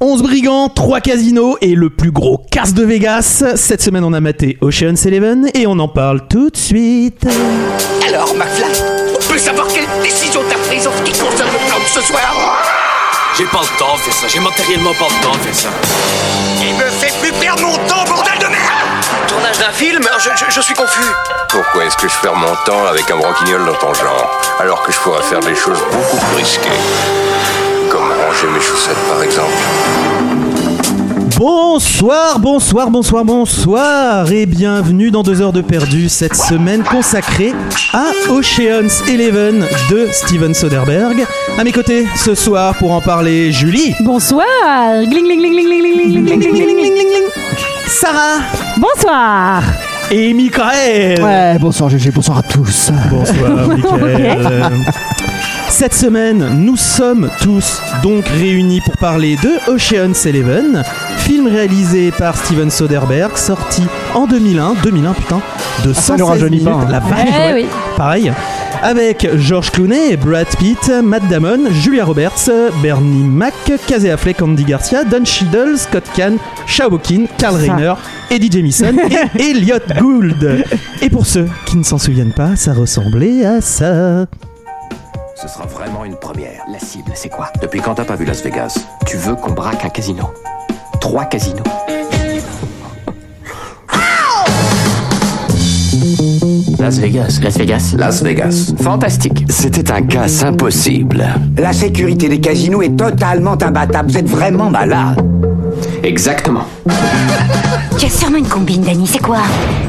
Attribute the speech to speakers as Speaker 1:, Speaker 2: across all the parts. Speaker 1: 11 brigands, 3 casinos et le plus gros casse de Vegas. Cette semaine, on a maté Ocean's Eleven et on en parle tout de suite.
Speaker 2: Alors, McFly, on peut savoir quelle décision t'as prise en ce qui concerne le plan de ce soir
Speaker 3: J'ai pas le temps de faire ça, j'ai matériellement pas le temps de faire ça.
Speaker 2: Il me fait plus perdre mon temps, bordel de merde
Speaker 3: Tournage d'un film je, suis confus.
Speaker 4: Pourquoi est-ce que je perds mon temps avec un broquignol dans ton genre Alors que je pourrais faire des choses beaucoup plus risquées. Comme ranger mes chaussettes par exemple.
Speaker 1: Bonsoir, bonsoir, bonsoir, bonsoir et bienvenue dans 2 heures de perdu cette semaine consacrée à Ocean's Eleven de Steven Soderbergh. À mes côtés ce soir pour en parler Julie,
Speaker 5: Bonsoir Gling, gling, gling, gling, gling, gling, gling, gling, gling, gling, Ah. gling.
Speaker 1: Sarah
Speaker 5: Bonsoir
Speaker 1: et Michael.
Speaker 6: Ouais, bonsoir GG, bonsoir à tous.
Speaker 1: Bonsoir,
Speaker 7: Euh,
Speaker 1: Mickaël. Cette semaine, nous sommes tous donc réunis pour parler de Ocean's Eleven, film réalisé par Steven Soderbergh, sorti en 2001, 2001 putain, de
Speaker 6: ça leur
Speaker 1: 116
Speaker 6: rajeunit
Speaker 1: minutes,
Speaker 6: pas, hein.
Speaker 1: la vache,
Speaker 5: Eh
Speaker 1: ouais,
Speaker 5: oui.
Speaker 1: pareil, avec George Clooney, Brad Pitt, Matt Damon, Julia Roberts, Bernie Mac, Casey Affleck, Andy Garcia, Don Cheadle, Scott Caan, Shaokin, Carl
Speaker 5: Ça.
Speaker 1: Reiner, Eddie Jamison et Elliot Gould. Et pour ceux qui ne s'en souviennent pas, ça ressemblait à ça.
Speaker 8: Ce sera vraiment une première.
Speaker 2: La cible, c'est quoi
Speaker 8: Depuis quand t'as pas vu Las Vegas
Speaker 2: Tu veux qu'on braque un casino Trois casinos
Speaker 8: Las Vegas.
Speaker 2: Las Vegas
Speaker 8: Las Vegas.
Speaker 2: Fantastique
Speaker 8: C'était un casse impossible.
Speaker 9: La sécurité des casinos est totalement imbattable. Vous êtes vraiment malade.
Speaker 8: Exactement.
Speaker 10: Tu as sûrement une combine, Danny, c'est quoi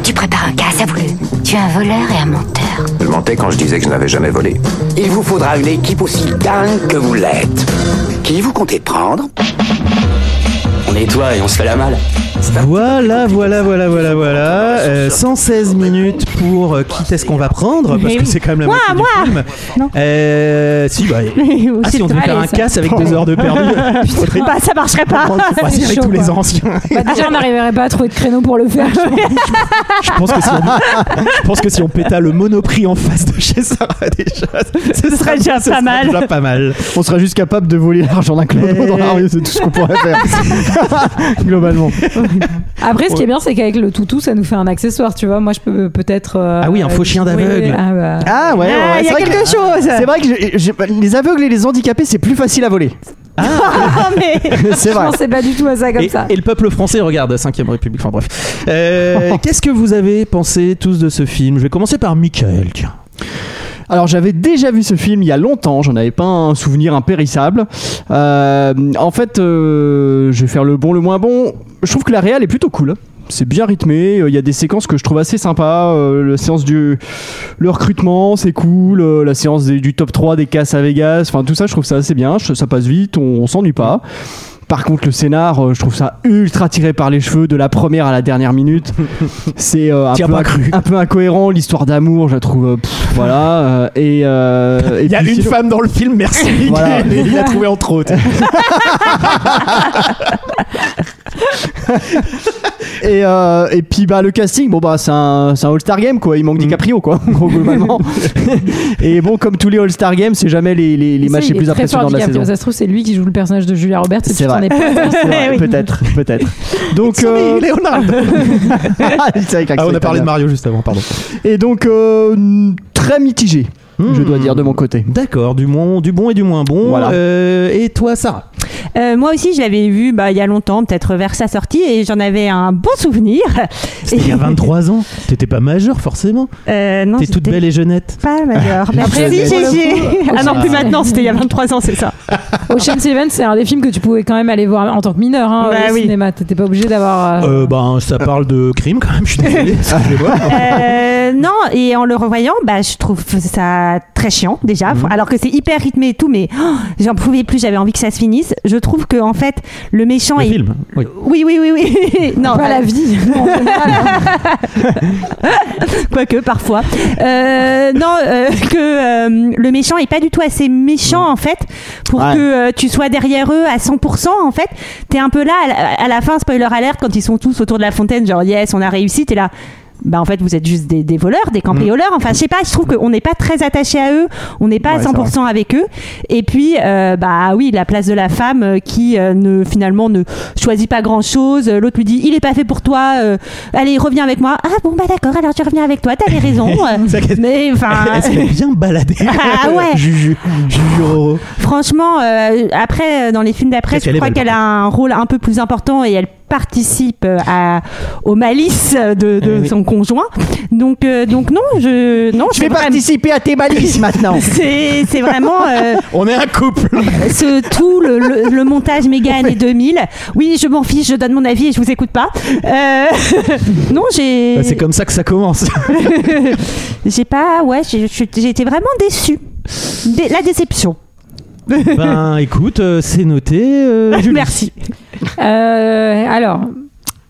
Speaker 10: Tu prépares un casse à voulu. Tu es un voleur et un menteur.
Speaker 8: Je mentais quand je disais que je n'avais jamais volé.
Speaker 9: Il vous faudra une équipe aussi dingue que vous l'êtes. Qui vous comptez prendre
Speaker 8: On nettoie et on se fait la malle.
Speaker 1: Voilà, voilà, voilà, voilà, voilà. Euh, 116 minutes pour euh, qui est-ce qu'on va prendre Parce
Speaker 5: Eh
Speaker 1: que
Speaker 5: oui.
Speaker 1: c'est quand même la
Speaker 5: Moi,
Speaker 1: moitié
Speaker 5: moi.
Speaker 1: du film.
Speaker 5: Non.
Speaker 1: Euh, si, bah,
Speaker 5: Vous
Speaker 1: ah si, on devait
Speaker 5: êtes
Speaker 1: faire un
Speaker 5: allez, ça.
Speaker 1: casse avec deux heures de perdu. Faudrait
Speaker 5: Bah ça marcherait pas
Speaker 1: pas
Speaker 5: C'est
Speaker 1: passer avec
Speaker 5: chaud,
Speaker 1: tous les
Speaker 5: quoi.
Speaker 1: anciens.
Speaker 5: Bah, Déjà on n'arriverait pas à trouver de créneau pour le faire.
Speaker 1: Je pense que si on, je pense que si on péta le monoprix en face de chez Sarah déjà, ce
Speaker 5: serait déjà
Speaker 1: ce
Speaker 5: pas mal.
Speaker 1: déjà pas mal.
Speaker 6: On sera juste capable de voler l'argent d'un clodo dans la rue, c'est tout ce qu'on pourrait faire. Globalement.
Speaker 5: Après ce qui est bien c'est qu'avec le toutou ça nous fait un accessoire tu vois. Moi je peux peut-être... euh,
Speaker 1: Ah oui, un faux chien d'aveugle.
Speaker 5: oui, ah bah.
Speaker 6: Ah ouais, ouais,
Speaker 5: Ah,
Speaker 6: c'est
Speaker 5: il y a
Speaker 6: vrai que-
Speaker 5: quelque chose
Speaker 6: C'est vrai que j'ai- j'ai- les aveugles et les handicapés, c'est plus facile à voler.
Speaker 5: Ah, mais
Speaker 6: C'est
Speaker 5: Je
Speaker 6: vrai.
Speaker 5: pensais pas du tout à ça comme
Speaker 1: Et,
Speaker 5: ça.
Speaker 1: et le peuple français regarde 5ème République. Enfin bref. Euh, Qu'est-ce que vous avez pensé tous de ce film Je vais commencer par Michael. Tiens.
Speaker 6: Alors j'avais déjà vu ce film il y a longtemps, j'en avais pas un souvenir impérissable. Euh, en fait, euh, je vais faire le bon, le moins bon. Je trouve que la réal est plutôt cool. C'est bien rythmé, euh, il y a des séquences que je trouve assez sympas. euh, la séance du le recrutement, c'est cool. euh, la séance des- du top 3 des casses à Vegas, enfin tout ça, je trouve ça assez bien. je- ça passe vite, on, on s'ennuie pas. Par contre, le scénar, euh, je trouve ça ultra tiré par les cheveux de la première à la dernière minute. C'est euh, un,
Speaker 1: T'y as
Speaker 6: peu
Speaker 1: pas
Speaker 6: inc-
Speaker 1: cru.
Speaker 6: un peu incohérent. L'histoire d'amour, je la trouve. euh, pff, voilà. euh, et, euh, et
Speaker 1: Il y a
Speaker 6: puis
Speaker 1: une
Speaker 6: sinon-
Speaker 1: femme dans le film, merci Mickaël.
Speaker 6: Voilà.
Speaker 1: Et Il l'a trouvé entre autres.
Speaker 6: Et, euh, et puis bah le casting, bon bah c'est un, c'est un All-Star Game quoi. Il manque
Speaker 1: Mm.
Speaker 6: DiCaprio quoi, gros, globalement. et bon, comme tous les All-Star Games, c'est jamais les, les, les
Speaker 5: Ça,
Speaker 6: matchs
Speaker 5: il
Speaker 6: les
Speaker 5: est
Speaker 6: plus
Speaker 5: très
Speaker 6: impressionnants
Speaker 5: fort,
Speaker 6: de la
Speaker 5: DiCaprio.
Speaker 6: saison.
Speaker 5: Ça se trouve, c'est lui qui joue le personnage de Julia Roberts. et
Speaker 6: C'est
Speaker 5: tu t'en
Speaker 6: vrai.
Speaker 5: es pas compte.
Speaker 6: C'est vrai,
Speaker 5: Oui.
Speaker 6: Peut-être, peut-être. Donc, euh, c'est vrai que l'accent
Speaker 1: Ah, on a parlé de
Speaker 6: italien.
Speaker 1: Mario juste avant, pardon.
Speaker 6: Et donc euh, très mitigé, je dois
Speaker 1: Hmm.
Speaker 6: dire de mon côté.
Speaker 1: D'accord, du, moins- du bon et du moins bon.
Speaker 6: Voilà.
Speaker 1: Euh, et toi, Sarah
Speaker 7: Euh, moi aussi, je l'avais vu bah, il y a longtemps, peut-être vers sa sortie, et j'en avais un bon souvenir.
Speaker 1: C'était il y a 23 ans. T'étais pas majeur, forcément.
Speaker 7: Euh, non,
Speaker 1: T'es toute
Speaker 7: j'étais
Speaker 1: belle et jeunette.
Speaker 7: Pas majeure.
Speaker 5: Après,
Speaker 7: Merci,
Speaker 5: pour le
Speaker 7: GG.
Speaker 5: coup,
Speaker 7: Ah non,
Speaker 5: Ocean's
Speaker 7: plus maintenant, c'était il y a 23 ans, c'est ça.
Speaker 5: Ocean's Eleven, c'est un des films que tu pouvais quand même aller voir en tant que mineur hein,
Speaker 7: Bah
Speaker 5: au
Speaker 7: oui.
Speaker 5: cinéma. T'étais pas obligé d'avoir. euh,
Speaker 1: Euh, ben, ça parle de crime quand même, je suis désolé. Excusez-moi.
Speaker 7: Euh, non, et en le revoyant, bah, je trouve ça très chiant déjà.
Speaker 1: Mhm.
Speaker 7: Faut- Alors que c'est hyper rythmé et tout, mais oh, j'en pouvais plus, j'avais envie que ça se finisse. Je trouve que, en fait, le méchant
Speaker 1: Le
Speaker 7: est.
Speaker 1: film. Oui.
Speaker 7: Oui, oui, oui, oui. non,
Speaker 5: pas la vie. hein.
Speaker 7: quoique parfois. Euh, non, euh, que euh, le méchant est pas du tout assez méchant en fait pour
Speaker 6: Ouais.
Speaker 7: que euh, tu sois derrière eux à 100% en fait. T'es un peu là à la, à la fin, spoiler alerte, quand ils sont tous autour de la fontaine, genre yes, on a réussi, t'es là. bah en fait vous êtes juste des, des voleurs, des cambrioleurs. Enfin, je sais pas, je trouve qu'on n'est pas très attaché à eux, on n'est pas
Speaker 11: Ouais,
Speaker 7: à
Speaker 11: c'est
Speaker 7: 100% avec eux. Et puis euh, bah oui, la place de la femme euh, qui euh, ne finalement ne choisit pas grand chose. L'autre lui dit il est pas fait pour toi, euh, allez reviens avec moi. Ah bon bah d'accord, alors tu reviens avec toi, t'avais raison. Mais enfin.
Speaker 1: Elle s'est bien baladée.
Speaker 7: Ah ouais.
Speaker 1: Juju, Juju Roro.
Speaker 7: Franchement, euh, après, euh, dans les films d'après,
Speaker 1: Parce
Speaker 7: je
Speaker 1: qu'elle est
Speaker 7: crois
Speaker 1: belle,
Speaker 7: qu'elle a un rôle un peu plus important et elle participe euh, à, aux malices de, de
Speaker 1: Euh, oui.
Speaker 7: son conjoint. Donc, euh, donc non, je, non, je vais participer à tes malices maintenant. C'est c'est vraiment euh,
Speaker 1: On est un couple.
Speaker 7: ce tout le, le- le montage méga années 2000. Oui, je m'en fiche, je donne mon avis et je vous écoute pas. Euh, non, j'ai.
Speaker 1: Bah, c'est comme ça que ça commence.
Speaker 7: j'ai pas, ouais, j'ai- j'ai j'ai été vraiment déçue. Dé- la déception.
Speaker 1: ben écoute, euh, c'est noté. euh, Julie.
Speaker 7: Merci.
Speaker 5: Euh, alors.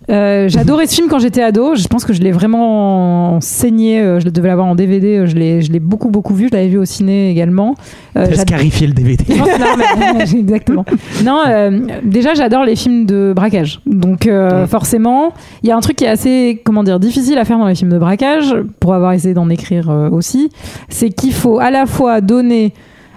Speaker 5: euh, J'adorais ce film quand j'étais ado. Je pense que je l'ai vraiment saigné. euh, Je devais l'avoir en DVD. euh, Je l'ai, je l'ai beaucoup, beaucoup vu. Je l'avais vu au ciné également. Euh,
Speaker 1: T'as
Speaker 5: j'ad-
Speaker 1: scarifié le DVD.
Speaker 5: Non, mais- Exactement. Non, euh, déjà, j'adore les films de braquage. Donc, euh, forcément, il y a un truc qui est assez, comment dire, difficile à faire dans les films de braquage, pour avoir essayé d'en écrire euh, aussi, c'est qu'il faut à la fois donner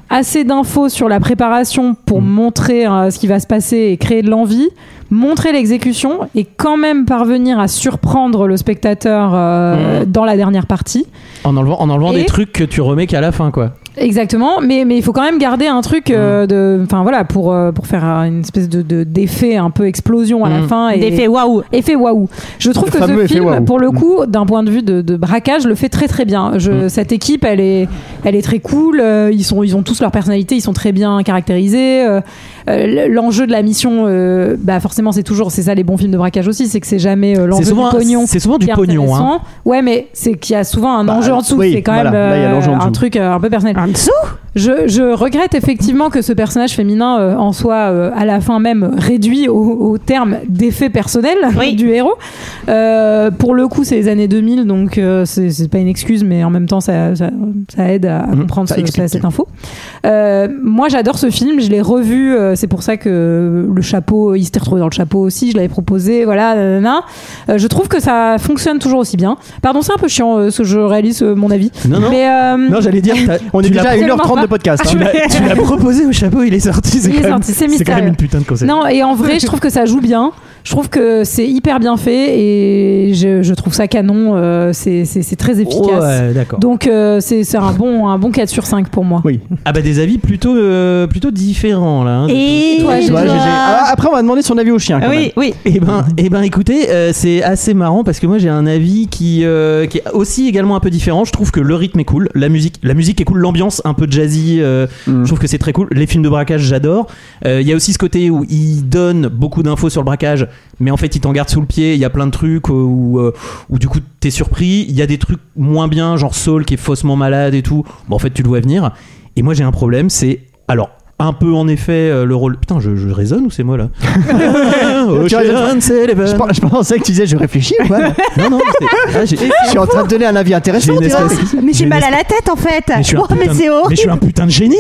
Speaker 5: assez d'infos sur la préparation pour montrer euh, ce qui va se passer et créer de l'envie, montrer l'exécution et quand même parvenir à surprendre le spectateur euh, dans la dernière partie.
Speaker 1: En enlevant, en enlevant
Speaker 5: Et-
Speaker 1: des trucs que tu remets qu'à la fin, quoi.
Speaker 5: Exactement, mais mais il faut quand même garder un truc euh,
Speaker 6: Mm.
Speaker 5: de, enfin voilà, pour euh, pour faire euh, une espèce de de- d'effet un peu explosion à la
Speaker 1: Mm.
Speaker 5: fin. Et,
Speaker 7: D'effet waouh.
Speaker 5: Effet waouh. Je trouve
Speaker 6: Le
Speaker 5: que
Speaker 6: fameux
Speaker 5: ce
Speaker 6: effet
Speaker 5: film,
Speaker 6: waouh. Mm.
Speaker 5: pour le coup, d'un point de vue de, de braquage, le fait très très bien. Je, Cette équipe, elle est, elle est très cool. euh, Ils sont, ils ont tous leur personnalité, ils sont très bien caractérisés. euh, euh, L'enjeu de la mission, euh, bah forcément, c'est toujours, c'est ça les bons films de braquage aussi, c'est que c'est jamais euh,
Speaker 1: C'est
Speaker 5: l'enjeu du
Speaker 1: souvent,
Speaker 5: pognon.
Speaker 1: c'est souvent du
Speaker 5: qui est
Speaker 1: pognon. hein.
Speaker 5: intéressant. Ouais, mais c'est qu'il y a souvent un
Speaker 6: Bah,
Speaker 5: enjeu en dessous.
Speaker 6: oui,
Speaker 5: c'est quand
Speaker 6: voilà,
Speaker 5: même
Speaker 6: là, il y a
Speaker 5: euh,
Speaker 6: l'enjeu en
Speaker 5: un
Speaker 6: dessous.
Speaker 5: truc euh, un peu personnel.
Speaker 7: En dessous
Speaker 5: Je, je regrette effectivement que ce personnage féminin euh, en soit euh, à la fin même réduit au, au terme d'effet personnel
Speaker 7: Oui.
Speaker 5: du héros. Euh, pour le coup, c'est les années 2000, donc euh, c'est c'est pas une excuse, mais en même temps, ça, ça- ça aide à, à
Speaker 1: Mhm.
Speaker 5: comprendre
Speaker 6: ça
Speaker 5: ce-
Speaker 6: explique.
Speaker 5: cette info. Euh, moi, j'adore ce film, je l'ai revu, euh, c'est pour ça que le chapeau, il s'était retrouvé dans le chapeau aussi, je l'avais proposé, voilà, nanana. Euh, je trouve que ça fonctionne toujours aussi bien. Pardon, c'est un peu chiant euh, ce que je réalise euh, mon avis.
Speaker 1: Non, non.
Speaker 5: Mais, euh,
Speaker 6: Oh,
Speaker 1: Non, j'allais dire, t'as-
Speaker 6: On est
Speaker 1: tu
Speaker 6: déjà
Speaker 1: l'as-
Speaker 6: à
Speaker 5: absolument
Speaker 6: 1h30 de
Speaker 5: pas.
Speaker 6: podcast. hein.
Speaker 1: tu l'as tu l'as proposé au chapeau, il est sorti. C'est
Speaker 5: Il est
Speaker 1: quand même-
Speaker 5: sorti, c'est
Speaker 1: c'est quand même
Speaker 5: mystérieux.
Speaker 1: une putain de concept.
Speaker 5: Non, et en vrai, je trouve que ça joue bien. Je trouve que c'est hyper bien fait et je, je trouve ça canon. euh, c'est c'est- c'est très efficace.
Speaker 1: Ouais, d'accord.
Speaker 5: Donc euh, c'est c'est un bon, un bon 4 sur 5 pour moi.
Speaker 6: Oui.
Speaker 1: Ah bah des avis plutôt, euh, plutôt différents là. hein.
Speaker 7: Et
Speaker 5: Toi,
Speaker 6: Tu vois,
Speaker 5: Toi.
Speaker 6: GG. Ah, Après, on va demander son avis au chien. quand même.
Speaker 7: Oui, oui.
Speaker 1: Eh ben, eh ben écoutez, euh, c'est assez marrant parce que moi j'ai un avis qui, euh, qui est aussi également un peu différent. Je trouve que le rythme est cool, la musique, la musique est cool, l'ambiance un peu jazzy, euh,
Speaker 6: Mm.
Speaker 1: je trouve que c'est très cool. Les films de braquage, j'adore. Euh, Il y a aussi ce côté où ils donnent beaucoup d'infos sur le braquage, mais en fait ils t'en gardent sous le pied. Il y a plein de trucs où, euh, où du coup t'es surpris. Il y a des trucs moins bien, genre Saul qui est faussement malade et tout. Bon, en fait tu le vois venir. Et moi j'ai un problème, c'est alors. Un peu en effet euh, le rôle. Putain, je, je raisonne ou c'est moi là
Speaker 6: Tu raisonnes.
Speaker 1: Sullivan.
Speaker 6: Oh, Je pen- je pensais que tu disais, je réfléchis ou quoi
Speaker 1: Non, non, c'est- ah, j'ai-
Speaker 6: Je suis en train de donner un avis
Speaker 1: j'ai
Speaker 6: intéressant.
Speaker 1: une
Speaker 6: tu vois.
Speaker 1: espèce-
Speaker 7: Mais j'ai
Speaker 1: une
Speaker 7: mal
Speaker 1: espèce-
Speaker 7: à la tête en fait.
Speaker 1: Mais je suis un
Speaker 7: Oh, mais
Speaker 1: putain de-
Speaker 7: c'est horrible.
Speaker 1: mais je suis un putain de génie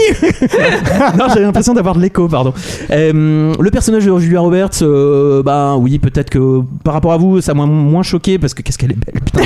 Speaker 1: Non, j'avais l'impression d'avoir de l'écho, pardon. Euh, le personnage de Julia Roberts, euh, bah oui, peut-être que par rapport à vous, ça m'a moins choqué parce que qu'est-ce qu'elle est belle, putain.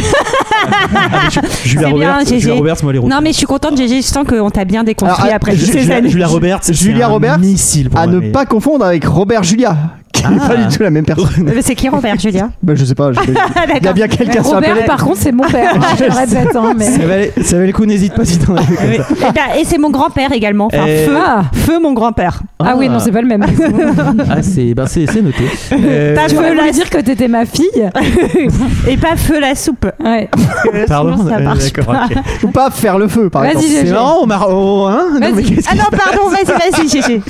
Speaker 1: Ah, mais Ju- Julia,
Speaker 7: C'est bien,
Speaker 1: Roberts,
Speaker 7: GG.
Speaker 1: Julia Roberts, moi les
Speaker 7: Non, mais je suis contente, Gégé. Je sens qu'on t'a bien déconstruit
Speaker 6: Alors,
Speaker 7: après
Speaker 6: je-
Speaker 7: toutes
Speaker 1: ah, Ju-
Speaker 7: ces
Speaker 1: Julia,
Speaker 7: années.
Speaker 1: Julia Roberts, c'est
Speaker 6: Julia
Speaker 1: un
Speaker 6: Roberts,
Speaker 1: missile pour
Speaker 6: À
Speaker 1: moi,
Speaker 6: ne
Speaker 1: mais-
Speaker 6: pas confondre avec Robert Julia, qui n'est
Speaker 1: Ah.
Speaker 6: pas du tout la même personne.
Speaker 7: Mais c'est qui Robert, Julia
Speaker 6: Bah, je sais pas. je- Il y a
Speaker 7: D'accord. Ah,
Speaker 6: bien quelqu'un sur la
Speaker 5: Robert,
Speaker 6: planète.
Speaker 5: par contre, c'est mon père. hein, je le répète, hein, mais.
Speaker 1: Ça valait, ça valait le coup, n'hésite pas si t'en as vu comme ça.
Speaker 7: Eh ben, Et c'est mon grand-père également. Enfin,
Speaker 1: Euh,
Speaker 7: feu,
Speaker 5: Ah.
Speaker 7: feu, mon grand-père.
Speaker 5: Ah oui, non, c'est pas le même.
Speaker 1: Ah, c'est ben, c'est- c'est noté. Euh,
Speaker 7: T'as
Speaker 5: Je
Speaker 7: feu
Speaker 5: voulais
Speaker 7: la
Speaker 5: dire que t'étais ma fille.
Speaker 7: et pas feu la soupe.
Speaker 5: Ouais.
Speaker 1: pardon,
Speaker 7: sinon, ça
Speaker 1: euh,
Speaker 7: marche
Speaker 1: d'accord, ok.
Speaker 6: Ou pas faire
Speaker 1: Ah
Speaker 6: le feu, par
Speaker 5: Vas-y,
Speaker 6: exemple.
Speaker 5: Gégé.
Speaker 1: C'est marrant, on m'a- oh, hein Non, mais
Speaker 5: Vas-y.
Speaker 1: qu'est-ce
Speaker 7: Ah
Speaker 1: qui
Speaker 7: non,
Speaker 1: se passe
Speaker 7: pardon, vas-y, vas-y, Gégé.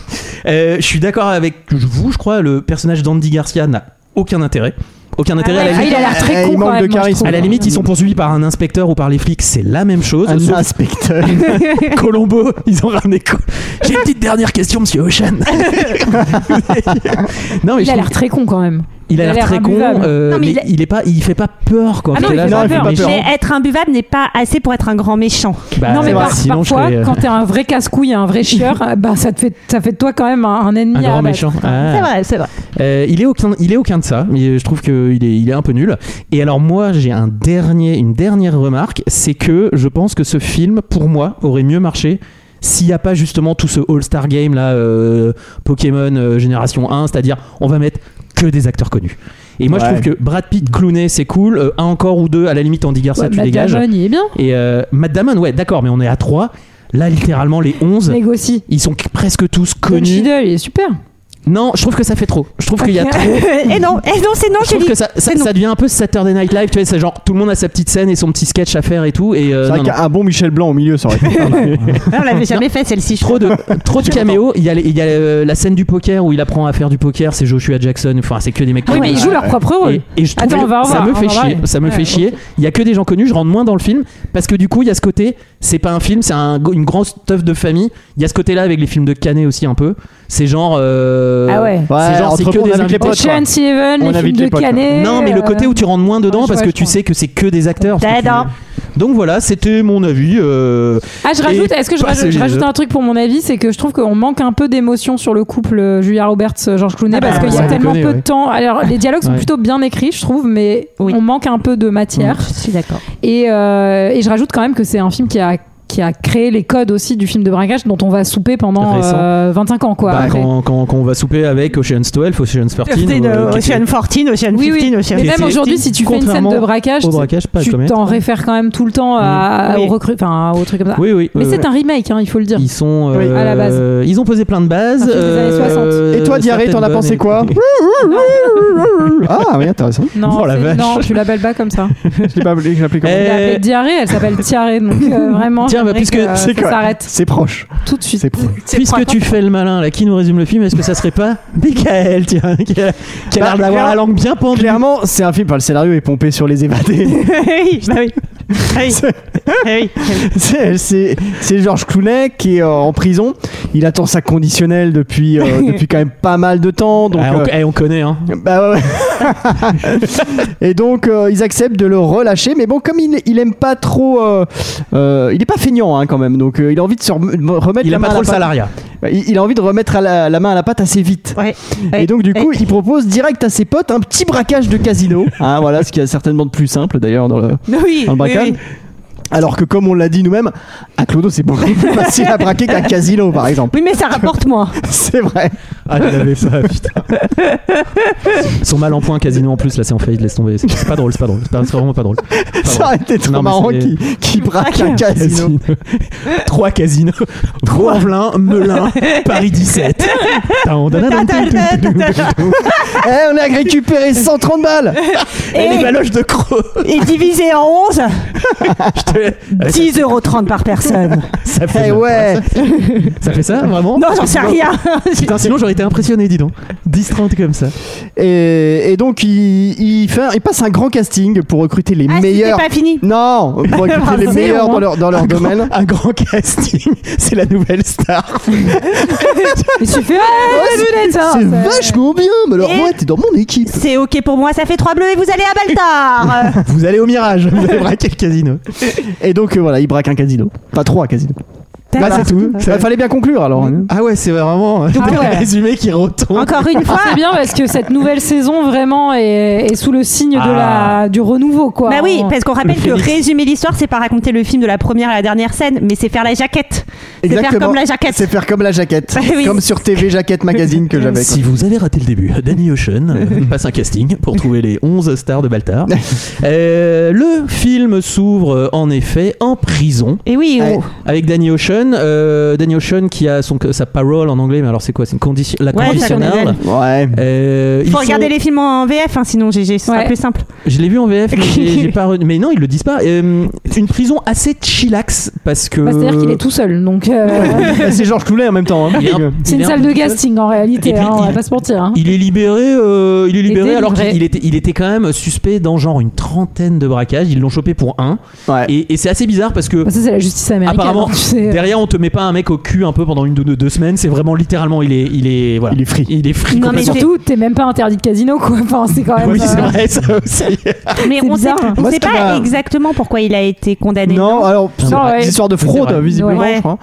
Speaker 1: Euh, je suis d'accord avec vous, je crois, le personnage d'Andy Garcia n'a aucun intérêt. Aucun intérêt à la
Speaker 5: Ah,
Speaker 1: limite.
Speaker 5: il a l'air
Speaker 6: Eh,
Speaker 5: très con.
Speaker 6: il manque
Speaker 5: quand même,
Speaker 6: de
Speaker 5: moi, je
Speaker 6: charisme.
Speaker 5: trouve.
Speaker 1: À la limite, ils sont poursuivis par un inspecteur ou par les flics, c'est la même chose.
Speaker 6: Un
Speaker 1: Sauf
Speaker 6: inspecteur.
Speaker 1: que Colombo, ils ont ramené. Col- J'ai une petite dernière question, monsieur Ocean. non, mais
Speaker 5: Il
Speaker 1: je
Speaker 5: a
Speaker 1: trouve-
Speaker 5: l'air très con quand même.
Speaker 1: Il a l'air très con.
Speaker 5: imbuvable.
Speaker 1: euh,
Speaker 7: Non, mais
Speaker 1: mais
Speaker 7: il a-
Speaker 1: il est pas, il fait pas peur quoi.
Speaker 5: Ah non,
Speaker 1: Parce que
Speaker 5: il
Speaker 1: là,
Speaker 5: fait pas
Speaker 1: j'aurais
Speaker 5: peur.
Speaker 1: fait
Speaker 5: Il
Speaker 1: méchant.
Speaker 7: Mais être imbuvable n'est pas assez pour être un grand méchant.
Speaker 1: Bah,
Speaker 5: non mais
Speaker 1: c'est vrai,
Speaker 5: par-
Speaker 1: sinon je
Speaker 5: parfois
Speaker 1: serais, euh,
Speaker 5: quand t'es un vrai casse-couille un vrai chieur euh, bah ça te fait ça fait de toi quand même un, un ennemi
Speaker 1: un
Speaker 5: à
Speaker 1: grand
Speaker 5: abattre.
Speaker 1: méchant. Ah.
Speaker 7: C'est vrai, c'est vrai.
Speaker 1: Euh, il est aucun, il est aucun de ça. Mais je trouve qu'il est, il est un peu nul. Et alors moi, j'ai un dernier, une dernière remarque, c'est que je pense que ce film, pour moi, aurait mieux marché. S'il n'y a pas justement tout ce All-Star Game là, euh, Pokémon euh, Génération 1, c'est-à-dire on va mettre que des acteurs connus. Et moi je
Speaker 6: Ouais.
Speaker 1: trouve que Brad Pitt clowné c'est cool, Euh, un encore ou deux à la limite Andy Garcia
Speaker 5: Ouais,
Speaker 1: tu
Speaker 5: Matt
Speaker 1: dégages.
Speaker 5: Damon, il est bien
Speaker 1: Et euh, Matt Damon ouais d'accord mais on est à 3, là littéralement les 11,
Speaker 5: négocie
Speaker 1: ils sont presque tous
Speaker 5: Don
Speaker 1: connus.
Speaker 5: Cheadle il est super Eh
Speaker 1: Non, je trouve que ça fait trop. Je trouve qu'il y a trop.
Speaker 7: et non, et non, c'est non,
Speaker 1: Je trouve
Speaker 7: Julie.
Speaker 1: que ça, ça,
Speaker 7: C'est non.
Speaker 1: ça devient un peu Saturday Night Live, tu vois, c'est genre tout le monde a sa petite scène et son petit sketch à faire et tout. Et euh,
Speaker 6: C'est vrai
Speaker 1: non, non.
Speaker 6: qu'un bon Michel Blanc au milieu, ça aurait été pas mal.
Speaker 5: Ah,
Speaker 7: On l'avait jamais fait celle-ci. je
Speaker 1: trop de trop de caméos. Il y a, les- il y a euh, la scène du poker où il apprend à faire du poker, c'est Joshua Jackson. Enfin, c'est que des mecs.
Speaker 5: Ah oui
Speaker 1: connus.
Speaker 5: mais ils jouent leur propre rôle
Speaker 1: Et, et je trouve
Speaker 5: Attends,
Speaker 1: que
Speaker 5: on va
Speaker 1: ça
Speaker 5: revoir,
Speaker 1: me
Speaker 5: on
Speaker 1: fait
Speaker 5: va
Speaker 1: chier.
Speaker 5: revoir.
Speaker 1: Ça me
Speaker 5: Ouais,
Speaker 1: fait chier. Il y a que des gens connus. Je rentre moins dans le film parce que du coup, il y a ce côté. C'est pas un film, c'est un, une grande stuff de famille. Il y a ce côté-là avec les films de Canet aussi un peu. C'est genre. euh,
Speaker 5: Ah ouais.
Speaker 1: C'est
Speaker 6: Ouais,
Speaker 1: genre
Speaker 6: entre
Speaker 1: c'est
Speaker 6: potes,
Speaker 1: que
Speaker 6: on
Speaker 1: des
Speaker 6: invite les
Speaker 1: invités.
Speaker 6: potes, quoi.
Speaker 5: Ocean Seven
Speaker 6: On
Speaker 5: les films
Speaker 6: invite les
Speaker 5: de
Speaker 6: potes, quoi.
Speaker 5: Canet euh,
Speaker 1: Non, mais le côté où tu rentres moins dedans
Speaker 5: ouais, je
Speaker 1: parce
Speaker 5: vois,
Speaker 1: que
Speaker 5: je
Speaker 1: tu
Speaker 5: vois.
Speaker 1: sais que c'est que des acteurs. ce que tu-
Speaker 7: D'accord.
Speaker 1: Donc voilà, c'était mon avis. euh,
Speaker 5: Ah, je rajoute,
Speaker 1: Et
Speaker 5: est-ce que je
Speaker 1: pas
Speaker 5: rajoute, je
Speaker 1: celui-là.
Speaker 5: rajoute un truc pour mon avis C'est que je trouve qu'on manque un peu d'émotion sur le couple euh, Julia Roberts-Georges Clooney
Speaker 1: Ah bah,
Speaker 5: parce qu'il y
Speaker 1: sans
Speaker 5: a tellement
Speaker 1: déconner,
Speaker 5: peu
Speaker 1: ouais.
Speaker 5: de temps. Alors, les dialogues sont
Speaker 1: Ouais.
Speaker 5: plutôt bien écrits, je trouve, mais
Speaker 7: Oui.
Speaker 5: on manque un peu de matière.
Speaker 7: Je suis d'accord.
Speaker 5: Et, euh, et je rajoute quand même que c'est un film qui a qui a créé les codes aussi du film de braquage dont on va souper pendant
Speaker 1: Récent.
Speaker 5: euh, 25 ans quoi.
Speaker 1: bah,
Speaker 5: après.
Speaker 1: quand, quand- quand on va souper avec Ocean's 12, Ocean's 13. ou, euh, qui
Speaker 7: Ocean 14, Ocean
Speaker 5: Oui, oui.
Speaker 7: 15, Ocean
Speaker 5: Mais
Speaker 1: Et
Speaker 5: même
Speaker 1: c'est-
Speaker 5: aujourd'hui, si tu fais une scène
Speaker 1: contrairement
Speaker 5: de braquage,
Speaker 1: était au braquage, pas
Speaker 5: tu
Speaker 1: comme Mm.
Speaker 5: t'en réfères quand même tout le temps à,
Speaker 7: Oui.
Speaker 5: au recru- enfin, au truc comme ça.
Speaker 1: Oui, oui.
Speaker 5: mais
Speaker 1: oui,
Speaker 5: c'est
Speaker 1: oui.
Speaker 5: un remake, hein, il faut le dire.
Speaker 1: Ils sont. euh,
Speaker 6: Oui.
Speaker 5: À la base.
Speaker 1: Ils ont posé plein de bases. euh,
Speaker 5: Un film des années
Speaker 6: Et toi, Diarrhée,
Speaker 1: certaines
Speaker 6: t'en as
Speaker 1: bonnes
Speaker 6: pensé
Speaker 1: et-
Speaker 6: quoi ah oui, intéressant.
Speaker 5: Non,
Speaker 1: Oh la
Speaker 5: c'est-
Speaker 1: vache.
Speaker 5: non, tu l'appelles pas comme ça.
Speaker 6: Je l'ai pas appelé, je l'ai appelé comment
Speaker 5: Elle
Speaker 1: Euh,
Speaker 5: appelée diarrhée, elle s'appelle diarrhée, donc euh, vraiment.
Speaker 1: Tiens, bah,
Speaker 5: j'aimerais
Speaker 1: puisque
Speaker 5: que, euh,
Speaker 6: c'est
Speaker 5: ça
Speaker 6: quoi
Speaker 5: s'arrête
Speaker 6: C'est proche.
Speaker 5: tout de suite.
Speaker 6: C'est proche.
Speaker 1: Puisque tu fais le malin, là, qui nous résume le film Est-ce que ça serait pas Michael, tiens, qui a,
Speaker 6: Bah,
Speaker 1: qui a l'air d'avoir la
Speaker 6: clairement-
Speaker 1: langue bien pendue
Speaker 6: Clairement, c'est un film. Enfin, le scénario est pompé sur les évadés.
Speaker 7: oui, bah oui. Ah oui. Ah oui.
Speaker 6: c'est c'est- c'est Georges Clooney qui est euh, en prison. Il attend sa conditionnelle depuis, euh, depuis quand même pas mal de temps. Donc,
Speaker 1: Ah, on,
Speaker 6: euh,
Speaker 1: eh, on connaît, hein.
Speaker 6: Bah ouais, ouais. et donc euh, ils acceptent de le relâcher, mais bon comme il, il aime pas trop, euh, euh, il est pas feignant hein, quand même, donc euh, il a envie de se rem- de remettre.
Speaker 1: Il
Speaker 6: la
Speaker 1: a
Speaker 6: main à
Speaker 1: pas trop le
Speaker 6: la pâte.
Speaker 1: salariat.
Speaker 6: Ouais, Il, il a envie de remettre à la, la main à la pâte assez vite.
Speaker 7: Ouais.
Speaker 6: Et donc du coup il propose direct à ses potes un petit braquage de casino. Hein, voilà ce qui est certainement de plus simple d'ailleurs dans le,
Speaker 7: Oui,
Speaker 6: dans le
Speaker 7: oui,
Speaker 6: braquage.
Speaker 7: oui.
Speaker 6: Alors que comme on l'a dit nous-mêmes, à Clodo c'est beaucoup plus facile à braquer qu'un casino par exemple.
Speaker 7: Oui, mais ça rapporte moins.
Speaker 6: C'est vrai.
Speaker 1: Ah, je l'avais pas, putain. Ils sont mal en point, casino en plus, là, c'est en faillite, laisse tomber. C'est c'est pas drôle, c'est pas drôle. C'est pas- c'est vraiment pas drôle. C'est pas
Speaker 6: Ça
Speaker 1: drôle.
Speaker 6: aurait été trop
Speaker 1: Non, mais
Speaker 6: marrant
Speaker 1: c'est-
Speaker 6: qui, qui braque un casino.
Speaker 1: Casino. Trois casinos. Vaux-en-Velin, Melun, Paris 17.
Speaker 6: Eh, on a récupéré 130 balles
Speaker 1: Et les baloches de crocs.
Speaker 7: Et divisé en 11,
Speaker 1: Je te- Allez, ça-
Speaker 7: 10,30 euros par personne.
Speaker 1: Ça
Speaker 6: Eh
Speaker 1: fait ça.
Speaker 6: ouais
Speaker 1: Ça fait ça, vraiment
Speaker 7: Non, j'en sais rien.
Speaker 1: Putain, sinon j'aurais été impressionné, dis donc. 10-30 comme ça.
Speaker 6: et, et donc, il, il fait, un- il passe un grand casting pour recruter les
Speaker 7: Ah, si, c'est
Speaker 6: meilleurs.
Speaker 7: pas fini.
Speaker 6: Non, pour recruter les
Speaker 7: Zéro.
Speaker 6: meilleurs dans leur, dans leur domaine.
Speaker 1: Bah, Un grand casting, c'est la nouvelle star.
Speaker 5: Et tu fais, ouais,
Speaker 6: Ouais,
Speaker 5: la lunette, hein,
Speaker 6: Oh, C'est
Speaker 5: ça-
Speaker 6: vachement bien, mais alors
Speaker 7: Et-
Speaker 6: ouais, t'es dans mon équipe.
Speaker 7: C'est ok pour moi, ça fait 3 bleus et vous allez à Baltar. Euh,
Speaker 1: Vous allez au mirage, vous allez braquer le casino.
Speaker 6: Et donc, euh, voilà, il braque un casino. Pas trois casinos. Bah, c'est tout. Ça, fallait bien conclure alors.
Speaker 1: Ah ouais, c'est vraiment
Speaker 5: Ah ouais.
Speaker 1: résumé qui retombe. Ah,
Speaker 7: Encore une fois.
Speaker 5: Ah, C'est bien parce que cette nouvelle saison vraiment est, est sous le signe de la du renouveau quoi. Hein.
Speaker 7: Bah oui,
Speaker 5: On-
Speaker 7: parce qu'on rappelle que résumer l'histoire, c'est pas raconter le film de la première à la dernière scène, mais c'est faire la jaquette. C'est faire comme la jaquette.
Speaker 6: C'est faire comme la jaquette.
Speaker 7: Bah oui.
Speaker 6: Comme sur TV Jaquette Magazine que j'avais. quoi.
Speaker 1: Si vous avez raté le début, Danny Ocean euh, passe un casting pour trouver les 11 stars de Baltar. Euh, le film s'ouvre euh, en effet en prison
Speaker 5: Eh
Speaker 7: Et oui,
Speaker 6: Ouais.
Speaker 7: oh.
Speaker 1: avec Danny Ocean. Euh, Danny Ocean qui a son, sa parole en anglais, mais alors c'est quoi C'est une condition, la
Speaker 7: Ouais, la
Speaker 1: conditionnelle.
Speaker 7: conditionnelle.
Speaker 6: Ouais.
Speaker 1: Euh, ils
Speaker 7: faut
Speaker 1: sont-
Speaker 7: regarder les films en VF, hein, sinon GG, ce sera
Speaker 5: Ouais.
Speaker 7: plus simple.
Speaker 1: Je l'ai vu en VF, mais, j'ai- j'ai pas re- mais non, ils le disent pas. Euh, une prison assez chillax parce que.
Speaker 5: Bah, C'est-à-dire qu'il est tout seul, donc euh,
Speaker 6: C'est Georges Cloulet en même temps. hein.
Speaker 1: Il est un-
Speaker 5: c'est
Speaker 1: il
Speaker 5: une
Speaker 1: est un-
Speaker 5: salle de casting en réalité,
Speaker 1: Et puis,
Speaker 5: hein, on va
Speaker 1: il-
Speaker 5: pas se mentir. hein.
Speaker 1: Il est libéré, euh, il est libéré
Speaker 5: délivré.
Speaker 1: alors qu'il il était, il était quand même suspect dans genre une trentaine de braquages. Ils l'ont chopé pour un.
Speaker 6: Ouais.
Speaker 1: Et, et c'est assez bizarre parce que
Speaker 5: Bah, ça c'est la justice américaine.
Speaker 1: apparemment
Speaker 5: hein, tu sais.
Speaker 1: Raya, on te met pas un mec au cul un peu pendant une ou deux, deux semaines. C'est vraiment littéralement, il est, il est, voilà.
Speaker 6: Il est free.
Speaker 1: Il est free.
Speaker 5: Non, mais
Speaker 1: complètement.
Speaker 5: surtout, t'es même pas interdit de casino, quoi. Enfin, c'est quand même.
Speaker 1: Oui,
Speaker 5: euh,
Speaker 1: c'est vrai, ça aussi.
Speaker 7: Mais
Speaker 5: C'est
Speaker 7: on sait,
Speaker 5: bizarre. hein.
Speaker 7: on
Speaker 6: Moi,
Speaker 7: sait
Speaker 6: ce qui
Speaker 7: pas
Speaker 6: m'a-
Speaker 7: exactement pourquoi il a été condamné.
Speaker 6: Non, alors, c'est
Speaker 5: Non,
Speaker 6: vrai,
Speaker 5: ouais.
Speaker 6: des histoires de fraude,
Speaker 1: C'est vrai.
Speaker 6: visiblement,
Speaker 7: Ouais.
Speaker 6: je crois.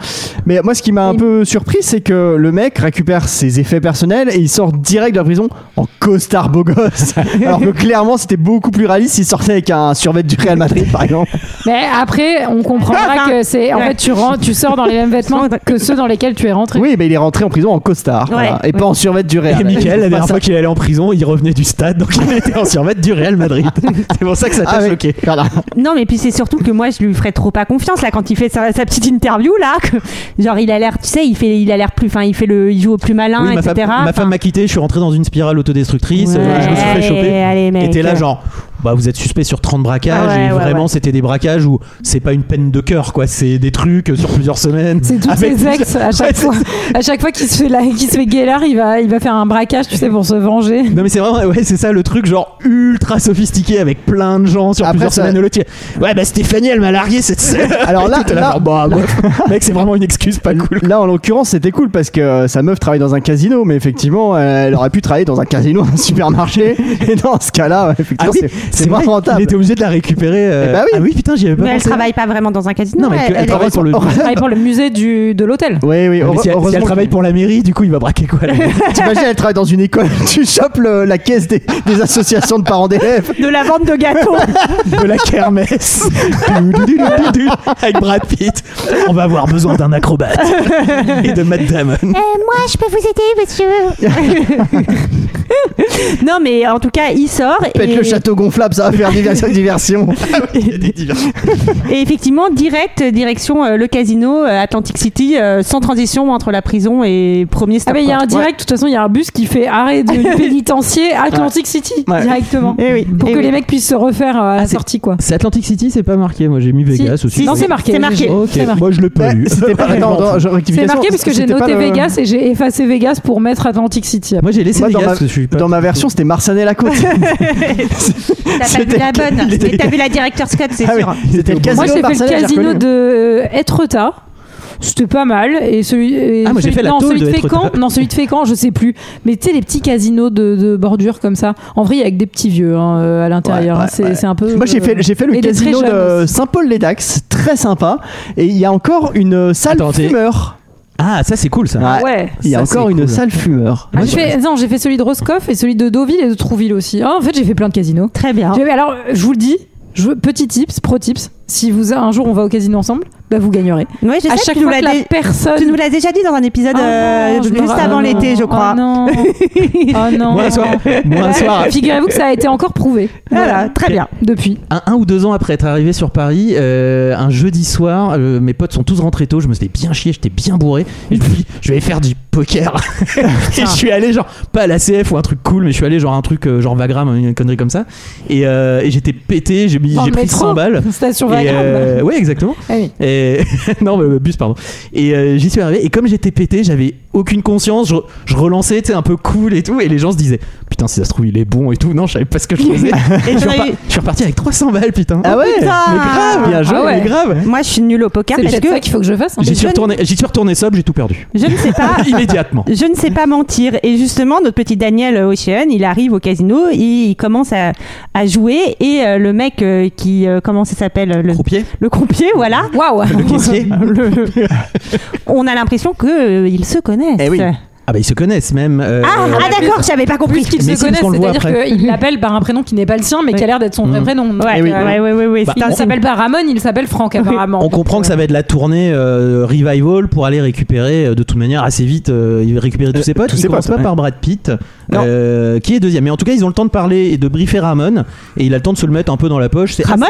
Speaker 6: Mais moi, ce qui m'a un
Speaker 5: Oui.
Speaker 6: peu surpris, c'est que le mec récupère ses effets personnels et il sort direct de la prison en costard beau gosse. alors que clairement, c'était beaucoup plus réaliste s'il sortait avec un survêt du Real Madrid, par exemple.
Speaker 5: Mais après, on comprendra que c'est. En
Speaker 7: Ouais.
Speaker 5: fait, tu, rentres, tu sors dans les mêmes vêtements que ceux dans lesquels tu es rentré.
Speaker 6: Oui, mais il est rentré en prison en costard.
Speaker 7: Ouais.
Speaker 6: voilà, et pas en survêt du Real.
Speaker 1: Et Michael, la
Speaker 6: Pas
Speaker 1: dernière
Speaker 6: ça.
Speaker 1: fois qu'il allait en prison, il revenait du stade, donc il était en survêt du Real Madrid. C'est pour ça que ça t'a
Speaker 6: Ah oui,
Speaker 1: choqué.
Speaker 6: voilà.
Speaker 7: Non, mais puis c'est surtout que moi, je lui ferais trop pas confiance là quand il fait sa, sa petite interview là. que- genre, il a l'air, tu sais, il fait, il a l'air plus, enfin, il fait le, il joue au plus malin,
Speaker 1: Oui, ma
Speaker 7: etc.
Speaker 1: femme ma femme
Speaker 7: Enfin,
Speaker 1: m'a quitté, je suis rentré dans une spirale autodestructrice, euh, je me suis fait
Speaker 7: Ouais,
Speaker 1: choper.
Speaker 7: allez, mec.
Speaker 1: Et t'es là, genre, bah vous êtes suspect sur 30 braquages,
Speaker 7: Ah ouais,
Speaker 1: et
Speaker 7: ouais,
Speaker 1: vraiment
Speaker 7: ouais.
Speaker 1: c'était des braquages où c'est pas une peine de cœur, quoi, c'est des trucs euh, sur plusieurs semaines.
Speaker 5: C'est tous
Speaker 1: Avec-
Speaker 5: ses ex à
Speaker 1: Ouais,
Speaker 5: chaque
Speaker 1: c'est-
Speaker 5: fois. À chaque fois qu'il se fait la- qu'il se fait Gaylard, il va, il va faire un braquage, tu sais, pour se venger.
Speaker 1: Non mais c'est vraiment ouais c'est ça le truc genre ultra sophistiqué avec plein de gens sur
Speaker 6: Après,
Speaker 1: plusieurs
Speaker 6: ça-
Speaker 1: semaines de l'autre. Ouais bah Stéphanie elle m'a largué cette semaine.
Speaker 6: Alors là,
Speaker 1: Et t'es
Speaker 6: là-
Speaker 1: genre, bah, ouais. mec c'est vraiment une excuse pas cool.
Speaker 6: Là, en l'occurrence, c'était cool parce que euh, sa meuf travaille dans un casino, mais effectivement, euh, elle aurait pu travailler dans un casino, un supermarché. Et dans ce cas-là, ouais, effectivement, c'est- c'est
Speaker 1: Ah vrai,
Speaker 6: moins
Speaker 1: Il
Speaker 6: rentable.
Speaker 1: était obligé de la récupérer. euh,
Speaker 6: Eh bah oui.
Speaker 1: Ah oui putain j'y avais pas
Speaker 7: Mais elle
Speaker 1: pensé.
Speaker 7: travaille pas vraiment dans un casino.
Speaker 1: Non mais
Speaker 7: elle-
Speaker 1: elle,
Speaker 7: elle-
Speaker 1: travaille pour le.
Speaker 6: Oh,
Speaker 5: Il travaille pour le musée du, de l'hôtel.
Speaker 6: Oui, oui,
Speaker 1: Ah, Mais
Speaker 6: heure-
Speaker 1: si, elle, si elle
Speaker 6: heureusement
Speaker 1: travaille
Speaker 6: que-
Speaker 1: pour la mairie, du coup, il va braquer quoi la mairie
Speaker 6: T'imagines, elle travaille dans une école, tu chopes le- la caisse des, des associations de parents d'élèves.
Speaker 7: de la vente de gâteaux.
Speaker 1: de la kermesse Doudoudoudoudou, avec Brad Pitt. On va avoir besoin d'un acrobate et de Matt
Speaker 7: Eh,
Speaker 1: Damon.
Speaker 10: moi, je peux vous aider, monsieur.
Speaker 7: non, mais en tout cas, il sort
Speaker 6: Pète
Speaker 7: et,
Speaker 6: le château gonflable, ça va faire diversion. diversion.
Speaker 1: Ah Il y a des divergences.
Speaker 7: et effectivement, direct direction euh, le casino euh, Atlantic City, euh, sans transition entre la prison et premier
Speaker 5: Ah
Speaker 7: stop.
Speaker 5: mais il y a
Speaker 7: quoi.
Speaker 5: un direct, de toute façon il y a un bus qui fait arrêt de du pénitencier à Atlantic City
Speaker 6: Ouais.
Speaker 5: directement.
Speaker 7: Eh oui.
Speaker 5: Pour
Speaker 7: Eh
Speaker 5: que
Speaker 7: oui.
Speaker 5: les mecs puissent se refaire euh, à la sortie quoi.
Speaker 1: Ah, C'est Atlantic City, c'est pas marqué. Moi, j'ai mis
Speaker 5: Si.
Speaker 1: Vegas aussi.
Speaker 5: Non c'est marqué. Bah,
Speaker 7: C'est marqué.
Speaker 1: Ok,
Speaker 5: C'est marqué.
Speaker 1: moi je l'ai pas
Speaker 6: Ouais,
Speaker 1: lu.
Speaker 6: C'était pas. Attends, attends, je-
Speaker 5: C'est
Speaker 6: rectification,
Speaker 5: marqué puisque j'ai
Speaker 6: c'était pas
Speaker 5: noté
Speaker 6: le-
Speaker 5: Vegas et j'ai effacé Vegas pour mettre Atlantic City.
Speaker 1: Moi j'ai laissé
Speaker 6: Moi, dans
Speaker 1: Vegas
Speaker 6: ma-
Speaker 1: parce que je suis pas.
Speaker 6: Dans ma version, c'était Marsanet la côte.
Speaker 7: T'as pas vu la bonne, mais t'as vu la directeur Scott, c'est
Speaker 6: Ah oui,
Speaker 7: sûr.
Speaker 6: C'était le
Speaker 5: Moi
Speaker 6: casino
Speaker 5: j'ai fait le
Speaker 6: Marsanet, j'ai
Speaker 5: casino
Speaker 6: reconnu.
Speaker 5: de Etretat. C'était pas mal et celui et
Speaker 1: Ah, moi, j'ai
Speaker 5: celui-
Speaker 1: fait la
Speaker 5: non,
Speaker 1: tôle
Speaker 5: celui
Speaker 1: de
Speaker 5: de
Speaker 1: Etretat.
Speaker 5: Fécamp, non celui de Fécamp, je sais plus. Mais tu sais les petits casinos de, de bordure comme ça. En vrai, il y a avec des petits vieux hein, euh, à l'intérieur,
Speaker 6: Ouais,
Speaker 5: hein.
Speaker 6: ouais,
Speaker 5: c'est
Speaker 6: ouais.
Speaker 5: c'est un peu
Speaker 6: Moi j'ai
Speaker 5: euh,
Speaker 6: fait, j'ai fait
Speaker 5: et
Speaker 6: le
Speaker 5: des très
Speaker 6: casino
Speaker 5: jeunes
Speaker 6: de
Speaker 5: aussi.
Speaker 6: Saint-Paul-les-Dax, très sympa. Et il y a encore une euh, salle
Speaker 1: Attends, t'es-
Speaker 6: fumeur.
Speaker 1: Ah, ça c'est cool ça.
Speaker 6: Ouais.
Speaker 5: Ouais.
Speaker 6: Il y a
Speaker 1: Ça, c'est
Speaker 6: encore une
Speaker 1: cool.
Speaker 6: salle fumeur.
Speaker 5: Ah, j'ai fait- non, j'ai fait celui de Roscoff et celui de Deauville et de Trouville aussi. Ah, en fait, j'ai fait plein de casinos.
Speaker 7: Très bien.
Speaker 5: J'ai- Alors, euh, je vous le dis, je veux, petit tips, pro tips, si vous un jour on va au casino ensemble, bah vous gagnerez.
Speaker 7: Ouais, je
Speaker 5: À
Speaker 7: sais,
Speaker 5: chaque
Speaker 7: tu nous
Speaker 5: fois
Speaker 7: l'as
Speaker 5: que la
Speaker 7: dé-
Speaker 5: personne.
Speaker 7: tu nous l'as déjà dit dans un épisode
Speaker 5: Ah non,
Speaker 7: euh,
Speaker 5: je me
Speaker 7: juste
Speaker 5: ra-
Speaker 7: avant
Speaker 5: ah
Speaker 7: l'été, je
Speaker 5: non,
Speaker 7: crois.
Speaker 5: Ah non. Ah non.
Speaker 1: Moi un soir, moi un soir,
Speaker 5: Figurez-vous que ça a été encore prouvé.
Speaker 7: Voilà, très bien.
Speaker 5: Depuis.
Speaker 1: un, un ou deux ans après être arrivé sur Paris, euh, un jeudi soir, euh, mes potes sont tous rentrés tôt. Je me suis bien chié, j'étais bien bourré. Et je me suis dit, je vais faire du poker. et je suis allé, genre, pas à la CF ou un truc cool, mais je suis allé, genre, un truc, euh, genre Vagram, une connerie comme ça. Et, euh, et j'étais pété, j'ai mis-
Speaker 5: Dans
Speaker 1: j'ai
Speaker 5: le
Speaker 1: pris
Speaker 5: métro.
Speaker 1: 100 balles.
Speaker 5: Station
Speaker 1: Et,
Speaker 5: Wagram.
Speaker 1: euh, ouais, exactement.
Speaker 5: Ah oui.
Speaker 1: Et... non, mais bus, pardon. Et euh, j'y suis arrivé. Et comme j'étais pété, j'avais aucune conscience. Je, je relançais, tu sais, un peu cool et tout. Et les gens se disaient, putain, si ça se trouve, il est bon et tout. Non, je savais pas ce que je faisais. et je suis,
Speaker 7: t'en as
Speaker 1: repar-
Speaker 7: eu-
Speaker 1: je suis reparti avec 300 balles, putain.
Speaker 6: Ah ouais
Speaker 7: Putain
Speaker 1: mais grave, bien joué,
Speaker 5: Ah ouais.
Speaker 1: mais grave.
Speaker 7: Moi, je suis nulle au poker
Speaker 5: C'est
Speaker 7: parce
Speaker 5: peut-être
Speaker 7: que
Speaker 5: ça qu'il faut que je fasse. hein.
Speaker 1: J'y suis
Speaker 7: je-
Speaker 1: retourné, j'y suis retourné sobre, j'ai tout perdu.
Speaker 7: je ne sais pas.
Speaker 1: Immédiatement.
Speaker 7: Je ne sais pas mentir. Et justement, notre petit Daniel Ocean, il arrive au casino, il, il commence à, à jouer et euh, le mec euh, qui, euh, comment ça s'appelle le,
Speaker 1: Croupier
Speaker 7: le croupier, voilà.
Speaker 5: Waouh.
Speaker 1: Le caissier
Speaker 7: On a l'impression que euh, ils se connaissent.
Speaker 1: Eh oui. Ah bah ils se connaissent même. euh,
Speaker 7: Ah, ah, d'accord, j'avais pas compris.
Speaker 5: Plus qu'ils
Speaker 1: Mais
Speaker 5: se
Speaker 1: si,
Speaker 5: connaissent,
Speaker 1: parce qu'on le voit
Speaker 5: c'est-à-dire
Speaker 1: après.
Speaker 5: qu'il l'appelle par un prénom qui n'est pas le sien, mais qui a l'air d'être son vrai
Speaker 1: Mm.
Speaker 5: prénom. Donc,
Speaker 7: Ouais, ouais,
Speaker 5: euh,
Speaker 7: ouais, ouais, ouais, ouais.
Speaker 1: Bah,
Speaker 5: Il ne s'appelle pas Ramon, il s'appelle Franck apparemment.
Speaker 1: On comprend que ça va être la tournée euh, revival pour aller récupérer euh, de toute manière assez vite euh, il va récupérer tous
Speaker 6: Euh,
Speaker 1: ses potes.
Speaker 6: tous
Speaker 1: Il
Speaker 6: ses
Speaker 1: commence
Speaker 6: potes,
Speaker 1: pas
Speaker 6: ouais.
Speaker 1: par Brad Pitt
Speaker 6: Non.
Speaker 1: euh, qui est deuxième. Mais en tout cas ils ont le temps de parler et de briefer Ramon et il a le temps de se le mettre un peu dans la poche. C'est
Speaker 7: Ramon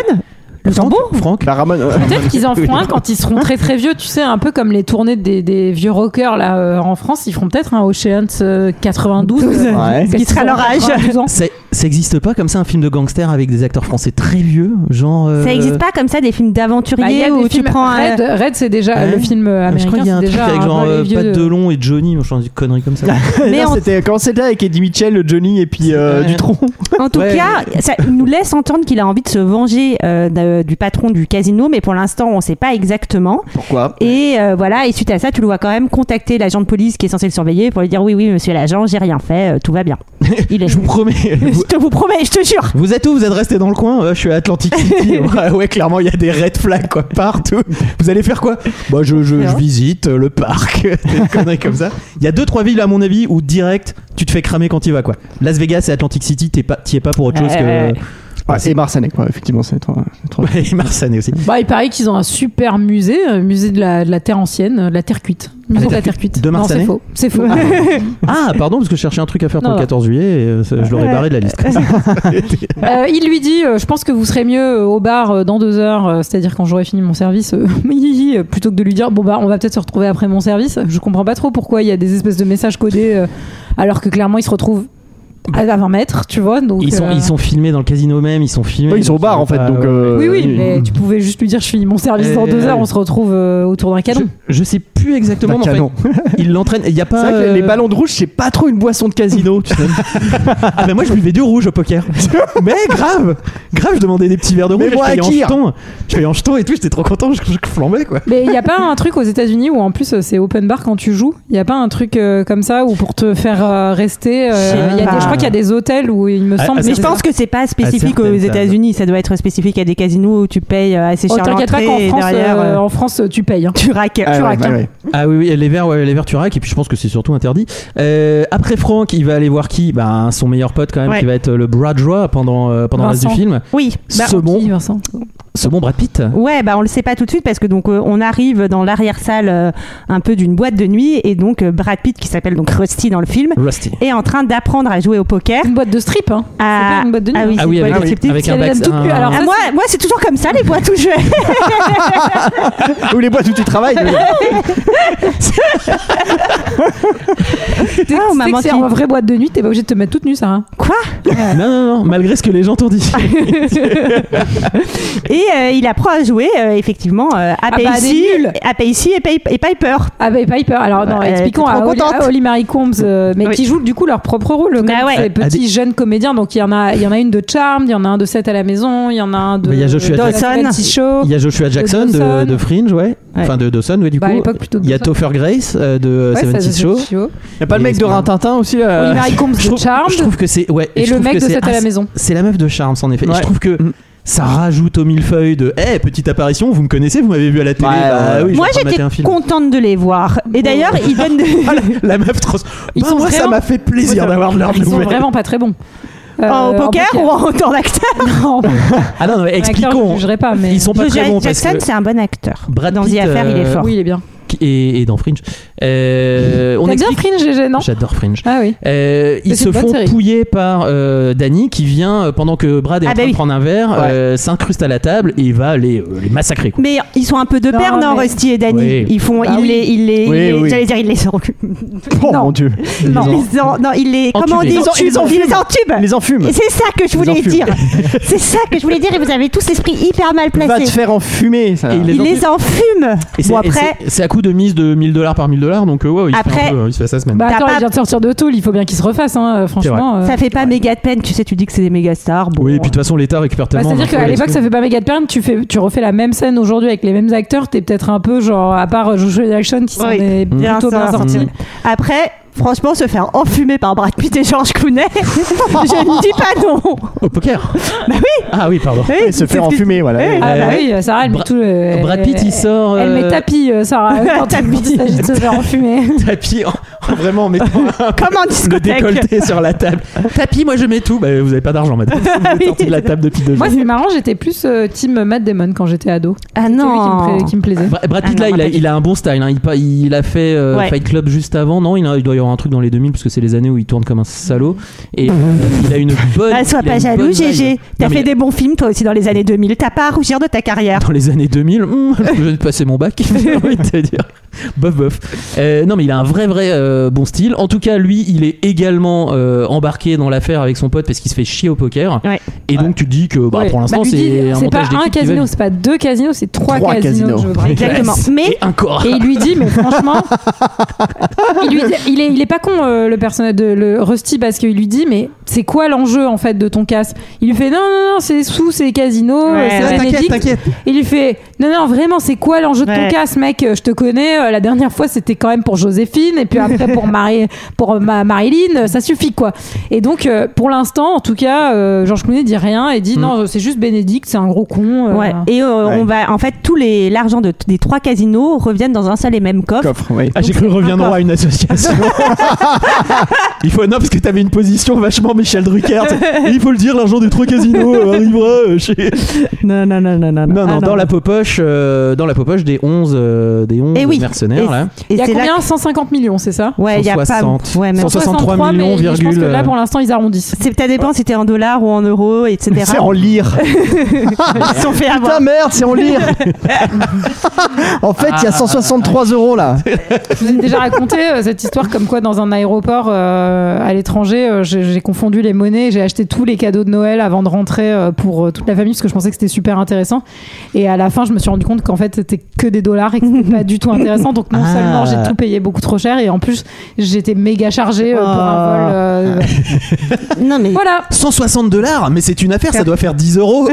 Speaker 1: le tambour Franck.
Speaker 6: Bah, Ramon, euh,
Speaker 5: Peut-être qu'ils en feront un quand ils seront très très vieux, tu sais, un peu comme les tournées des, des vieux rockers là euh, en France, ils feront peut-être un Oceans euh, 92. euh,
Speaker 6: Ouais.
Speaker 5: parce
Speaker 7: Qui
Speaker 5: qu'ils
Speaker 7: sera
Speaker 5: auront
Speaker 7: leur âge.
Speaker 5: 92 ans.
Speaker 1: C'est- Ça existe pas comme ça un film de gangster avec des acteurs français très vieux genre. euh,
Speaker 7: Ça existe pas comme ça des films
Speaker 5: Bah, il y
Speaker 7: d'aventuriers
Speaker 5: a des
Speaker 7: où tu
Speaker 5: films-
Speaker 7: prends un-
Speaker 5: Red, Red, c'est déjà
Speaker 1: Ouais.
Speaker 5: le film euh,
Speaker 1: Je
Speaker 5: américain.
Speaker 1: crois qu'il y a un
Speaker 5: c'est
Speaker 1: truc
Speaker 5: déjà
Speaker 1: avec
Speaker 5: un
Speaker 1: genre
Speaker 5: peu les
Speaker 1: euh,
Speaker 5: vieux
Speaker 1: Pat
Speaker 5: de-
Speaker 1: Delon et Johnny, je pense des conneries comme ça.
Speaker 7: Mais
Speaker 6: non,
Speaker 7: on-
Speaker 6: c'était quand c'était avec Eddie Mitchell, Johnny et puis euh,
Speaker 1: Ouais.
Speaker 6: Dutron.
Speaker 7: En tout
Speaker 1: Ouais.
Speaker 7: cas, ça nous laisse entendre qu'il a envie de se venger euh, de- du patron du casino, mais pour l'instant, on ne sait pas exactement.
Speaker 6: Pourquoi
Speaker 7: Et euh, voilà, et suite à ça, tu le vois quand même contacter l'agent de police qui est censé le surveiller pour lui dire oui, oui, monsieur l'agent, j'ai rien fait, euh, tout va bien. Il est...
Speaker 1: Je vous promets.
Speaker 7: je
Speaker 1: Vous,
Speaker 7: te vous promets, je te jure.
Speaker 1: vous êtes où Vous êtes resté dans le coin Euh, Je suis à Atlantic City. ouais, ouais, clairement, il y a des red flags quoi, partout. Vous allez faire quoi Moi, je, je- je visite euh, le parc. des conneries comme ça. Il y a deux, trois villes, à mon avis, où direct, tu te fais cramer quand il va quoi. Las Vegas et Atlantic City, t'es pas- t'y es pas pour autre chose
Speaker 7: Ouais.
Speaker 1: Ouais,
Speaker 6: Ouais,
Speaker 1: c'est-
Speaker 6: c'est Marsanet, quoi, effectivement, c'est les trois. les trois-
Speaker 1: que. Et Marsanet aussi.
Speaker 5: Bah, il paraît qu'ils ont un super musée, euh, musée de la, de la terre ancienne, euh, de la terre cuite. Musée de la terre cuite.
Speaker 1: De
Speaker 5: Non,
Speaker 1: Marsanais
Speaker 5: c'est faux. C'est faux.
Speaker 1: Ah, pardon, parce que je cherchais un truc à faire pour
Speaker 5: Non,
Speaker 1: le
Speaker 5: non.
Speaker 1: 14 juillet et euh, ça- je l'aurais
Speaker 7: Ouais.
Speaker 1: barré de la liste.
Speaker 5: Euh, il lui dit euh, Je pense que vous serez mieux euh, au bar euh, dans deux heures, euh, c'est-à-dire quand j'aurai fini mon service, euh, hi, hi, hi, euh, plutôt que de lui dire Bon, bah, on va peut-être se retrouver après mon service. Je comprends pas trop pourquoi il y a des espèces de messages codés, euh, alors que clairement, il se retrouve à 20 mètres, tu vois. Donc,
Speaker 1: Bah. Ils sont,
Speaker 5: euh,
Speaker 1: ils sont filmés dans le casino même, ils sont filmés.
Speaker 6: Ouais, ils sont au
Speaker 1: donc
Speaker 6: bar, en fait,
Speaker 1: veulent pas-
Speaker 6: donc. euh,
Speaker 5: Oui, oui, mais tu pouvais juste lui dire Je finis mon service dans
Speaker 1: Euh,
Speaker 5: deux heures,
Speaker 1: ouais.
Speaker 5: on se retrouve euh, autour d'un canon.
Speaker 1: Je, je sais plus exactement.
Speaker 6: Un
Speaker 1: mais en fait,
Speaker 6: Bah, canon.
Speaker 1: ils l'entraînent. Il y a
Speaker 6: C'est vrai
Speaker 1: pas.
Speaker 6: que les- les
Speaker 1: euh,
Speaker 6: ballons de rouge, c'est pas trop une boisson de casino. tu sais.
Speaker 1: Ah ben moi je buvais du rouge au poker. mais grave, grave, je demandais des petits verres de rouge.
Speaker 6: Mais
Speaker 1: et je
Speaker 6: moi, hein
Speaker 1: payais en
Speaker 6: Akir.
Speaker 1: jetons. Je payais en jetons et tout. J'étais trop content. Je, je flambais quoi.
Speaker 5: Mais il n'y a pas un truc aux États-Unis où en plus euh, c'est open bar quand tu joues Il n'y a pas un truc euh, comme ça où pour te faire euh, rester euh,
Speaker 7: Je sais
Speaker 5: il y a des,
Speaker 7: pas.
Speaker 5: Je crois qu'il y a des hôtels où il me
Speaker 1: Ah,
Speaker 5: semble.
Speaker 1: ah,
Speaker 7: Mais
Speaker 1: Ça,
Speaker 7: je
Speaker 1: c'est-
Speaker 7: pense que c'est pas spécifique
Speaker 1: À
Speaker 7: aux
Speaker 1: certaines
Speaker 7: États-Unis, ça doit être spécifique à des casinos où tu payes euh, assez
Speaker 5: Oh,
Speaker 7: cher
Speaker 5: t'inquiète pas
Speaker 7: l'entrée
Speaker 5: qu'en
Speaker 7: et
Speaker 5: France,
Speaker 7: derrière
Speaker 5: euh,
Speaker 7: euh,
Speaker 5: en France, tu payes. hein.
Speaker 7: tu raques.
Speaker 6: Ah,
Speaker 7: Tu
Speaker 6: ouais,
Speaker 7: raques.
Speaker 6: ouais, ouais.
Speaker 1: Ah oui, oui, les verres, ouais, les verres tu raques, Et puis je pense que c'est surtout interdit. Euh, après Franck, il va aller voir qui Ben son meilleur pote quand même,
Speaker 7: Ouais.
Speaker 1: qui va être euh, le bras de joie pendant euh, pendant le reste du
Speaker 5: Vincent.
Speaker 1: film.
Speaker 7: Oui, bah,
Speaker 1: ce bon,
Speaker 5: Qui, Vincent
Speaker 1: ce bon Brad Pitt.
Speaker 7: Ouais, bah on le sait pas tout de suite parce que donc euh, on arrive dans l'arrière-salle euh, un peu d'une boîte de nuit et donc euh, Brad Pitt qui s'appelle donc Rusty dans le film
Speaker 1: Rusty.
Speaker 7: est en train d'apprendre à jouer au poker.
Speaker 5: Une boîte de strip, hein.
Speaker 7: Ah,
Speaker 5: pas une boîte de nuit,
Speaker 7: ah
Speaker 5: hein.
Speaker 7: oui,
Speaker 1: Ah
Speaker 7: c'est
Speaker 1: oui,
Speaker 7: une boîte
Speaker 1: avec-
Speaker 7: de strip
Speaker 1: avec
Speaker 5: Si
Speaker 1: un
Speaker 5: elle est
Speaker 1: bac-
Speaker 5: dame tout
Speaker 1: un-
Speaker 5: cul, alors
Speaker 7: Ah,
Speaker 5: ça,
Speaker 7: moi, moi c'est toujours comme ça les boîtes où je vais.
Speaker 6: Ou les boîtes où tu travailles.
Speaker 5: hein.
Speaker 6: mais-
Speaker 5: c'est- tu sais
Speaker 7: on m'a
Speaker 5: que
Speaker 7: menti.
Speaker 5: c'est en vraie boîte de nuit, t'es pas obligé de te mettre toute nue, ça. hein.
Speaker 7: Quoi
Speaker 1: Non non non, malgré ce que les gens t'ont dit.
Speaker 7: Et euh, il apprend à jouer euh, effectivement euh, à
Speaker 5: bah,
Speaker 7: Pacey,
Speaker 5: des nuls.
Speaker 7: à Pacey et, Pi- et Piper.
Speaker 5: Ah bah Piper, alors non,
Speaker 7: Ouais,
Speaker 5: expliquons
Speaker 7: t'es
Speaker 5: à
Speaker 7: trop
Speaker 5: Holly,
Speaker 7: contente.
Speaker 5: à Holly Marie Combs, euh, mais
Speaker 7: Oui.
Speaker 5: qui jouent du coup leur propre rôle, comme
Speaker 7: Ah ouais.
Speaker 5: ces
Speaker 1: Ah,
Speaker 5: petits
Speaker 1: des-
Speaker 5: jeunes comédiens. Donc il y en a, il y en a une de Charm, il y en a un de 7 à la maison, il y en a un de
Speaker 1: Mais il y a Joshua
Speaker 5: de la
Speaker 7: Jackson.
Speaker 5: Tonight Show.
Speaker 1: Il y a Joshua Jackson de,
Speaker 5: Dawson.
Speaker 1: de Fringe, ouais. Enfin de Dawson, ouais du
Speaker 5: Bah, à
Speaker 1: coup.
Speaker 5: l'époque plutôt. que
Speaker 1: Il y a
Speaker 5: ça.
Speaker 1: Topher Grace euh, de euh,
Speaker 5: Ouais, ça,
Speaker 1: 76
Speaker 5: c'est
Speaker 1: Show.
Speaker 5: Show.
Speaker 6: Y a pas le mec de Rintintin aussi là
Speaker 5: Holly Marie Combs
Speaker 1: Euh, Je
Speaker 5: de
Speaker 1: trouve,
Speaker 5: Charm
Speaker 1: je trouve que c'est ouais.
Speaker 5: et
Speaker 1: je
Speaker 5: le
Speaker 1: trouve
Speaker 5: mec
Speaker 1: que
Speaker 5: de
Speaker 1: c'est
Speaker 5: 7 à la
Speaker 1: assez-
Speaker 5: maison.
Speaker 1: C'est la meuf de Charms en effet. Et
Speaker 6: Ouais.
Speaker 1: je trouve que
Speaker 6: Mm.
Speaker 1: ça rajoute au millefeuille de Eh, petite apparition, vous me connaissez, vous m'avez vu à la télé.
Speaker 6: Ouais,
Speaker 1: bah
Speaker 6: ouais.
Speaker 1: oui, je
Speaker 7: Moi
Speaker 1: vais pas
Speaker 7: j'étais
Speaker 1: mater un film.
Speaker 7: contente de les voir. Et d'ailleurs ils donnent. de-
Speaker 1: Ah, la, la meuf trans.
Speaker 5: Ils
Speaker 1: Bah,
Speaker 5: sont
Speaker 1: moi, ça
Speaker 5: vraiment-
Speaker 1: m'a fait plaisir d'avoir de leur
Speaker 5: Ils sont
Speaker 1: nouvelle.
Speaker 5: vraiment pas très bons. Euh,
Speaker 7: en, poker ou en tant d'acteur
Speaker 5: en
Speaker 1: Ah non, non,
Speaker 5: acteur,
Speaker 1: mais
Speaker 5: je
Speaker 1: expliquons.
Speaker 5: jugerai pas, mais
Speaker 1: Ils sont pas très bons parce
Speaker 7: Jackson
Speaker 1: que
Speaker 7: c'est un bon acteur.
Speaker 1: Brad
Speaker 7: dans
Speaker 1: Pitt,
Speaker 7: The Affair il est
Speaker 1: euh,
Speaker 7: fort.
Speaker 5: oui, il est bien.
Speaker 1: et, et dans Fringe. Euh, on
Speaker 5: T'aimes bien
Speaker 1: explique.
Speaker 5: Fringe, GG, non
Speaker 1: J'adore Fringe.
Speaker 5: Ah oui.
Speaker 1: Euh,
Speaker 5: Mais
Speaker 1: ils
Speaker 5: c'est
Speaker 1: se
Speaker 5: une bonne
Speaker 1: font
Speaker 5: série.
Speaker 1: pouiller par euh, Danny qui vient euh, pendant que Brad est
Speaker 7: Ah
Speaker 1: en
Speaker 7: bah
Speaker 1: train
Speaker 7: oui.
Speaker 1: de prendre un verre, euh, s'incruste à la table et va les, euh, les massacrer. quoi.
Speaker 7: Mais ils sont un peu de
Speaker 5: Non,
Speaker 7: pair, non,
Speaker 5: mais-
Speaker 7: Rusty et Danny
Speaker 1: Oui.
Speaker 7: Ils font,
Speaker 5: Bah
Speaker 7: ils
Speaker 5: oui.
Speaker 7: les, ils les, ils
Speaker 6: Oui,
Speaker 7: les-
Speaker 6: oui.
Speaker 7: j'allais dire, ils les enrubent.
Speaker 6: Oh
Speaker 7: Non.
Speaker 6: mon dieu.
Speaker 7: Ils
Speaker 1: en-
Speaker 7: les en- non, ils les, comment on
Speaker 1: Enculés.
Speaker 7: dit,
Speaker 1: Ils
Speaker 6: en- ils
Speaker 7: ils les
Speaker 6: enfument.
Speaker 7: entubent.
Speaker 6: Les enfumes.
Speaker 7: Et c'est ça que je
Speaker 6: Ils
Speaker 7: voulais
Speaker 6: enfument.
Speaker 7: dire. C'est ça que je voulais dire. Et vous avez tous l'esprit hyper mal
Speaker 6: Va te
Speaker 7: placé.
Speaker 6: faire enfumer ça.
Speaker 1: Et il
Speaker 7: Ils
Speaker 1: enfument.
Speaker 7: les enfument.
Speaker 1: Et c'est
Speaker 7: Bon
Speaker 1: et
Speaker 7: après,
Speaker 1: c'est- c'est à coup de mise de 1000 dollars par 1000 dollars, donc euh, ouais, il, se fait
Speaker 7: Après-
Speaker 1: un peu, euh, il se fait sa semaine.
Speaker 5: Bah
Speaker 7: T'as
Speaker 5: attends,
Speaker 7: pas-
Speaker 5: il vient de sortir de Tool, il faut bien qu'il se refasse, hein, euh, franchement. euh.
Speaker 7: ça fait pas méga de peine. Tu sais, tu dis que c'est des méga stars. Bon,
Speaker 1: oui, et puis de toute façon, l'État récupère
Speaker 5: Bah,
Speaker 1: tellement.
Speaker 5: C'est-à-dire qu'à l'époque, ça fait pas méga de peine. Tu, fais, tu refais la même scène aujourd'hui avec les mêmes acteurs. T'es peut-être un peu genre, à part euh, Joshua Jackson qui s'en
Speaker 7: Oui.
Speaker 5: est
Speaker 7: Bien
Speaker 5: plutôt bien
Speaker 7: sorti.
Speaker 5: sorti.
Speaker 7: Après, franchement, se faire enfumer par Brad Pitt et George Clooney, je ne dis pas non.
Speaker 1: Au poker Bah oui Ah oui, pardon.
Speaker 7: Oui,
Speaker 6: Et se faire
Speaker 7: c'est ce que-
Speaker 6: enfumer, voilà.
Speaker 7: Eh,
Speaker 5: Ah bah
Speaker 1: ouais.
Speaker 5: oui, Sarah, elle met
Speaker 1: Bra-
Speaker 5: tout. euh,
Speaker 1: Brad Pitt, il sort.
Speaker 5: Elle
Speaker 1: euh,
Speaker 5: met tapis, euh, Sarah, quand
Speaker 7: Tapis.
Speaker 5: il s'agit de se faire enfumer.
Speaker 1: Tapis, en, en vraiment en mettant
Speaker 7: Comme en
Speaker 1: le
Speaker 7: discothèque.
Speaker 1: décolleté sur la table. Tapis, moi je mets tout. Bah, vous avez pas d'argent, madame. Vous êtes sorti de la table depuis deux
Speaker 5: Moi,
Speaker 1: jours.
Speaker 5: c'est marrant, j'étais plus euh, team Matt Damon quand j'étais ado.
Speaker 7: Ah
Speaker 5: C'est lui qui me,
Speaker 7: non.
Speaker 5: pla- qui me plaisait.
Speaker 1: Bra- Brad
Speaker 7: Ah
Speaker 1: Pitt,
Speaker 7: non,
Speaker 1: là, il a,
Speaker 7: Brad Pitt.
Speaker 1: il a un bon style. hein. Il, pa- il a fait euh,
Speaker 7: Ouais.
Speaker 1: Fight Club juste avant, non il, a- il doit y avoir un truc dans les 2000 parce que c'est les années où il tourne comme un salaud. Et euh, il a une bonne.
Speaker 7: Ah, sois
Speaker 1: il a
Speaker 7: pas
Speaker 1: une
Speaker 7: jaloux,
Speaker 1: bonne
Speaker 7: GG.
Speaker 1: vibe.
Speaker 7: T'as
Speaker 1: Non, mais
Speaker 7: fait des bons films, toi aussi, dans les années 2000. T'as pas à rougir de ta carrière.
Speaker 1: dans les années 2000, hum, je venais de passer mon bac, j'ai envie de te dire. Bof, bof. Euh, non, mais il a un vrai, vrai euh, bon style. En tout cas, lui, il est également euh, embarqué dans l'affaire avec son pote parce qu'il se fait chier au poker.
Speaker 7: Ouais.
Speaker 1: Et donc, tu te dis que bah,
Speaker 5: Ouais.
Speaker 1: pour l'instant,
Speaker 5: Bah, lui dit,
Speaker 1: c'est un
Speaker 5: pas
Speaker 1: montage
Speaker 5: un
Speaker 1: d'équipe qui va-
Speaker 5: casino, c'est pas deux casinos, c'est trois,
Speaker 6: Trois
Speaker 5: casinos.
Speaker 6: casinos.
Speaker 5: que je braque.
Speaker 7: Exactement.
Speaker 1: Classe.
Speaker 7: Mais-
Speaker 1: Et un corps.
Speaker 5: Et il lui dit, mais franchement, il, lui dit- il est, il est pas con euh, le personnage de le Rusty parce qu'il lui dit mais c'est quoi l'enjeu en fait de ton casse Il lui fait non non non c'est sous c'est casino
Speaker 11: Ouais,
Speaker 5: c'est
Speaker 11: ouais.
Speaker 5: Benedict.
Speaker 1: T'inquiète, t'inquiète.
Speaker 5: Il lui fait non non vraiment c'est quoi l'enjeu de ton
Speaker 11: Ouais.
Speaker 5: casse mec Je te connais euh, la dernière fois c'était quand même pour Joséphine et puis après pour Marie pour euh, ma Marilyn euh, ça suffit quoi. Et donc euh, pour l'instant en tout cas euh, Georges Clooney dit rien et
Speaker 1: Mm.
Speaker 5: dit non c'est juste Bénédicte c'est un gros con. euh,
Speaker 7: Ouais. Et euh, on va, en fait, tous les l'argent de, des trois casinos reviennent dans un seul et même coffre.
Speaker 6: Coffre, oui.
Speaker 1: Ah, j'ai cru reviendront à une association. il faut non parce que t'avais une position vachement Michel Drucker. tu sais. Et il faut le dire, l'argent des trois casinos euh, arrivera euh, chez.
Speaker 7: Non, non, non, non, non.
Speaker 1: Non, non,
Speaker 7: Ah,
Speaker 1: dans la popoche, euh, dans la popoche des 11 euh, des 11
Speaker 7: Eh oui.
Speaker 1: mercenaires
Speaker 7: Et-
Speaker 1: là.
Speaker 7: Et
Speaker 5: Il y a
Speaker 7: c'est là
Speaker 5: combien 150 millions c'est ça
Speaker 7: Ouais, il y a pas.
Speaker 1: 160.
Speaker 7: Ouais, même.
Speaker 1: 163
Speaker 5: mais
Speaker 1: millions,
Speaker 5: je pense que
Speaker 1: virgule, euh.
Speaker 5: là pour l'instant ils arrondissent.
Speaker 7: C'est ça dépend si t'es en dollars ou en euros, etc.
Speaker 6: C'est en lire.
Speaker 7: Ils sont fait avoir.
Speaker 6: Putain, merde, c'est en lire. en fait,
Speaker 1: Ah.
Speaker 6: il y a 163 euros là.
Speaker 5: Je vous ai déjà raconté euh, cette histoire comme quoi dans un aéroport euh, à l'étranger, euh, j'ai j'ai confondu les monnaies, j'ai acheté tous les cadeaux de Noël avant de rentrer euh, pour euh, toute la famille parce que je pensais que c'était super intéressant. Et à la fin, je me suis rendu compte qu'en fait, c'était que des dollars et que c'était pas du tout intéressant. Donc non
Speaker 6: Ah.
Speaker 5: seulement j'ai tout payé beaucoup trop cher et en plus j'étais méga chargée euh, pour un
Speaker 7: Oh.
Speaker 5: vol. euh,
Speaker 7: Non, mais.
Speaker 5: Voilà.
Speaker 1: 160 dollars, mais c'est une affaire, ça doit faire 10 euros.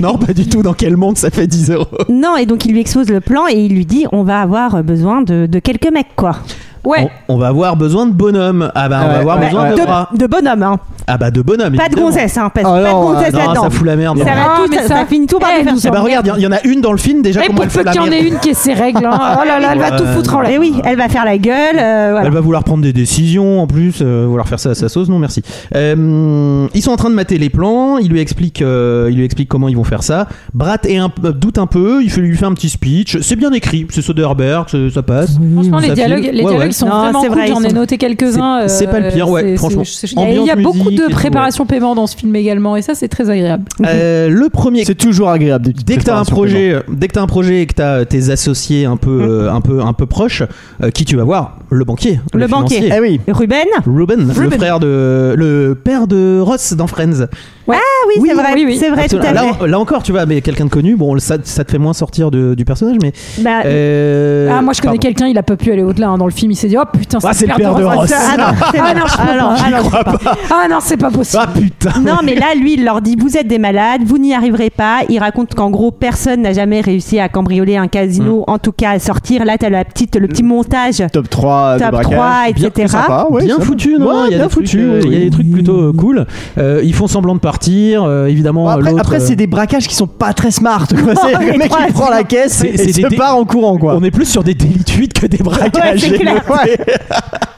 Speaker 1: non, pas du tout. Dans quel monde ça fait 10 euros
Speaker 7: Non, et donc il lui expose le plan et il lui dit on va avoir besoin de, de quelques mecs, quoi.
Speaker 5: Ouais.
Speaker 1: on, on va avoir besoin de bonhommes. Ah bah on
Speaker 6: Ouais,
Speaker 1: va avoir
Speaker 6: ouais,
Speaker 1: besoin
Speaker 6: ouais.
Speaker 1: de
Speaker 6: De-
Speaker 1: bras.
Speaker 7: De bonhomme, hein.
Speaker 1: Ah bah de bonhommes.
Speaker 7: Pas de
Speaker 1: évidemment.
Speaker 7: gonzesse, hein. Pas,
Speaker 6: Ah,
Speaker 7: pas
Speaker 6: non,
Speaker 7: de gonzesse
Speaker 1: Non,
Speaker 7: là-dedans.
Speaker 1: ça fout la merde. hein.
Speaker 7: Ça
Speaker 5: Ah,
Speaker 7: va tout,
Speaker 5: mais
Speaker 7: ça,
Speaker 5: ça-
Speaker 7: ça finit tout par
Speaker 5: Eh,
Speaker 7: nous faire
Speaker 5: nous
Speaker 1: Eh
Speaker 7: chier.
Speaker 1: bah regarde, il y, en a une dans le film déjà.
Speaker 5: Et
Speaker 1: comment
Speaker 5: pour
Speaker 1: elle
Speaker 5: peu
Speaker 1: fout la
Speaker 5: qu'il y en
Speaker 1: merde.
Speaker 5: ait une qui ait ses règles, hein. oh là là, elle va tout foutre en l'air.
Speaker 7: Eh oui, elle va faire la gueule. euh, voilà.
Speaker 1: Elle va vouloir prendre des décisions en plus, euh, vouloir faire ça à sa sauce, non merci. Euh, ils sont en train de mater les plans, il lui explique, euh, il lui explique comment ils vont faire ça. Brat est un, euh, doute un peu, il fait, lui fait un petit speech, c'est bien écrit, c'est Soderbergh, c'est- ça passe.
Speaker 5: Franchement,
Speaker 1: Ça
Speaker 5: les dialogues,
Speaker 1: file.
Speaker 5: les
Speaker 1: Ouais,
Speaker 5: dialogues
Speaker 1: ouais.
Speaker 5: sont
Speaker 7: Non,
Speaker 5: vraiment
Speaker 7: c'est
Speaker 5: cool.
Speaker 7: vrai,
Speaker 5: J'en
Speaker 7: ils
Speaker 5: ai
Speaker 7: sont-
Speaker 5: noté quelques-uns. euh,
Speaker 1: c'est- c'est pas le pire, ouais,
Speaker 5: c'est-
Speaker 1: franchement.
Speaker 5: c'est- je- je- Il y a- il y a
Speaker 1: Ambiance,
Speaker 5: beaucoup
Speaker 1: musique et
Speaker 5: de
Speaker 1: tout, ouais.
Speaker 5: préparation paiement dans ce film également, et ça, c'est très agréable.
Speaker 1: Euh, le premier
Speaker 6: C'est toujours agréable. des petites
Speaker 1: Dès que t'as un
Speaker 6: préparations
Speaker 1: projet, euh, dès que t'as un projet et que t'as euh, tes associés un peu,
Speaker 7: Mmh.
Speaker 1: euh, un peu, un peu proches, euh, qui tu vas voir Le banquier.
Speaker 7: Le banquier.
Speaker 1: financier.
Speaker 6: paiement. Eh oui.
Speaker 7: Ruben
Speaker 1: Ruben, le
Speaker 7: Ruben.
Speaker 1: frère de, le père de Ross dans Friends.
Speaker 7: Ah oui,
Speaker 5: Oui,
Speaker 7: c'est vrai,
Speaker 5: oui, oui.
Speaker 7: c'est vrai, tout à
Speaker 1: Absolument.
Speaker 7: fait.
Speaker 1: là, là encore, tu vois, mais quelqu'un de connu, bon, ça, ça te fait moins sortir de- du personnage, mais.
Speaker 7: Bah,
Speaker 1: euh,
Speaker 5: ah, moi, je connais
Speaker 1: pardon.
Speaker 5: quelqu'un, il a pas pu aller au-delà hein, dans le film. Il s'est dit, oh putain,
Speaker 1: Ah, c'est le père de
Speaker 5: Ross.
Speaker 1: Ross.
Speaker 7: ah non, c'est
Speaker 5: Ah
Speaker 7: vrai.
Speaker 5: non, je crois
Speaker 7: Alors,
Speaker 5: pas.
Speaker 7: alors,
Speaker 1: Crois pas.
Speaker 5: Ah non, c'est pas possible.
Speaker 1: Ah putain.
Speaker 7: Non, mais là, lui, il leur dit Vous êtes des malades, vous n'y arriverez pas. Il raconte qu'en gros, personne n'a jamais réussi à cambrioler un casino,
Speaker 1: Hmm.
Speaker 7: en tout cas à sortir. Là, t'as la petite, le petit montage
Speaker 6: Top 3 de
Speaker 7: top
Speaker 6: braquage.
Speaker 7: 3, etc.
Speaker 6: Bien, sympa, ouais,
Speaker 1: bien
Speaker 6: ça-
Speaker 1: foutu, non
Speaker 6: Ouais,
Speaker 1: Il y a
Speaker 6: bien
Speaker 1: des trucs,
Speaker 6: foutu,
Speaker 1: euh, il y a
Speaker 6: oui.
Speaker 1: des trucs plutôt euh, cool. Euh, ils font semblant de partir, euh, évidemment.
Speaker 6: Bon, après,
Speaker 1: l'autre,
Speaker 6: après,
Speaker 1: euh,
Speaker 6: c'est des braquages qui sont pas très smart. quoi. C'est
Speaker 7: les
Speaker 6: le mec
Speaker 7: trois,
Speaker 6: qui prend la caisse
Speaker 1: c'est-
Speaker 6: et
Speaker 1: c'est
Speaker 6: se
Speaker 1: des-
Speaker 6: part en courant, quoi.
Speaker 1: On est plus sur des délits de fuite que des braquages.
Speaker 7: Ouais, c'est clair.
Speaker 1: Ouais.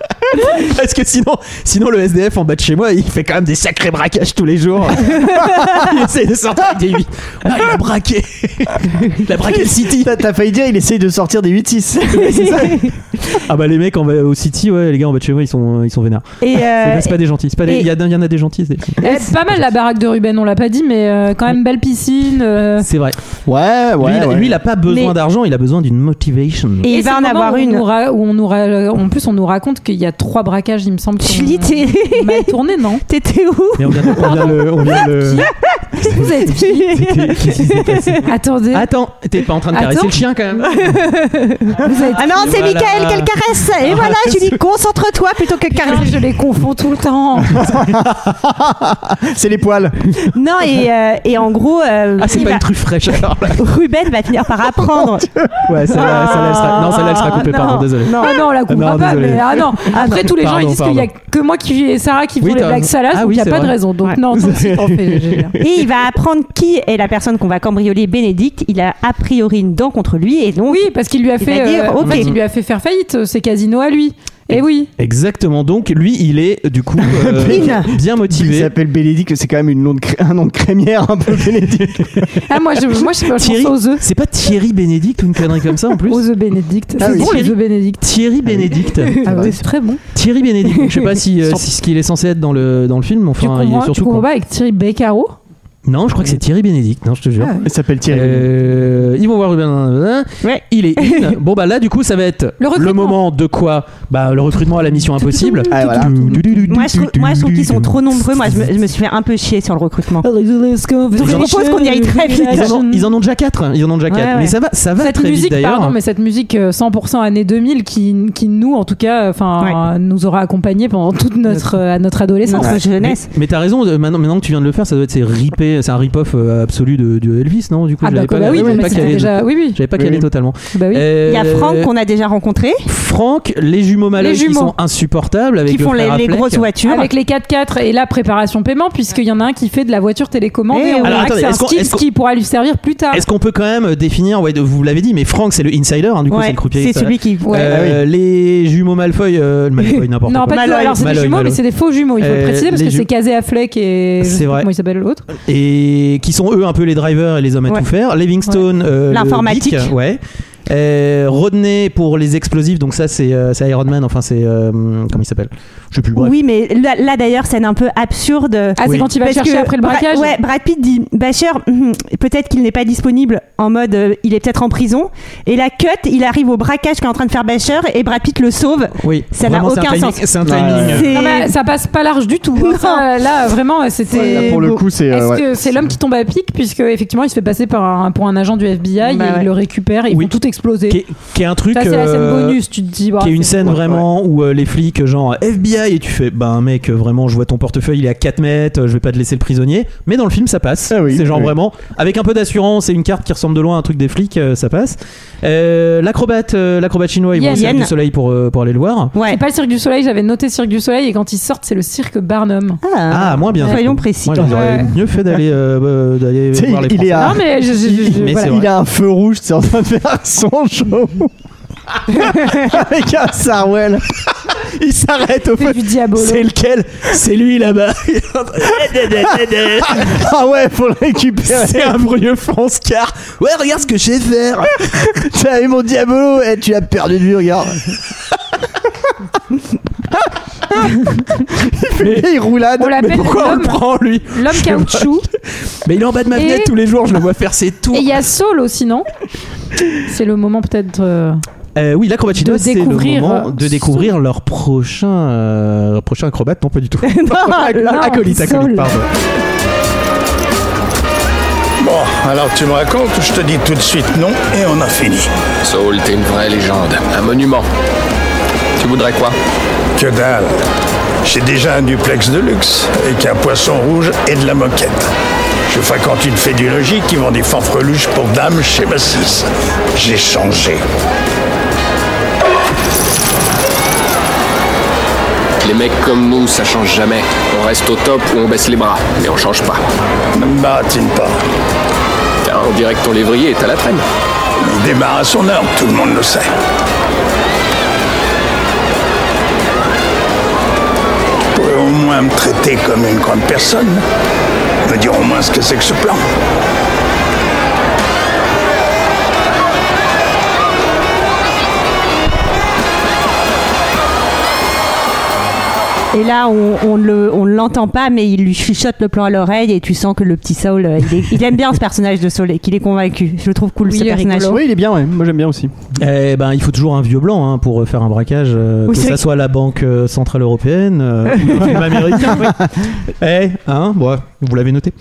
Speaker 1: Parce que sinon, sinon le SDF en bas de chez moi, il fait quand même des sacrés braquages tous les jours. il essaie de sortir avec des 8. il a braqué. il a braqué le City.
Speaker 6: T'as- T'as failli dire, il essaye de sortir des 8-6.
Speaker 1: Ah bah les mecs en bas- au City, ouais, les gars en bas de chez moi, ils sont, ils sont vénards.
Speaker 7: Et,
Speaker 1: C'est
Speaker 7: euh,
Speaker 1: vrai, c'est pas des gentils. c'est pas des-
Speaker 7: et-
Speaker 1: Il y, a- il y en a des gentils. c'est-
Speaker 5: Eh, C'est pas mal la baraque de Ruben, on l'a pas dit, mais euh, quand même, belle piscine. euh,
Speaker 1: C'est vrai.
Speaker 6: Ouais, ouais.
Speaker 1: lui, il a-
Speaker 6: ouais.
Speaker 1: lui, il a pas besoin
Speaker 7: Mais-
Speaker 1: d'argent, il a besoin d'une motivation.
Speaker 7: et il
Speaker 5: c'est
Speaker 7: va en
Speaker 5: le moment
Speaker 7: avoir
Speaker 5: où on
Speaker 7: une.
Speaker 5: nous ra- où on nous ra- en plus, on nous raconte qu'il y a trois braquages, il me semble. qui ont-
Speaker 7: Julie, t'es-
Speaker 5: mal tourné, non
Speaker 7: t'étais où
Speaker 1: Mais on vient de, on vient
Speaker 6: Euh,
Speaker 1: de- on vient de-
Speaker 5: Vous êtes qui
Speaker 1: C'était- qu'est-ce qui s'est passé
Speaker 5: Attendez,
Speaker 1: Attends, t'es pas en train de caresser
Speaker 5: Attends.
Speaker 1: le chien quand même
Speaker 5: vous êtes
Speaker 7: Ah non, c'est
Speaker 1: Voilà. Ah,
Speaker 7: Michael qu'elle caresse. Et voilà, je lui dis concentre-toi plutôt que
Speaker 5: Putain,
Speaker 7: caresse.
Speaker 5: je les confonds tout le temps.
Speaker 6: C'est les poils.
Speaker 7: Non, et, euh, et en gros, euh,
Speaker 1: Ah, c'est
Speaker 7: il
Speaker 1: pas
Speaker 7: va-
Speaker 1: une truffe Oh, fraîche alors là.
Speaker 7: Ruben va finir par apprendre.
Speaker 1: Ouais, celle-là, celle-là, elle sera... Non, celle-là, elle sera coupée,
Speaker 7: Non.
Speaker 1: pardon, désolé.
Speaker 7: Non.
Speaker 5: Ah non, on la coupera
Speaker 1: Non,
Speaker 5: pas,
Speaker 1: désolé.
Speaker 5: mais ah non. Après, tous les gens ils
Speaker 1: Pardon,
Speaker 5: disent qu'il y a que moi qui et Sarah qui font
Speaker 1: Oui,
Speaker 5: les
Speaker 1: t'as-
Speaker 5: blagues salaces,
Speaker 1: Ah
Speaker 5: donc
Speaker 1: oui,
Speaker 5: il n'y a
Speaker 1: c'est
Speaker 5: pas de
Speaker 1: vrai.
Speaker 5: raison. Donc
Speaker 7: Ouais.
Speaker 5: non, tant pis, t'en fais, j'ai- j'ai-
Speaker 7: Et il va apprendre qui est la personne qu'on va cambrioler, Bénédicte. Il a a priori une dent contre lui et donc.
Speaker 5: Oui, parce qu'il lui a
Speaker 7: Il
Speaker 5: fait,
Speaker 7: va dire,
Speaker 5: euh, en
Speaker 7: ok.
Speaker 5: fait, il lui a fait faire faillite euh, ses casinos à lui. Et oui.
Speaker 1: Exactement, donc lui, il est du coup euh,
Speaker 7: Pin.
Speaker 1: bien
Speaker 6: Il
Speaker 1: motivé.
Speaker 6: s'appelle Bénédicte, c'est quand même une nom de cré- un nom de crémière un peu Bénédicte.
Speaker 5: Ah moi, je, moi, je, je pense
Speaker 1: Thierry,
Speaker 5: aux œufs,
Speaker 1: c'est pas Thierry Bénédicte ou une connerie comme ça en plus
Speaker 5: aux œufs Bénédicte.
Speaker 1: Ah
Speaker 5: c'est
Speaker 1: oui.
Speaker 5: bon les
Speaker 1: Thierry.
Speaker 5: œufs Bénédicte.
Speaker 1: Thierry Bénédicte.
Speaker 5: Ah ouais, c'est très bon.
Speaker 1: Thierry Bénédicte, donc je sais pas si, euh, si ce qu'il est censé être dans le, dans le film,
Speaker 5: Tu
Speaker 1: enfin, il
Speaker 5: comprends,
Speaker 1: est
Speaker 5: tu
Speaker 1: surtout.
Speaker 5: comprends pas avec Thierry Beccaro
Speaker 1: Non, je crois que c'est Thierry Bénédicte, non, je te jure.
Speaker 5: Ah
Speaker 6: Il s'appelle Thierry.
Speaker 1: Euh, ils vont voir Ruben.
Speaker 7: Ouais.
Speaker 1: Il est in. bon, bah là, du coup, ça va être
Speaker 5: Le recrutement.
Speaker 1: moment de quoi Bah, le recrutement à la mission impossible.
Speaker 6: Ah, voilà.
Speaker 7: Moi, je trouve, moi, je trouve qu'ils sont trop nombreux. Moi, je me, je me suis fait un peu chier sur le recrutement.
Speaker 5: Je
Speaker 7: vous propose qu'on y aille très vite.
Speaker 1: Ils en, ont, ils en ont déjà 4. Ils en ont déjà
Speaker 7: Ouais,
Speaker 1: 4. Mais
Speaker 7: ouais.
Speaker 1: ça va, ça va
Speaker 5: cette
Speaker 1: très
Speaker 5: musique,
Speaker 1: vite d'ailleurs.
Speaker 5: pardon, mais cette musique euh, 100% années 2000 qui, qui nous, en tout cas, euh, enfin, nous aura accompagnés pendant toute notre, euh, notre adolescence.
Speaker 7: Notre jeunesse.
Speaker 1: Mais t'as raison, euh, maintenant, maintenant que tu viens de le faire, ça doit être c'est rippé, c'est un rip-off euh, absolu de, de Elvis, non Du coup,
Speaker 5: Ah
Speaker 1: j'avais
Speaker 5: bah,
Speaker 1: pas,
Speaker 5: bah oui,
Speaker 1: j'avais
Speaker 5: mais
Speaker 1: pas
Speaker 5: c'était
Speaker 1: calé-
Speaker 5: déjà, oui, oui,
Speaker 1: j'avais pas
Speaker 6: Oui,
Speaker 1: calé
Speaker 6: oui.
Speaker 1: totalement.
Speaker 5: bah oui.
Speaker 7: Il y a
Speaker 1: Euh,
Speaker 7: Franck qu'on a déjà rencontré,
Speaker 1: Franck, les jumeaux malheureux
Speaker 5: Les
Speaker 1: qui
Speaker 5: jumeaux.
Speaker 1: sont insupportables avec
Speaker 7: qui
Speaker 1: le
Speaker 7: font les,
Speaker 1: frère à
Speaker 7: les
Speaker 1: Fleck.
Speaker 7: grosses voitures.
Speaker 5: Avec les 4x4 et la préparation paiement, puisqu'il y en a un qui fait de la voiture télécommande
Speaker 7: Eh
Speaker 5: et on
Speaker 7: ouais.
Speaker 1: Alors,
Speaker 5: verra que
Speaker 1: attendez,
Speaker 5: c'est un
Speaker 1: est-ce qu'on-
Speaker 5: skill
Speaker 1: est-ce qu'on-
Speaker 5: qui pourra lui servir plus tard.
Speaker 1: Est-ce qu'on peut quand même euh, définir, ouais, de- vous l'avez dit, mais Franck c'est le insider, hein, du coup
Speaker 7: Ouais,
Speaker 1: c'est le croupier.
Speaker 7: c'est
Speaker 1: ça-
Speaker 7: celui qui.
Speaker 5: Ouais.
Speaker 6: Ah
Speaker 1: Euh, Les jumeaux Malfoy, euh, le Malfoy n'importe
Speaker 5: Non, pas
Speaker 1: quoi.
Speaker 5: du tout.
Speaker 7: Malloy.
Speaker 5: Alors, c'est des
Speaker 1: Malloy,
Speaker 5: jumeaux,
Speaker 1: Malloy.
Speaker 5: mais c'est des faux jumeaux, il faut
Speaker 1: Euh,
Speaker 5: le préciser, parce
Speaker 1: les
Speaker 5: que
Speaker 1: ju-
Speaker 5: c'est Casé à Fleck et. je
Speaker 1: C'est
Speaker 5: sais pas
Speaker 1: vrai.
Speaker 5: Comment il s'appelle l'autre
Speaker 1: Et qui sont eux un peu les drivers et les hommes à
Speaker 7: Ouais.
Speaker 1: tout faire. Livingstone, euh, le
Speaker 7: L'informatique.
Speaker 1: geek, ouais. Euh, Rodney pour les explosifs, donc ça c'est euh, c'est Iron Man, enfin c'est. euh, comment il s'appelle Je sais plus, bref.
Speaker 7: Oui, mais là, là, d'ailleurs, scène un peu absurde.
Speaker 5: Ah, c'est
Speaker 1: Oui.
Speaker 5: quand il va
Speaker 7: Parce
Speaker 5: chercher
Speaker 7: que
Speaker 5: après le
Speaker 7: Bra-
Speaker 5: braquage
Speaker 7: Ouais, Brad Pitt dit Bacher, hum, peut-être qu'il n'est pas disponible en mode euh, il est peut-être en prison. Et la cut, il arrive au braquage qu'est en train de faire Bacher et Brad Pitt le sauve.
Speaker 1: Oui,
Speaker 7: Ça n'a
Speaker 1: Vraiment, c'est un
Speaker 7: aucun
Speaker 1: timing-
Speaker 7: sens.
Speaker 1: C'est un timing. euh,
Speaker 7: C'est-
Speaker 5: Ah bah, ça passe pas large du tout. hein.
Speaker 7: Non.
Speaker 5: Ça, là, vraiment, c'était.
Speaker 6: Là, pour le
Speaker 5: beau.
Speaker 6: coup, c'est.
Speaker 5: Est-ce
Speaker 6: euh, ouais.
Speaker 5: que c'est l'homme qui tombe à pic puisque effectivement il se fait passer par un, pour un agent du FBI
Speaker 7: Bah
Speaker 5: et
Speaker 7: ouais.
Speaker 5: il le récupère et ils
Speaker 1: Oui.
Speaker 5: font tout exploser.
Speaker 1: qui est, qui est un truc.
Speaker 5: Ça c'est la scène
Speaker 1: euh,
Speaker 5: bonus, tu te dis. bah,
Speaker 1: Qui est une
Speaker 5: c'est-
Speaker 1: scène
Speaker 5: ouais.
Speaker 1: vraiment où euh, les flics, genre FBI, et tu fais, ben mec, euh, vraiment, je vois ton portefeuille, il est à 4 mètres, euh, je vais pas te laisser le prisonnier. Mais dans le film, ça passe.
Speaker 6: Ah oui,
Speaker 1: c'est genre
Speaker 6: oui.
Speaker 1: vraiment, avec un peu d'assurance et une carte qui ressemble de loin à un truc des flics, euh, ça passe. Euh, l'acrobate, euh, l'acrobate chinois, ils vont
Speaker 5: Yen.
Speaker 1: au Cirque du
Speaker 7: Yen.
Speaker 1: soleil pour, euh, pour aller le voir.
Speaker 7: Ouais.
Speaker 5: C'est pas le Cirque du Soleil, j'avais noté Cirque du Soleil et quand ils sortent c'est le Cirque Barnum.
Speaker 1: Ah, moins bien.
Speaker 7: Soyons précis.
Speaker 1: Moi, j'aurais
Speaker 5: Ouais.
Speaker 1: mieux fait d'aller euh, euh, d'aller
Speaker 6: Tu sais,
Speaker 1: voir
Speaker 6: il-
Speaker 1: les
Speaker 6: il est
Speaker 1: Français.
Speaker 6: à- Ah.
Speaker 5: Non mais je, je- je- je-
Speaker 1: Mais
Speaker 5: voilà.
Speaker 1: c'est
Speaker 6: Il a un feu rouge, c'est en train de faire son show. Avec un Sarwell. Il s'arrête au
Speaker 5: Fait
Speaker 6: feu.
Speaker 5: du diabolo.
Speaker 1: C'est lequel C'est lui là-bas.
Speaker 6: Ah ouais, faut le récupérer.
Speaker 1: C'est un vieux France-car. Ouais, regarde ce que je sais faire.
Speaker 6: T'as eu mon diabolo, eh, tu l'as perdu de vue, regarde. il fait une vieille roulade.
Speaker 5: On l'appelle
Speaker 1: Pourquoi on le
Speaker 5: l'homme-
Speaker 1: prend lui
Speaker 5: l'homme caoutchouc.
Speaker 1: Mais il est en bas de ma
Speaker 5: Et-
Speaker 1: fenêtre tous les jours, je le vois faire ses tours.
Speaker 5: Et il y a Saul aussi non C'est le moment peut-être. euh,
Speaker 1: Euh, oui, l'acrobatino,
Speaker 5: de
Speaker 1: c'est le
Speaker 5: découvrir,
Speaker 1: moment
Speaker 5: euh,
Speaker 1: de découvrir leur prochain euh, prochain acrobate. Non, pas du tout.
Speaker 5: non,
Speaker 1: acolyte, acolyte,
Speaker 5: Saul.
Speaker 1: pardon.
Speaker 11: Bon, alors tu me racontes ou je te dis tout de suite non et on a fini.
Speaker 4: Saul, t'es une vraie légende, un monument. Tu voudrais quoi
Speaker 11: Que dalle. J'ai déjà un duplex de luxe avec un poisson rouge et de la moquette. Je fréquente une fédéologie qui vend des fanfreluches pour dames chez Massis. J'ai changé.
Speaker 4: Les mecs comme nous, ça change jamais. On reste au top ou on baisse les bras, mais on change pas.
Speaker 11: Ne me baratine pas.
Speaker 4: Tiens, on dirait que ton lévrier est à la traîne.
Speaker 11: Il démarre à son heure, tout le monde le sait. Vous pouvez au moins me traiter comme une grande personne. Me dire au moins ce que c'est que ce plan.
Speaker 7: Et là, on, on le, on l'entend pas, mais il lui chuchote le plan à l'oreille et tu sens que le petit Saul, euh, il, est- il aime bien ce personnage de Saul et qu'il est convaincu. Je le trouve cool
Speaker 5: Oui,
Speaker 7: ce
Speaker 5: il est
Speaker 7: personnage.
Speaker 5: rigolo.
Speaker 6: Oui, il est bien, ouais. moi j'aime bien aussi.
Speaker 1: Eh ben, il faut toujours un vieux blanc hein, pour faire un braquage, euh,
Speaker 7: Oui,
Speaker 1: que
Speaker 7: c'est
Speaker 1: ça
Speaker 7: vrai.
Speaker 1: soit la banque euh, centrale européenne euh, ou un film américain. oui. Eh, hein, bon, vous l'avez noté.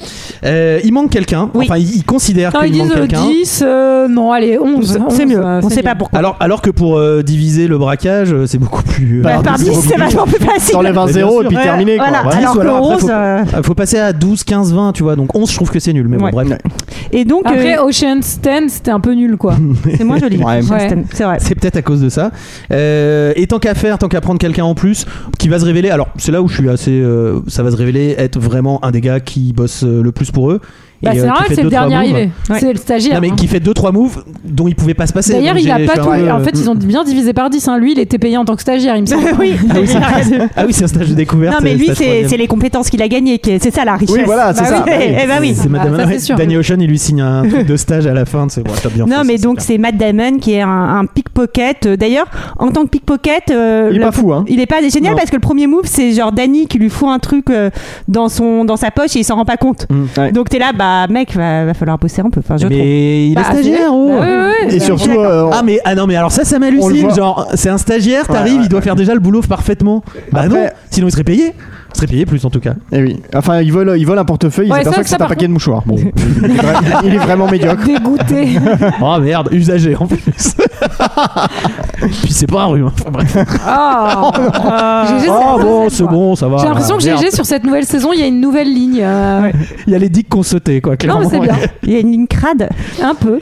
Speaker 1: Euh, il manque quelqu'un.
Speaker 7: Oui.
Speaker 1: Enfin, il, il considère
Speaker 5: Quand ils
Speaker 1: qu'il manque
Speaker 5: disent euh,
Speaker 1: quelqu'un.
Speaker 5: 10, euh, non allez 11.
Speaker 7: C'est mieux.
Speaker 5: 11, euh,
Speaker 7: on
Speaker 5: c'est
Speaker 7: sait pas
Speaker 5: mieux.
Speaker 7: pourquoi.
Speaker 1: Alors, alors que pour euh, diviser le braquage, euh, c'est beaucoup plus. euh,
Speaker 7: Bah, par 10, c'est vachement plus facile.
Speaker 6: T'enlèves un
Speaker 1: bien
Speaker 6: zéro et
Speaker 1: sûr.
Speaker 6: puis
Speaker 7: Ouais,
Speaker 6: terminé quoi.
Speaker 7: voilà.
Speaker 6: Ouais.
Speaker 7: Alors
Speaker 1: Ou
Speaker 7: que
Speaker 1: alors après,
Speaker 7: 11.
Speaker 1: faut-
Speaker 7: euh,
Speaker 1: Il faut passer à 12, 15, 20, tu vois. Donc 11, je trouve que c'est nul. Mais bon,
Speaker 7: Ouais.
Speaker 1: bref.
Speaker 7: Et donc,
Speaker 5: Après
Speaker 7: euh,
Speaker 5: Ocean's 10 c'était un peu nul quoi.
Speaker 7: c'est moins joli.
Speaker 6: Ouais.
Speaker 7: Justin, C'est vrai.
Speaker 1: C'est peut-être à cause de ça. Euh, et tant qu'à faire, tant qu'à prendre quelqu'un en plus qui va se révéler. Alors, c'est là où je suis assez. euh, ça va se révéler être vraiment un des gars qui bosse euh, le plus pour eux.
Speaker 5: Bah, c'est
Speaker 1: euh, qui
Speaker 5: normal,
Speaker 1: fait
Speaker 5: c'est le
Speaker 1: deux, trois
Speaker 5: dernier
Speaker 1: moves.
Speaker 5: arrivé. C'est le stagiaire.
Speaker 1: Non, mais
Speaker 5: hein.
Speaker 1: qui fait 2-3 moves dont il pouvait pas se passer.
Speaker 5: D'ailleurs,
Speaker 1: Donc,
Speaker 5: il a
Speaker 1: j'ai-
Speaker 5: pas
Speaker 1: j'ai
Speaker 5: tout.
Speaker 1: fait, ouais,
Speaker 5: En fait,
Speaker 1: euh,
Speaker 5: ils ont bien divisé par 10. hein. Lui, il était payé en tant que stagiaire, il me semble. oui,
Speaker 1: Ah oui, c'est un stage- ah oui, c'est un stage de découverte.
Speaker 7: Non, mais
Speaker 1: euh,
Speaker 7: lui,
Speaker 1: stage
Speaker 7: c'est
Speaker 1: troisième.
Speaker 7: c'est les compétences qu'il a gagnées. qui est- C'est ça la richesse.
Speaker 1: Oui, voilà, c'est
Speaker 7: Bah
Speaker 1: ça.
Speaker 7: oui. Eh ben oui.
Speaker 1: C'est Madame
Speaker 7: Ah, ça, c'est
Speaker 1: ouais,
Speaker 7: sûr.
Speaker 1: Danny Ocean, il lui signe un truc de stage à la fin. C'est bon, t'as bien
Speaker 7: Non,
Speaker 1: fait,
Speaker 7: mais
Speaker 1: ça,
Speaker 7: donc
Speaker 1: c'est
Speaker 7: c'est Matt Damon qui est un, un pickpocket. Euh, D'ailleurs, en tant que pickpocket, euh,
Speaker 6: Il est
Speaker 7: la-
Speaker 6: pas fou, hein.
Speaker 7: Il est pas génial
Speaker 6: Non.
Speaker 7: parce que le premier move, c'est genre Danny qui lui fout un truc euh, dans son dans sa poche et il s'en rend pas compte. Donc t'es là, bah mec, va, va falloir bosser un peu. Enfin, je
Speaker 1: Mm. Mais
Speaker 7: trouve.
Speaker 1: il est
Speaker 7: Bah,
Speaker 1: stagiaire,
Speaker 7: c'est-
Speaker 1: oh.
Speaker 7: Bah, ouais, ouais, bah,
Speaker 1: Et surtout,
Speaker 7: je suis d'accord.
Speaker 1: ah mais ah non mais alors ça ça
Speaker 7: On le
Speaker 1: m'hallucine
Speaker 7: voit.
Speaker 1: genre c'est un stagiaire t'arrives il doit faire déjà le boulot parfaitement bah non sinon il serait payé il serait payé plus en tout cas
Speaker 6: Eh oui. Enfin, ils volent, ils volent un portefeuille, ils
Speaker 1: Ouais, ça,
Speaker 6: s'aperçoivent que
Speaker 1: ça,
Speaker 6: c'est un
Speaker 1: par
Speaker 6: paquet de mouchoirs. Bon, il, est vra- il est vraiment médiocre.
Speaker 5: Dégoûté.
Speaker 1: oh merde usagé en plus puis c'est pas un rhume hein, enfin, bref.
Speaker 5: Ah. GG, c'est-
Speaker 1: Ah, bon c'est bon ça va
Speaker 5: J'ai l'impression que
Speaker 1: Ah, merde.
Speaker 5: GG sur cette nouvelle saison, il y a une nouvelle ligne. euh,
Speaker 1: il y a les dicks qu'on sautait quoi
Speaker 5: Non,
Speaker 1: clairement
Speaker 5: mais c'est bien.
Speaker 7: Il y a une ligne crade.
Speaker 5: Un peu.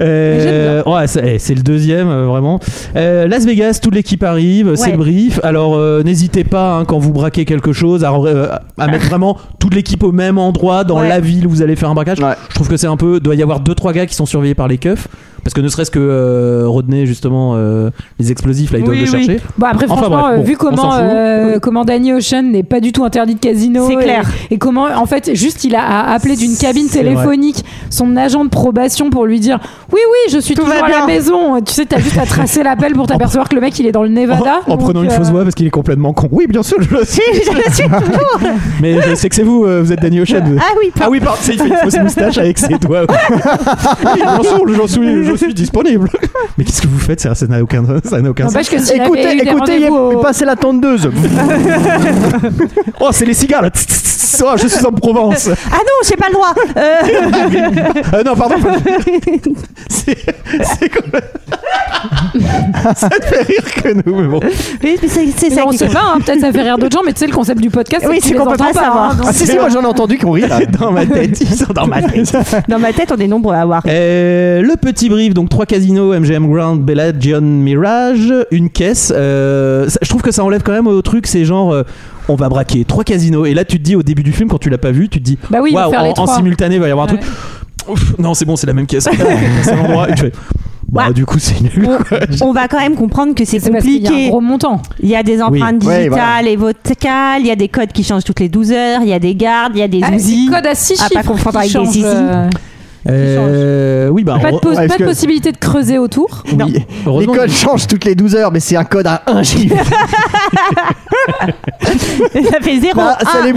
Speaker 1: Euh, ouais, c'est eh, c'est le deuxième, euh, vraiment. Euh, Las Vegas, toute l'équipe arrive, c'est
Speaker 7: Ouais.
Speaker 1: le brief. Alors, euh, n'hésitez pas, hein, quand vous braquez quelque chose, à, euh, à mettre vraiment toute l'équipe au même endroit, dans
Speaker 6: Ouais.
Speaker 1: la ville où vous allez faire un braquage. Je trouve que c'est un peu. doit y avoir deux trois gars qui sont surveillés par les keufs. Parce que ne serait-ce que euh, Rodney, justement, euh, les explosifs, là, ils doivent
Speaker 5: Oui,
Speaker 1: le
Speaker 5: oui.
Speaker 1: chercher.
Speaker 5: Bon, après,
Speaker 1: Enfin,
Speaker 5: franchement,
Speaker 1: bref,
Speaker 5: euh,
Speaker 1: bon,
Speaker 5: vu
Speaker 1: on s'en
Speaker 5: comment,
Speaker 1: fout.
Speaker 5: euh, comment Danny Ocean n'est pas du tout interdit de casino.
Speaker 7: C'est
Speaker 5: et-
Speaker 7: clair.
Speaker 5: Et, comment, en fait, juste il a- a appelé d'une cabine
Speaker 7: C'est vrai.
Speaker 5: téléphonique son agent de probation pour lui dire Oui, oui, je suis
Speaker 7: Tout
Speaker 5: toujours
Speaker 7: va
Speaker 5: à la
Speaker 7: bien.
Speaker 5: maison. Tu sais, t'as juste à tracer l'appel pour t'apercevoir que le mec, il est dans le Nevada.
Speaker 1: en
Speaker 5: Donc,
Speaker 1: prenant une
Speaker 5: euh,
Speaker 1: fausse voix parce qu'il est complètement con. Oui, bien sûr, je le suis.
Speaker 7: Je suis toujours.
Speaker 1: Mais je sais que c'est vous, euh, vous êtes Danny Ocean. vous.
Speaker 7: Ah oui,
Speaker 1: Ah oui, pardon, il fait une fausse moustache avec ses doigts. Oui, bien sûr, j'en suis, je suis disponible. Mais qu'est-ce que vous faites Ça ça n'a aucun, ça n'a aucun sens.
Speaker 5: N'empêche que s'il
Speaker 6: écoutez,
Speaker 5: avait eu des
Speaker 6: écoutez, il est
Speaker 5: rendez-vous au-
Speaker 6: passé la tondeuse.
Speaker 1: oh, c'est les cigares là. Oh, je suis en Provence.
Speaker 7: Ah non, j'ai pas le droit. Euh,
Speaker 1: Ah non, pardon. C'est c'est comme. ça te fait rire que nous, mais bon.
Speaker 7: Oui, mais c'est c'est
Speaker 5: Mais
Speaker 7: ça
Speaker 5: on
Speaker 7: qui-
Speaker 5: sait pas, hein, peut-être ça fait rire d'autres gens, mais tu sais, le concept du podcast, c'est
Speaker 7: Oui,
Speaker 5: que tu
Speaker 7: c'est
Speaker 5: les
Speaker 7: qu'on peut
Speaker 5: entends
Speaker 7: pas savoir.
Speaker 5: hein, donc,
Speaker 6: Ah, si, si, moi j'en ai entendu qu'on rit là.
Speaker 1: Dans ma tête, ils sont dans ma tête.
Speaker 7: Dans ma tête, on est nombreux à avoir.
Speaker 1: Euh, le petit brief, donc trois casinos, MGM Grand, Bellagion, Mirage, une caisse. Euh, ça- je trouve que ça enlève quand même au truc, c'est genre euh, on va braquer trois casinos. Et là tu te dis au début du film quand tu l'as pas vu, tu te dis
Speaker 5: Bah oui, il va
Speaker 1: waouh,
Speaker 5: faire les
Speaker 1: en, en
Speaker 5: trois.
Speaker 1: simultané il va y avoir un truc. Ouf, non c'est bon, c'est la même caisse. c'est l'endroit. Et tu fais, bah du coup c'est nul. quoi.
Speaker 7: On va quand même comprendre que c'est
Speaker 5: C'est parce qu'il y a un
Speaker 7: compliqué.
Speaker 5: gros montant.
Speaker 7: Il y a des empreintes
Speaker 1: Oui. Ouais,
Speaker 7: digitales et vocales, il y a des codes qui changent toutes les 12 heures, il y a des gardes, il y a des
Speaker 5: Ah,
Speaker 7: ouzis.
Speaker 5: c'est code à 6
Speaker 7: À pas
Speaker 5: chiffres.
Speaker 7: confondre
Speaker 5: qui
Speaker 7: avec des
Speaker 5: change,
Speaker 7: zizi.
Speaker 5: euh,
Speaker 1: Euh, oui bah.
Speaker 5: Pas de,
Speaker 1: heure-
Speaker 5: pos-
Speaker 6: Ouais,
Speaker 5: pas
Speaker 6: parce
Speaker 5: de
Speaker 6: Ah, que-
Speaker 5: possibilité de creuser autour.
Speaker 1: oui,
Speaker 6: Les
Speaker 1: heureusement.
Speaker 6: codes changent toutes les 12 heures, mais c'est un code à 1 chiffre.
Speaker 7: Ça fait 0.
Speaker 6: Bah, ça les-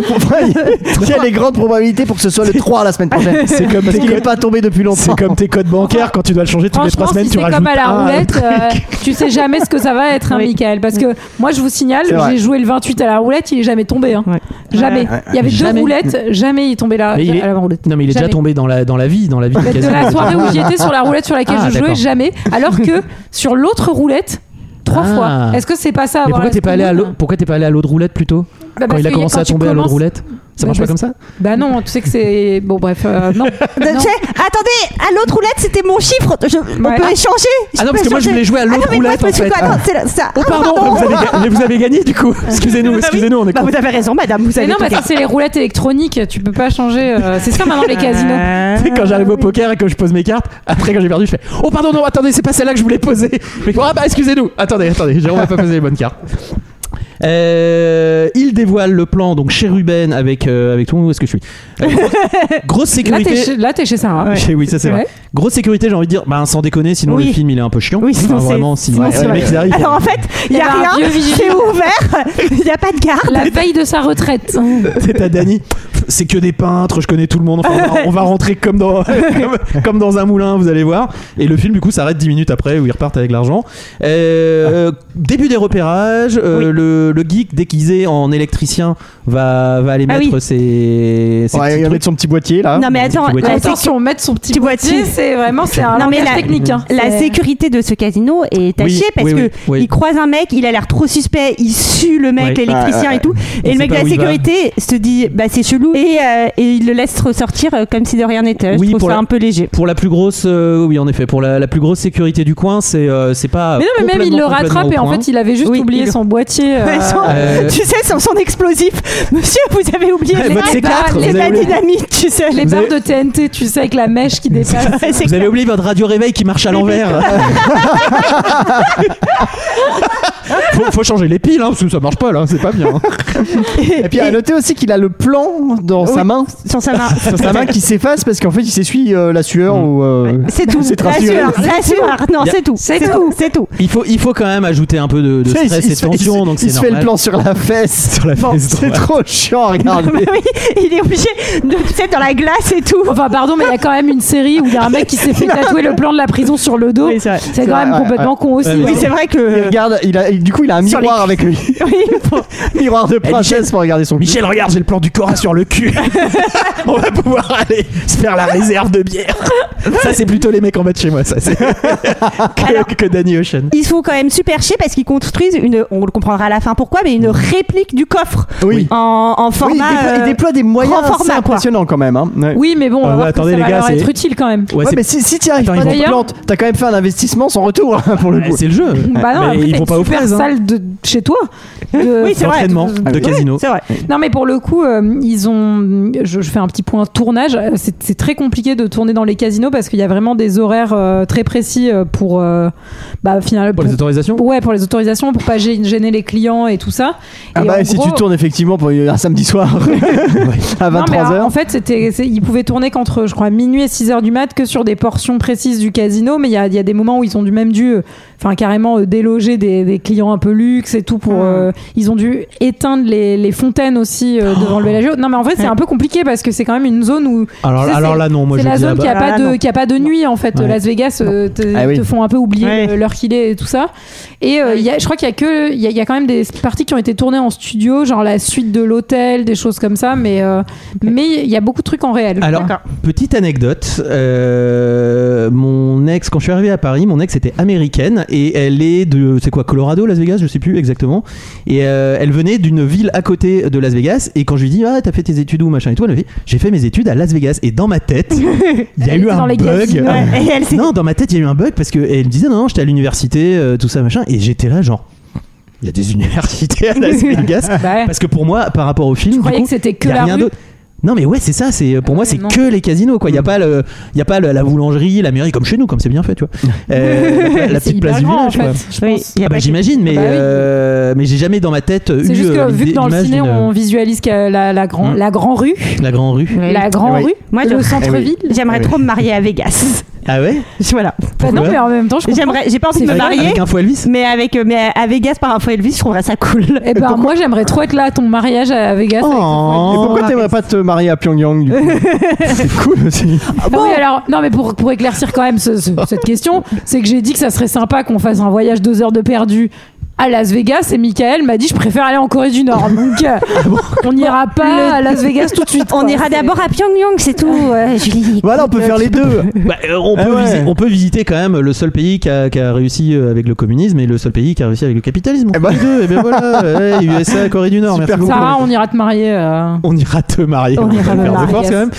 Speaker 6: Il y a les grandes probabilités pour que ce soit le 3 la semaine prochaine.
Speaker 1: C'est comme
Speaker 6: parce
Speaker 1: tes
Speaker 6: qu'il n'est
Speaker 1: codes-
Speaker 6: pas tombé depuis longtemps.
Speaker 1: C'est comme tes codes bancaires quand tu dois le changer toutes les trois
Speaker 5: Franchement,
Speaker 1: semaines,
Speaker 5: si
Speaker 1: tu
Speaker 5: c'est
Speaker 1: rajoutes
Speaker 5: comme à la
Speaker 1: un
Speaker 5: roulette,
Speaker 1: truc.
Speaker 5: euh, tu sais jamais ce que ça va être, hein,
Speaker 7: Oui.
Speaker 5: Michael. Parce que moi, je vous signale,
Speaker 1: C'est vrai.
Speaker 5: j'ai joué le 28 à la roulette, il est jamais tombé. hein. Jamais.
Speaker 1: Ouais, ouais,
Speaker 5: Il y avait
Speaker 1: jamais.
Speaker 5: deux roulettes, jamais il est tombé là,
Speaker 1: Mais il est-
Speaker 5: à la roulette.
Speaker 1: Non mais il est déjà
Speaker 5: Jamais.
Speaker 1: tombé dans la dans la vie, dans la vie. du
Speaker 5: Mais de
Speaker 1: casino.
Speaker 5: la soirée où j'y étais sur la roulette sur laquelle
Speaker 1: Ah,
Speaker 5: je jouais,
Speaker 1: d'accord.
Speaker 5: jamais. Alors que sur l'autre roulette, trois
Speaker 1: Ah.
Speaker 5: fois. Est-ce que c'est pas ça
Speaker 1: Mais
Speaker 5: avoir
Speaker 1: pourquoi
Speaker 5: la
Speaker 1: t'es pas allé à
Speaker 5: seconde
Speaker 1: l'eau Pourquoi t'es pas allé à l'eau de roulette plutôt
Speaker 5: Bah,
Speaker 1: Quand
Speaker 5: parce
Speaker 1: il a
Speaker 5: que
Speaker 1: commencé
Speaker 5: quand
Speaker 1: à
Speaker 5: tu
Speaker 1: tomber à l'eau de
Speaker 5: commences-
Speaker 1: roulette, ça
Speaker 5: Bah,
Speaker 1: marche pas
Speaker 5: parce-
Speaker 1: comme ça Bah,
Speaker 5: Bah non, tu sais que c'est. Bon, bref, euh, non.
Speaker 7: Donc,
Speaker 5: Non.
Speaker 7: j'ai- Attendez, à l'autre roulette, c'était mon chiffre. Je- On
Speaker 5: Ouais.
Speaker 7: peut échanger. Je
Speaker 1: Ah non, parce
Speaker 7: peux
Speaker 1: que moi,
Speaker 7: échanger.
Speaker 1: je voulais jouer à
Speaker 7: Ah non,
Speaker 1: l'autre
Speaker 7: mais moi,
Speaker 1: roulette,
Speaker 7: je me
Speaker 1: en
Speaker 7: suis-
Speaker 1: fait.
Speaker 7: Attends, c'est- c'est- ah,
Speaker 1: Pardon,
Speaker 7: pardon.
Speaker 1: bah, vous, avez, ga- mais vous avez gagné du coup. Excusez-nous, excusez-nous, on est
Speaker 7: Bah,
Speaker 1: con.
Speaker 7: vous avez raison, madame. Vous
Speaker 5: Mais
Speaker 7: avez
Speaker 5: non,
Speaker 7: tout
Speaker 5: parce que
Speaker 7: gagné.
Speaker 5: c'est les roulettes électroniques, tu peux pas changer. euh, c'est
Speaker 7: Ah
Speaker 5: ça maintenant les casinos.
Speaker 1: Tu sais, Euh, quand j'arrive au poker et que je pose mes cartes, après quand j'ai perdu, je fais Oh pardon, non, attendez, c'est pas celle-là que je voulais poser. Mais quoi, ah bah excusez-nous, attendez, attendez, on va pas poser les bonnes cartes. Euh, il dévoile le plan donc chez Ruben avec euh, avec tout le monde où est-ce que je suis Euh, gros- grosse
Speaker 5: Là, t'es
Speaker 1: sécurité
Speaker 5: chez, là, t'es chez
Speaker 7: Ah
Speaker 5: Sarah.
Speaker 1: Chez- oui, ça c'est vrai.
Speaker 5: Ouais.
Speaker 1: Grosse sécurité, j'ai envie de dire, bah sans déconner, sinon
Speaker 7: Oui.
Speaker 1: le film il est un peu chiant.
Speaker 7: Oui,
Speaker 1: Enfin,
Speaker 7: sinon c'est-
Speaker 1: vraiment, si
Speaker 7: sinon
Speaker 1: ouais,
Speaker 7: c'est
Speaker 1: les
Speaker 7: vrai.
Speaker 1: mecs ils arrivent.
Speaker 7: Alors en fait, il
Speaker 5: Il
Speaker 7: n'y
Speaker 5: y
Speaker 7: a
Speaker 5: avait un
Speaker 7: rien,
Speaker 5: vieux
Speaker 7: c'est
Speaker 5: vigile.
Speaker 7: ouvert, il n'y a pas de garde.
Speaker 5: La veille de sa retraite.
Speaker 1: C'est à Dany. C'est que des peintres, je connais tout le monde. Enfin, on, va, on va rentrer comme dans, comme, comme dans un moulin, vous allez voir. Et le film, du coup, s'arrête 10 minutes après où ils repartent avec l'argent. Euh, Début des repérages. euh, le, le geek déguisé en électricien va, va aller
Speaker 7: Ah
Speaker 1: mettre
Speaker 7: oui.
Speaker 1: ses, ses
Speaker 6: Ouais, il va
Speaker 1: petits trucs.
Speaker 6: mettre son petit boîtier là.
Speaker 7: Non mais
Speaker 1: petit
Speaker 7: attends,
Speaker 1: boîtier.
Speaker 7: la, sécu-
Speaker 5: Attention, mettre son petit
Speaker 7: Petit
Speaker 5: boîtier,
Speaker 7: boîtier.
Speaker 5: c'est vraiment c'est un
Speaker 7: Non, mais
Speaker 5: langage
Speaker 7: la-
Speaker 5: technique. hein.
Speaker 7: la
Speaker 5: C'est-
Speaker 7: sécurité de ce casino est
Speaker 1: Oui,
Speaker 7: tachée parce
Speaker 1: oui,
Speaker 7: que
Speaker 1: oui, oui.
Speaker 7: il croise un mec, il a l'air trop suspect, il sue le mec,
Speaker 1: Ouais.
Speaker 7: l'électricien
Speaker 6: Ouais, ouais,
Speaker 7: et tout,
Speaker 1: Ah,
Speaker 7: et
Speaker 1: On
Speaker 7: le
Speaker 1: sait
Speaker 7: mec de
Speaker 1: pas
Speaker 7: la
Speaker 1: où il va.
Speaker 7: sécurité se dit bah c'est chelou, et, euh, et il le laisse ressortir euh, comme si de rien n'était. je trouve ça
Speaker 1: la-
Speaker 7: un peu léger.
Speaker 1: Pour la plus grosse, euh, oui, en effet, pour la, la plus grosse sécurité du coin, c'est euh, c'est pas.
Speaker 5: Mais non, mais même il le
Speaker 1: complètement-
Speaker 5: rattrape et en
Speaker 1: complètement au
Speaker 5: fait il avait juste
Speaker 7: Oui,
Speaker 5: oublié
Speaker 7: il-
Speaker 5: son boîtier. euh,
Speaker 7: Ouais, son-
Speaker 1: Euh,
Speaker 7: Tu sais, son, son explosif. Monsieur, vous avez oublié
Speaker 1: Ouais,
Speaker 7: les-
Speaker 1: votre
Speaker 7: les
Speaker 1: C4,
Speaker 7: barres-
Speaker 1: vous
Speaker 7: les
Speaker 1: avez
Speaker 7: barres
Speaker 1: oublié.
Speaker 7: dynamites, tu sais.
Speaker 5: Les
Speaker 1: Vous
Speaker 5: barres
Speaker 1: avez-
Speaker 5: de TNT, tu sais, avec la mèche qui dépasse.
Speaker 1: point. Vous avez oublié votre radio réveil qui marche à l'envers. faut, faut changer les piles, hein, parce que ça marche pas là, c'est pas bien. hein.
Speaker 6: Et puis à noter aussi qu'il a le plan dans sa main.
Speaker 7: Sans sa main.
Speaker 6: Sur sa main qui s'efface parce qu'en fait il s'essuie euh, la sueur
Speaker 1: Mm.
Speaker 6: ou. euh,
Speaker 7: C'est tout.
Speaker 6: C'est
Speaker 7: La
Speaker 6: rassurant.
Speaker 7: sueur, la sueur. Non,
Speaker 1: Y a-
Speaker 7: c'est tout. C'est tout. C'est tout.
Speaker 1: Il faut, il faut quand même ajouter un peu de, de
Speaker 6: Tu sais, il-
Speaker 1: stress
Speaker 6: il
Speaker 1: et de
Speaker 6: se- il
Speaker 1: tension,
Speaker 6: se-
Speaker 1: donc
Speaker 6: il
Speaker 1: c'est
Speaker 6: se fait le
Speaker 1: normal.
Speaker 6: plan sur la fesse.
Speaker 1: Sur la
Speaker 6: Bon,
Speaker 1: fesse,
Speaker 6: c'est
Speaker 1: droite.
Speaker 6: trop chiant à
Speaker 7: Bah
Speaker 6: regarder.
Speaker 7: oui, il est obligé de tu sais, dans la glace et tout.
Speaker 5: Enfin, pardon, mais il y a quand même une série où il y a un mec qui s'est fait tatouer le plan de la prison sur le dos.
Speaker 7: Oui, c'est vrai.
Speaker 5: C'est quand même
Speaker 6: vrai,
Speaker 5: complètement con aussi. hein.
Speaker 1: Ouais,
Speaker 7: Oui, c'est vrai
Speaker 6: Ah, Il
Speaker 7: que.
Speaker 6: regarde, il a, du coup il a un
Speaker 7: Sur
Speaker 6: miroir avec lui.
Speaker 7: Oui, pour-
Speaker 6: miroir de princesse pour regarder son cul.
Speaker 1: Michel, regarde, j'ai le plan du Cora sur le cul. On va pouvoir aller se faire la réserve de bière. Ça, c'est plutôt les mecs en bas de chez moi, ça. c'est- que, que Danny Ocean.
Speaker 7: Ils sont quand même super chier parce qu'ils construisent une, on le comprendra à la fin pourquoi, mais une réplique du coffre
Speaker 6: Oui.
Speaker 7: en, en
Speaker 6: Oui, il
Speaker 7: format.
Speaker 6: déploie, il
Speaker 7: euh,
Speaker 6: déploie des moyens
Speaker 7: grand
Speaker 6: assez
Speaker 7: format, quoi.
Speaker 6: impressionnants quand même. hein. Ouais.
Speaker 5: Oui, mais bon, on va
Speaker 1: Euh,
Speaker 5: voir
Speaker 1: ouais,
Speaker 5: que
Speaker 1: attendez,
Speaker 5: ça
Speaker 1: les
Speaker 5: va
Speaker 1: gars,
Speaker 5: leur
Speaker 1: c'est-
Speaker 5: être utile quand même.
Speaker 1: Ouais,
Speaker 6: Ouais,
Speaker 1: c'est-
Speaker 6: mais si, si t'y arrives
Speaker 1: Attends,
Speaker 6: pas,
Speaker 5: vont-
Speaker 1: ils
Speaker 6: tu te plantes. T'as quand même fait un investissement sans retour hein, pour le
Speaker 1: Ouais,
Speaker 6: coup.
Speaker 1: c'est le jeu.
Speaker 5: Bah non,
Speaker 1: mais
Speaker 5: après,
Speaker 1: ils
Speaker 5: t'as
Speaker 1: vont pas
Speaker 5: une
Speaker 1: aux
Speaker 5: super
Speaker 1: fraises. hein.
Speaker 5: salle de chez toi. De-
Speaker 7: Oui, c'est vrai.
Speaker 1: D'entraînement de casino.
Speaker 7: C'est vrai.
Speaker 5: Non, mais pour le coup, euh, ils ont. Je, je fais un petit point tournage. Euh, C'est c'est très compliqué de tourner dans les casinos parce qu'il y a vraiment des horaires euh, très précis euh, pour. euh, bah, finalement,
Speaker 1: Pour les autorisations
Speaker 5: Ouais, pour les autorisations, pour pas gê- gêner les clients et tout ça.
Speaker 6: Ah
Speaker 5: Et
Speaker 6: bah
Speaker 5: en
Speaker 6: et si
Speaker 5: gros-
Speaker 6: tu tournes effectivement pour euh, un samedi soir à
Speaker 5: Non, mais
Speaker 6: 23h.
Speaker 5: En fait, c'était, c'est- ils pouvaient tourner qu'entre, je crois, minuit et 6 heures du mat que sur des portions précises du casino. Mais il y a, il y a des moments où ils ont dû même dû, euh, enfin, carrément euh, déloger des, des clients un peu luxe et tout pour. euh, ils ont dû éteindre les, les fontaines aussi
Speaker 1: Oh.
Speaker 5: euh, devant le Bellagio. Non, mais en vrai, c'est un peu compliqué parce que c'est quand même une zone où.
Speaker 1: Alors,
Speaker 5: tu sais,
Speaker 1: alors
Speaker 5: c'est-
Speaker 1: là, non, moi
Speaker 5: c'est
Speaker 1: je
Speaker 5: la
Speaker 1: dis, ah
Speaker 5: zone
Speaker 1: bah,
Speaker 5: qui a pas
Speaker 7: Ah,
Speaker 5: de
Speaker 7: non.
Speaker 5: qui a pas de nuit en fait.
Speaker 1: Ouais.
Speaker 5: Las Vegas euh, te,
Speaker 6: Ah oui.
Speaker 5: te font un peu oublier
Speaker 7: Ouais.
Speaker 5: euh, l'heure qu'il est et tout ça. Et euh, il y a, je crois qu'il y a que il y a, il y a quand même des parties qui ont été tournées en studio, genre la suite de l'hôtel, des choses comme ça. Mais euh, mais il y a beaucoup de trucs en réel.
Speaker 1: Alors, petite anecdote, euh, mon ex, quand je suis arrivé à Paris, mon ex était américaine et elle est de, c'est quoi, Colorado, Las Vegas, je sais plus exactement. Et euh, elle venait d'une ville à côté de Las Vegas. Et quand je lui dis, ah, t'as fait tes études où, machin et tout, elle me dit, j'ai fait mes études à Las Vegas. Et dans ma tête, il y a
Speaker 5: Elle
Speaker 1: eu
Speaker 5: était
Speaker 1: un
Speaker 5: dans les
Speaker 1: bug.
Speaker 5: casinos.
Speaker 7: Ouais, et elle s'est-
Speaker 1: non, dans ma tête, il y a eu un bug parce qu'elle me disait, non, non, j'étais à l'université, euh, tout ça, machin. Et j'étais là, genre, il y a des universités à Las Vegas.
Speaker 5: Bah ouais.
Speaker 1: Parce que pour moi, par rapport au film,
Speaker 5: Je
Speaker 1: du
Speaker 5: croyais
Speaker 1: coup,
Speaker 5: que c'était que
Speaker 1: y a
Speaker 5: la
Speaker 1: rien
Speaker 5: rue.
Speaker 1: d'autre. Non mais ouais c'est ça c'est pour moi
Speaker 5: ouais,
Speaker 1: c'est
Speaker 5: non.
Speaker 1: que les casinos quoi il y
Speaker 5: Mm.
Speaker 1: a pas le il y a pas le- la boulangerie la mairie comme chez nous comme c'est bien fait tu vois Euh, la, la
Speaker 5: C'est
Speaker 1: petite
Speaker 5: hyper
Speaker 1: place du
Speaker 5: grand,
Speaker 1: village
Speaker 5: en
Speaker 1: quoi.
Speaker 5: fait, je
Speaker 7: Mm. Oui,
Speaker 5: pense.
Speaker 7: il y a
Speaker 1: Ah, bah,
Speaker 7: pas-
Speaker 1: j'imagine mais
Speaker 5: Bah oui.
Speaker 1: euh, mais j'ai jamais dans ma tête eu
Speaker 5: C'est juste
Speaker 1: euh,
Speaker 5: que vu que
Speaker 1: l'idée-
Speaker 5: dans le
Speaker 1: l'image
Speaker 5: ciné
Speaker 1: d'une-
Speaker 5: on visualise que la, la, grand,
Speaker 1: Mm.
Speaker 5: la grand rue,
Speaker 1: la grande rue Eh
Speaker 5: la grand
Speaker 6: Eh oui.
Speaker 5: rue,
Speaker 7: Moi,
Speaker 5: le
Speaker 7: je- Eh
Speaker 5: centre-ville.
Speaker 7: J'aimerais trop me marier à Vegas.
Speaker 1: ah ouais
Speaker 7: Voilà.
Speaker 5: Bah non
Speaker 1: Pourquoi
Speaker 5: mais en même temps je comprends.
Speaker 7: J'aimerais, j'ai pas envie de me
Speaker 5: C'est
Speaker 1: avec,
Speaker 7: marier,
Speaker 1: avec un faux Elvis
Speaker 7: mais avec, euh, mais à Vegas par un faux Elvis, je trouverais ça cool.
Speaker 5: Eh ben moi j'aimerais trop être là à ton mariage à Vegas.
Speaker 1: Oh.
Speaker 5: avec ton
Speaker 6: Et pourquoi t'aimerais pas te marier à Pyongyang du coup C'est cool aussi.
Speaker 5: Ah oui, alors, non, mais pour, pour éclaircir quand même ce- ce- cette question, c'est que j'ai dit que ça serait sympa qu'on fasse un voyage deux heures de perdu à Las Vegas et Michael m'a dit je préfère aller en Corée du Nord. Donc, euh, on n'ira pas à Las Vegas tout de suite.
Speaker 7: Ah On
Speaker 5: quoi.
Speaker 7: ira
Speaker 5: C'est-
Speaker 7: d'abord à Pyongyang, c'est tout, euh, Julie.
Speaker 6: Voilà, on peut faire les deux.
Speaker 1: Bah, euh, on, peut
Speaker 6: Ah ouais.
Speaker 1: visi- on peut visiter quand même le seul pays qui a, qui a réussi euh, avec le communisme et le seul pays qui a réussi avec le capitalisme on
Speaker 6: Eh bah.
Speaker 1: fait les deux et ben voilà ouais, USA Corée du Nord
Speaker 6: Super
Speaker 1: merci beaucoup.
Speaker 5: Sarah, on ira te marier. euh,
Speaker 1: On ira te marier.
Speaker 5: On ira
Speaker 1: va
Speaker 5: me
Speaker 1: faire de
Speaker 5: marier.
Speaker 1: force, quand même.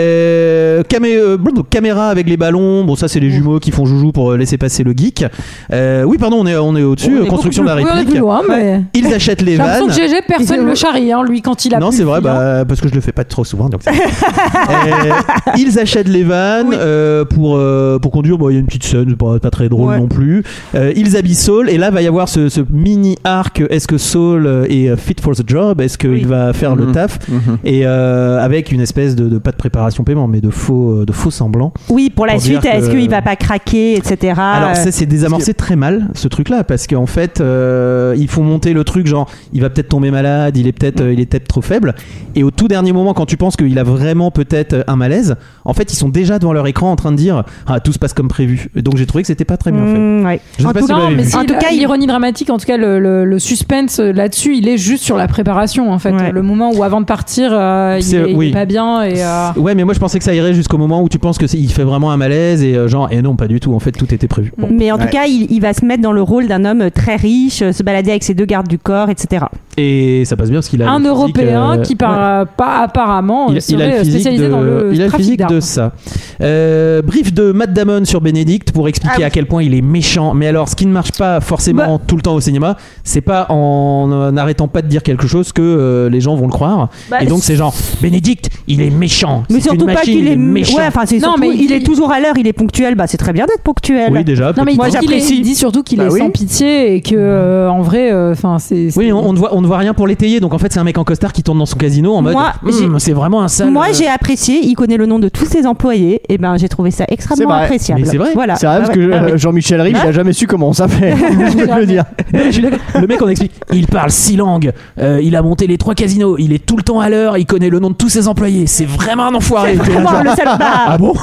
Speaker 1: Euh, camé- euh, blou- caméra avec les ballons. Bon, ça, c'est les jumeaux qui font joujou pour euh, laisser passer le geek. Euh, oui, pardon, on est, on est au-dessus.
Speaker 5: on
Speaker 1: euh,
Speaker 5: est
Speaker 1: construction de la
Speaker 5: beaucoup plus- oui, on est
Speaker 1: réplique.
Speaker 5: plus loin, mais-
Speaker 1: Ils achètent les
Speaker 5: J'ai l'impression
Speaker 1: vannes.
Speaker 5: que GG, personne ne le charrie, hein, lui, quand il a.
Speaker 1: Non,
Speaker 5: plus
Speaker 1: c'est
Speaker 5: de
Speaker 1: vrai,
Speaker 5: clients.
Speaker 1: bah, parce que je le fais pas trop souvent. donc c'est- Euh, ils achètent les vannes euh, pour, euh, pour conduire. Bon, Il y a une petite scène, pas, pas très drôle
Speaker 7: Ouais.
Speaker 1: non plus. Euh, ils habillent Saul, et là va y avoir ce, ce mini arc. Est-ce que Saul euh, est euh, fit for the job Est-ce qu'il
Speaker 7: Oui.
Speaker 1: va faire le
Speaker 6: Mhm.
Speaker 1: taf Et euh, avec une espèce de, de- pas de préparation paiement, mais de faux, euh, de faux semblants.
Speaker 7: Oui, pour la
Speaker 1: Pour
Speaker 7: suite,
Speaker 1: dire
Speaker 7: est-ce
Speaker 1: que-
Speaker 7: qu'il va pas craquer, etc.
Speaker 1: Alors ça c'est désamorcé très mal ce truc là parce qu'en fait euh, il faut monter le truc genre il va peut-être tomber malade, il est peut-être euh, il est peut-être trop faible et au tout dernier moment quand tu penses qu'il a vraiment peut-être euh, un malaise, en fait ils sont déjà devant leur écran en train de dire ah tout se passe comme prévu. Et Donc j'ai trouvé que c'était pas très bien fait.
Speaker 7: Mmh, ouais.
Speaker 1: Je sais
Speaker 7: En
Speaker 1: pas
Speaker 7: tout
Speaker 1: si vous
Speaker 5: Ah, Non,
Speaker 1: l'avez
Speaker 5: mais
Speaker 1: vu.
Speaker 5: si,
Speaker 7: En tout cas, euh, il-
Speaker 5: l'ironie dramatique, en tout cas, le, le- le suspense euh, là-dessus, il est juste sur la préparation, en fait.
Speaker 7: Ouais.
Speaker 5: Le moment où, avant de partir, euh, il,
Speaker 1: C'est-
Speaker 5: est, il
Speaker 1: oui.
Speaker 5: est pas bien et. euh,
Speaker 1: Ouais mais moi je pensais que ça irait jusqu'au moment où tu penses que c'est- il fait vraiment un malaise et euh, genre et non pas du tout en fait tout était prévu. Bon.
Speaker 7: Mais en tout
Speaker 6: Ouais.
Speaker 7: cas, il, il va se mettre dans le rôle d'un homme très riche, euh, se balader avec ses deux gardes du corps, etc.
Speaker 1: Et ça passe bien parce qu'il a
Speaker 5: un
Speaker 1: le physique,
Speaker 5: Européen
Speaker 1: euh,
Speaker 5: qui par, pas apparemment euh,
Speaker 1: Il, il a
Speaker 5: serait
Speaker 1: le physique
Speaker 5: spécialisé
Speaker 1: de,
Speaker 5: dans le
Speaker 1: il a le
Speaker 5: trafic
Speaker 1: physique
Speaker 5: d'armes.
Speaker 1: de ça. Euh, brief de Matt Damon sur Benedict pour expliquer
Speaker 5: Ah
Speaker 1: à quel point il est méchant. Mais alors, ce qui ne marche pas forcément
Speaker 5: Bah-
Speaker 1: tout le temps au cinéma, c'est pas en euh, n'arrêtant pas de dire quelque chose que euh, les gens vont le croire.
Speaker 7: Bah,
Speaker 1: Et donc, c'est genre Benedict, il est méchant.
Speaker 7: Mais
Speaker 1: C'est
Speaker 7: surtout
Speaker 1: une
Speaker 7: pas
Speaker 1: machine,
Speaker 7: qu'il est,
Speaker 1: il méchant.
Speaker 7: Ouais, enfin, c'est
Speaker 5: Non,
Speaker 7: surtout-
Speaker 5: mais
Speaker 7: il,
Speaker 5: il-
Speaker 7: est toujours à l'heure, il est ponctuel. Bah, c'est très bien d'être ponctuel.
Speaker 1: Oui, déjà.
Speaker 5: Non mais il
Speaker 7: Moi,
Speaker 5: dit qu'il est-
Speaker 7: j'apprécie.
Speaker 5: il dit surtout qu'il
Speaker 7: Bah
Speaker 5: est
Speaker 7: oui.
Speaker 5: sans pitié et que euh, en vrai, enfin c'est.
Speaker 1: Oui, on, on ne voit, on ne voit rien pour l'étayer. Donc en fait, c'est un mec en costard qui tourne dans son casino en mode.
Speaker 7: Moi,
Speaker 1: Hum,
Speaker 7: j'ai-
Speaker 1: c'est vraiment un sale. euh,
Speaker 7: Moi, j'ai apprécié. Il connaît le nom de tous ses employés. Et ben, j'ai trouvé ça
Speaker 6: C'est
Speaker 7: extrêmement
Speaker 6: vrai.
Speaker 7: appréciable.
Speaker 1: Mais c'est vrai.
Speaker 7: Voilà.
Speaker 6: C'est vrai
Speaker 7: Ah
Speaker 6: parce
Speaker 7: ouais.
Speaker 6: que
Speaker 7: Ah
Speaker 6: euh,
Speaker 7: ouais.
Speaker 6: Jean-Michel Rive, il a jamais su comment on s'appelle. Je peux te le dire.
Speaker 1: Je suis d'accord. le mec, on explique. Il parle six langues. euh, il a monté les trois casinos. Il est tout le temps à l'heure. Il connaît le nom de tous ses employés. C'est vraiment un enfoiré. T'es là,
Speaker 7: Bon,
Speaker 1: genre,
Speaker 7: le salopard.
Speaker 1: Ah bon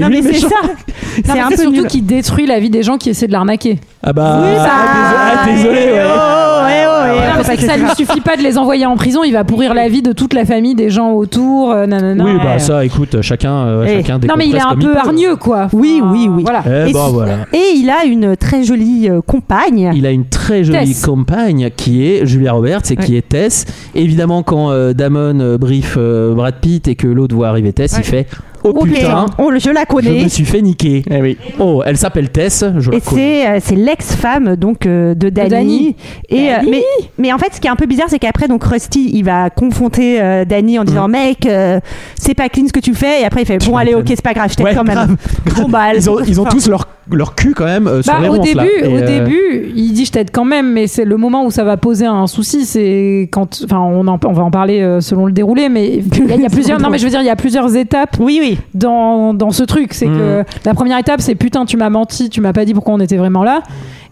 Speaker 7: Non,
Speaker 1: lui
Speaker 7: mais
Speaker 1: le
Speaker 7: c'est
Speaker 1: méchant.
Speaker 7: ça.
Speaker 5: Non,
Speaker 7: C'est
Speaker 5: mais
Speaker 7: un
Speaker 5: c'est
Speaker 7: peu
Speaker 5: surtout
Speaker 7: nul.
Speaker 5: qu'il détruit la vie des gens qui essaient de l'arnaquer.
Speaker 1: Ah bah.
Speaker 7: Oui, bah,
Speaker 1: ah, dés- ah, désolé.
Speaker 7: eh
Speaker 1: ouais.
Speaker 7: oh, eh
Speaker 1: Ah
Speaker 7: oh, eh oh,
Speaker 5: Non,
Speaker 7: faut
Speaker 5: mais c'est
Speaker 7: pas que
Speaker 5: Ah, que ça
Speaker 7: ça-
Speaker 5: lui suffit pas de les envoyer en prison, il va pourrir la vie de toute la famille des gens autour. euh, nanana.
Speaker 1: Oui, bah
Speaker 7: ouais.
Speaker 1: ça, écoute, chacun, euh,
Speaker 7: Eh.
Speaker 1: chacun
Speaker 5: non mais il est
Speaker 1: décompresse
Speaker 5: un
Speaker 1: comme
Speaker 5: peu
Speaker 1: peut.
Speaker 5: hargneux quoi. Enfin,
Speaker 7: Oui, oui, oui.
Speaker 5: Voilà.
Speaker 1: Eh
Speaker 7: Et
Speaker 1: ben
Speaker 7: si-
Speaker 1: voilà.
Speaker 7: Et il a une très jolie euh, compagne.
Speaker 1: Il a une très jolie
Speaker 5: Tess.
Speaker 1: compagne qui est Julia Roberts et qui est Tess. Évidemment, quand euh, Damon euh, brief euh, Brad Pitt et que l'autre voit arriver Tess, il fait Oh
Speaker 7: Ok,
Speaker 1: putain,
Speaker 7: on, je la
Speaker 1: je
Speaker 7: connais.
Speaker 1: me suis fait niquer.
Speaker 6: Eh oui.
Speaker 1: Oh, elle s'appelle Tess, je la
Speaker 7: Et
Speaker 1: connais.
Speaker 7: c'est euh, c'est l'ex-femme donc euh, de Danny.
Speaker 5: Danny.
Speaker 7: Et euh,
Speaker 5: Danny.
Speaker 7: mais mais en fait ce qui est un peu bizarre c'est qu'après donc Rusty il va confronter euh, Danny en disant mec euh, c'est pas clean ce que tu fais et après il fait bon allez ok c'est pas grave je t'aide
Speaker 1: Mm. Ouais,
Speaker 7: quand même.
Speaker 1: grave.
Speaker 7: Bon, bah,
Speaker 1: Ils ont, ils ont
Speaker 7: enfin,
Speaker 1: tous leur, leur cul quand même euh, sur
Speaker 5: Bah,
Speaker 1: les
Speaker 5: au
Speaker 1: ronces,
Speaker 5: début,
Speaker 1: là. Et,
Speaker 5: au
Speaker 1: euh,
Speaker 5: début, il dit je t'aide quand même, mais c'est le moment où ça va poser un souci. C'est quand, enfin, on, en- on va en parler euh, selon le déroulé, mais il y a, il y a plusieurs. non, mais je veux dire, il y a plusieurs étapes
Speaker 7: Oui oui.
Speaker 5: dans, dans ce truc. C'est que
Speaker 1: Hmm.
Speaker 5: la première étape, c'est putain, tu m'as menti, tu m'as pas dit pourquoi on était vraiment là.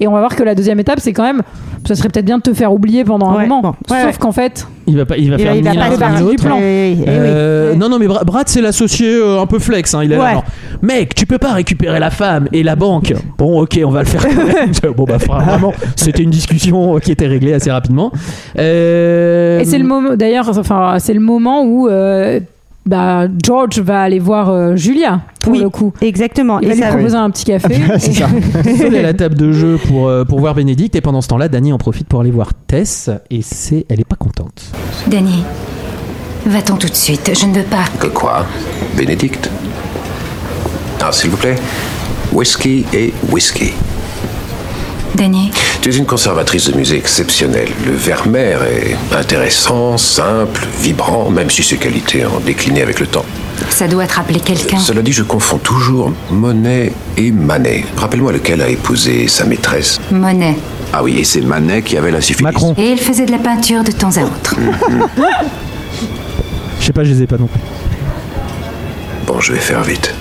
Speaker 5: Et on va voir que la deuxième étape, c'est quand même, ça serait peut-être bien de te faire oublier pendant un
Speaker 7: Ouais,
Speaker 5: moment.
Speaker 7: bon. Ouais,
Speaker 5: Sauf
Speaker 7: ouais.
Speaker 5: qu'en fait,
Speaker 1: il va pas, il va
Speaker 7: Il
Speaker 1: faire
Speaker 7: va, il va
Speaker 1: ni
Speaker 7: pas
Speaker 1: l'un
Speaker 7: se
Speaker 1: ni
Speaker 7: barrer du
Speaker 1: l'autre.
Speaker 7: plan.
Speaker 1: Euh, Non, non, mais Bra- Brad, c'est l'associé euh, un peu flex. hein. Il est là,
Speaker 7: Ouais.
Speaker 1: genre, mec, tu peux pas récupérer la femme et la banque. Bon, ok, on va le faire quand même. bon, bah,
Speaker 6: Ah.
Speaker 1: fra- vraiment, c'était une discussion euh, qui était réglée assez rapidement. Euh,
Speaker 5: Et c'est le moment, d'ailleurs, enfin, c'est le moment où euh, bah, George va aller voir euh, Julia, pour
Speaker 7: Oui.
Speaker 5: le coup.
Speaker 7: Exactement.
Speaker 5: Il va
Speaker 7: Et
Speaker 5: lui
Speaker 7: ça-
Speaker 5: proposer un petit café.
Speaker 6: C'est ça.
Speaker 1: seul à la table de jeu pour, euh, pour voir Bénédicte. Et pendant ce temps-là, Dani en profite pour aller voir Tess. Et c'est, elle est pas contente.
Speaker 10: Danny, va-t'en tout de suite. Je ne veux pas.
Speaker 4: Que quoi Bénédicte Ah, s'il vous plaît. Whisky et whisky.
Speaker 10: Danny,
Speaker 4: Tu es une conservatrice de musée exceptionnelle. Le Vermeer est intéressant, simple, vibrant, même si ses qualités ont décliné avec le temps.
Speaker 10: ça doit te rappeler quelqu'un.
Speaker 4: Cela dit, je confonds toujours Monet et Manet. Rappelle-moi lequel a épousé sa maîtresse.
Speaker 10: Monet.
Speaker 4: Ah oui, et c'est Manet qui avait la syphilis.
Speaker 1: Macron.
Speaker 10: Et il faisait de la peinture de temps à autre.
Speaker 1: Je sais pas, je les ai pas non plus.
Speaker 4: Bon, je vais faire vite.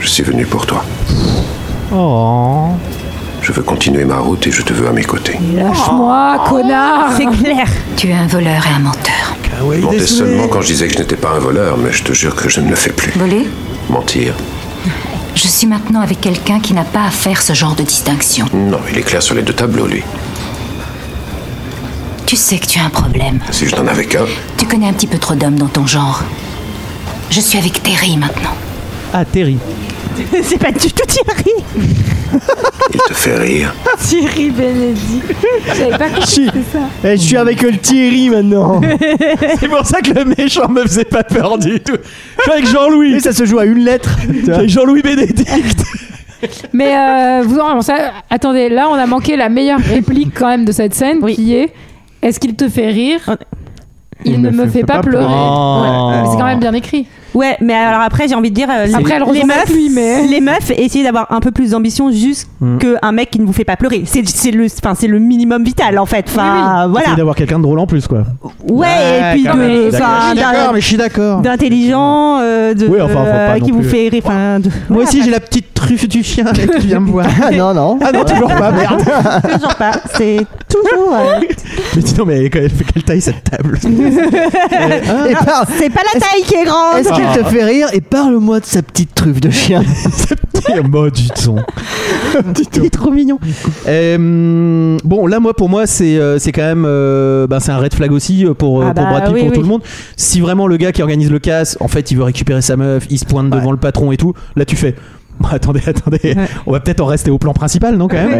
Speaker 4: Je suis venu pour toi.
Speaker 1: Oh.
Speaker 4: Je veux continuer ma route et je te veux à mes côtés.
Speaker 5: Lâche-moi,
Speaker 10: Oh,
Speaker 5: connard
Speaker 7: C'est clair.
Speaker 10: tu es un voleur et un menteur.
Speaker 4: Je mentais seulement quand je disais que je n'étais pas un voleur, mais je te jure que je ne le fais plus.
Speaker 10: Voler
Speaker 4: Mentir.
Speaker 10: Je suis maintenant avec quelqu'un qui n'a pas à faire ce genre de distinction.
Speaker 4: Non, il est clair sur les deux tableaux, lui.
Speaker 10: Tu sais que tu as un problème.
Speaker 4: Si je n'en avais qu'un,
Speaker 10: Tu connais un petit peu trop d'hommes dans ton genre. Je suis avec Terry maintenant.
Speaker 1: Ah, Terry.
Speaker 7: c'est pas du tout Thierry.
Speaker 4: il te fait rire.
Speaker 5: Thierry Benedict. J'avais pas compris.
Speaker 6: Chi. Eh, je suis avec le Thierry maintenant.
Speaker 1: C'est pour ça que le méchant me faisait pas peur du tout. Je suis avec Jean-Louis.
Speaker 6: Et Eh, ça se joue à une lettre. tu vois.
Speaker 1: Avec Jean-Louis Bénédicte.
Speaker 7: Ah,
Speaker 5: Mais euh, vous en- ça, attendez, là, on a manqué la meilleure réplique quand même de cette scène qui est Est-ce qu'il te fait rire il, ne me fait, pas pleurer.
Speaker 1: pleurer. Oh.
Speaker 5: Ouais. Mais C'est quand même bien écrit.
Speaker 7: Ouais, mais alors après, j'ai envie de dire, euh,
Speaker 5: Après, elle
Speaker 7: les,
Speaker 5: ressemble à
Speaker 7: meufs,
Speaker 5: lui, mais-
Speaker 7: les meufs, essayez d'avoir un peu plus d'ambition juste
Speaker 1: Mm.
Speaker 7: qu'un mec qui ne vous fait pas pleurer. C'est c'est le, enfin, c'est le minimum vital, en fait. Enfin, voilà.
Speaker 1: d'avoir quelqu'un de drôle en plus, quoi.
Speaker 7: Ouais, et puis
Speaker 1: quand même.
Speaker 7: de,
Speaker 6: Ah,
Speaker 7: enfin, d'un-
Speaker 1: je suis d'accord.
Speaker 7: d'intelligent, euh, de,
Speaker 1: Oui, enfin, faut pas
Speaker 7: euh,
Speaker 1: non
Speaker 7: qui vous
Speaker 1: plus.
Speaker 7: fait rire. enfin, de- bah.
Speaker 1: Moi aussi, j'ai la petite truffe du chien là, qui vient me voir.
Speaker 6: Ah non, non.
Speaker 1: Ah non, toujours pas, merde.
Speaker 7: toujours pas. hein, C'est toujours. euh,
Speaker 1: Mais dis donc, mais elle, elle fait quelle taille cette table
Speaker 6: Et parle.
Speaker 7: C'est pas la taille qui est grande.
Speaker 6: Est-ce qu'il te fait rire Et parle-moi de sa petite truffe de chien.
Speaker 1: Mode du son. Il est trop mignon. Euh, bon, là, moi, pour moi, c'est euh, c'est quand même euh, bah, c'est un red flag aussi euh, pour, euh,
Speaker 7: Ah
Speaker 1: pour
Speaker 7: bah,
Speaker 1: Brad Pitt,
Speaker 7: oui,
Speaker 1: pour
Speaker 7: oui.
Speaker 1: tout le monde. Si vraiment le gars qui organise le casse, en fait, il veut récupérer sa meuf, il se pointe devant le patron et tout, là, tu fais. Bah, attendez, attendez. On va peut-être en rester au plan principal, non, quand même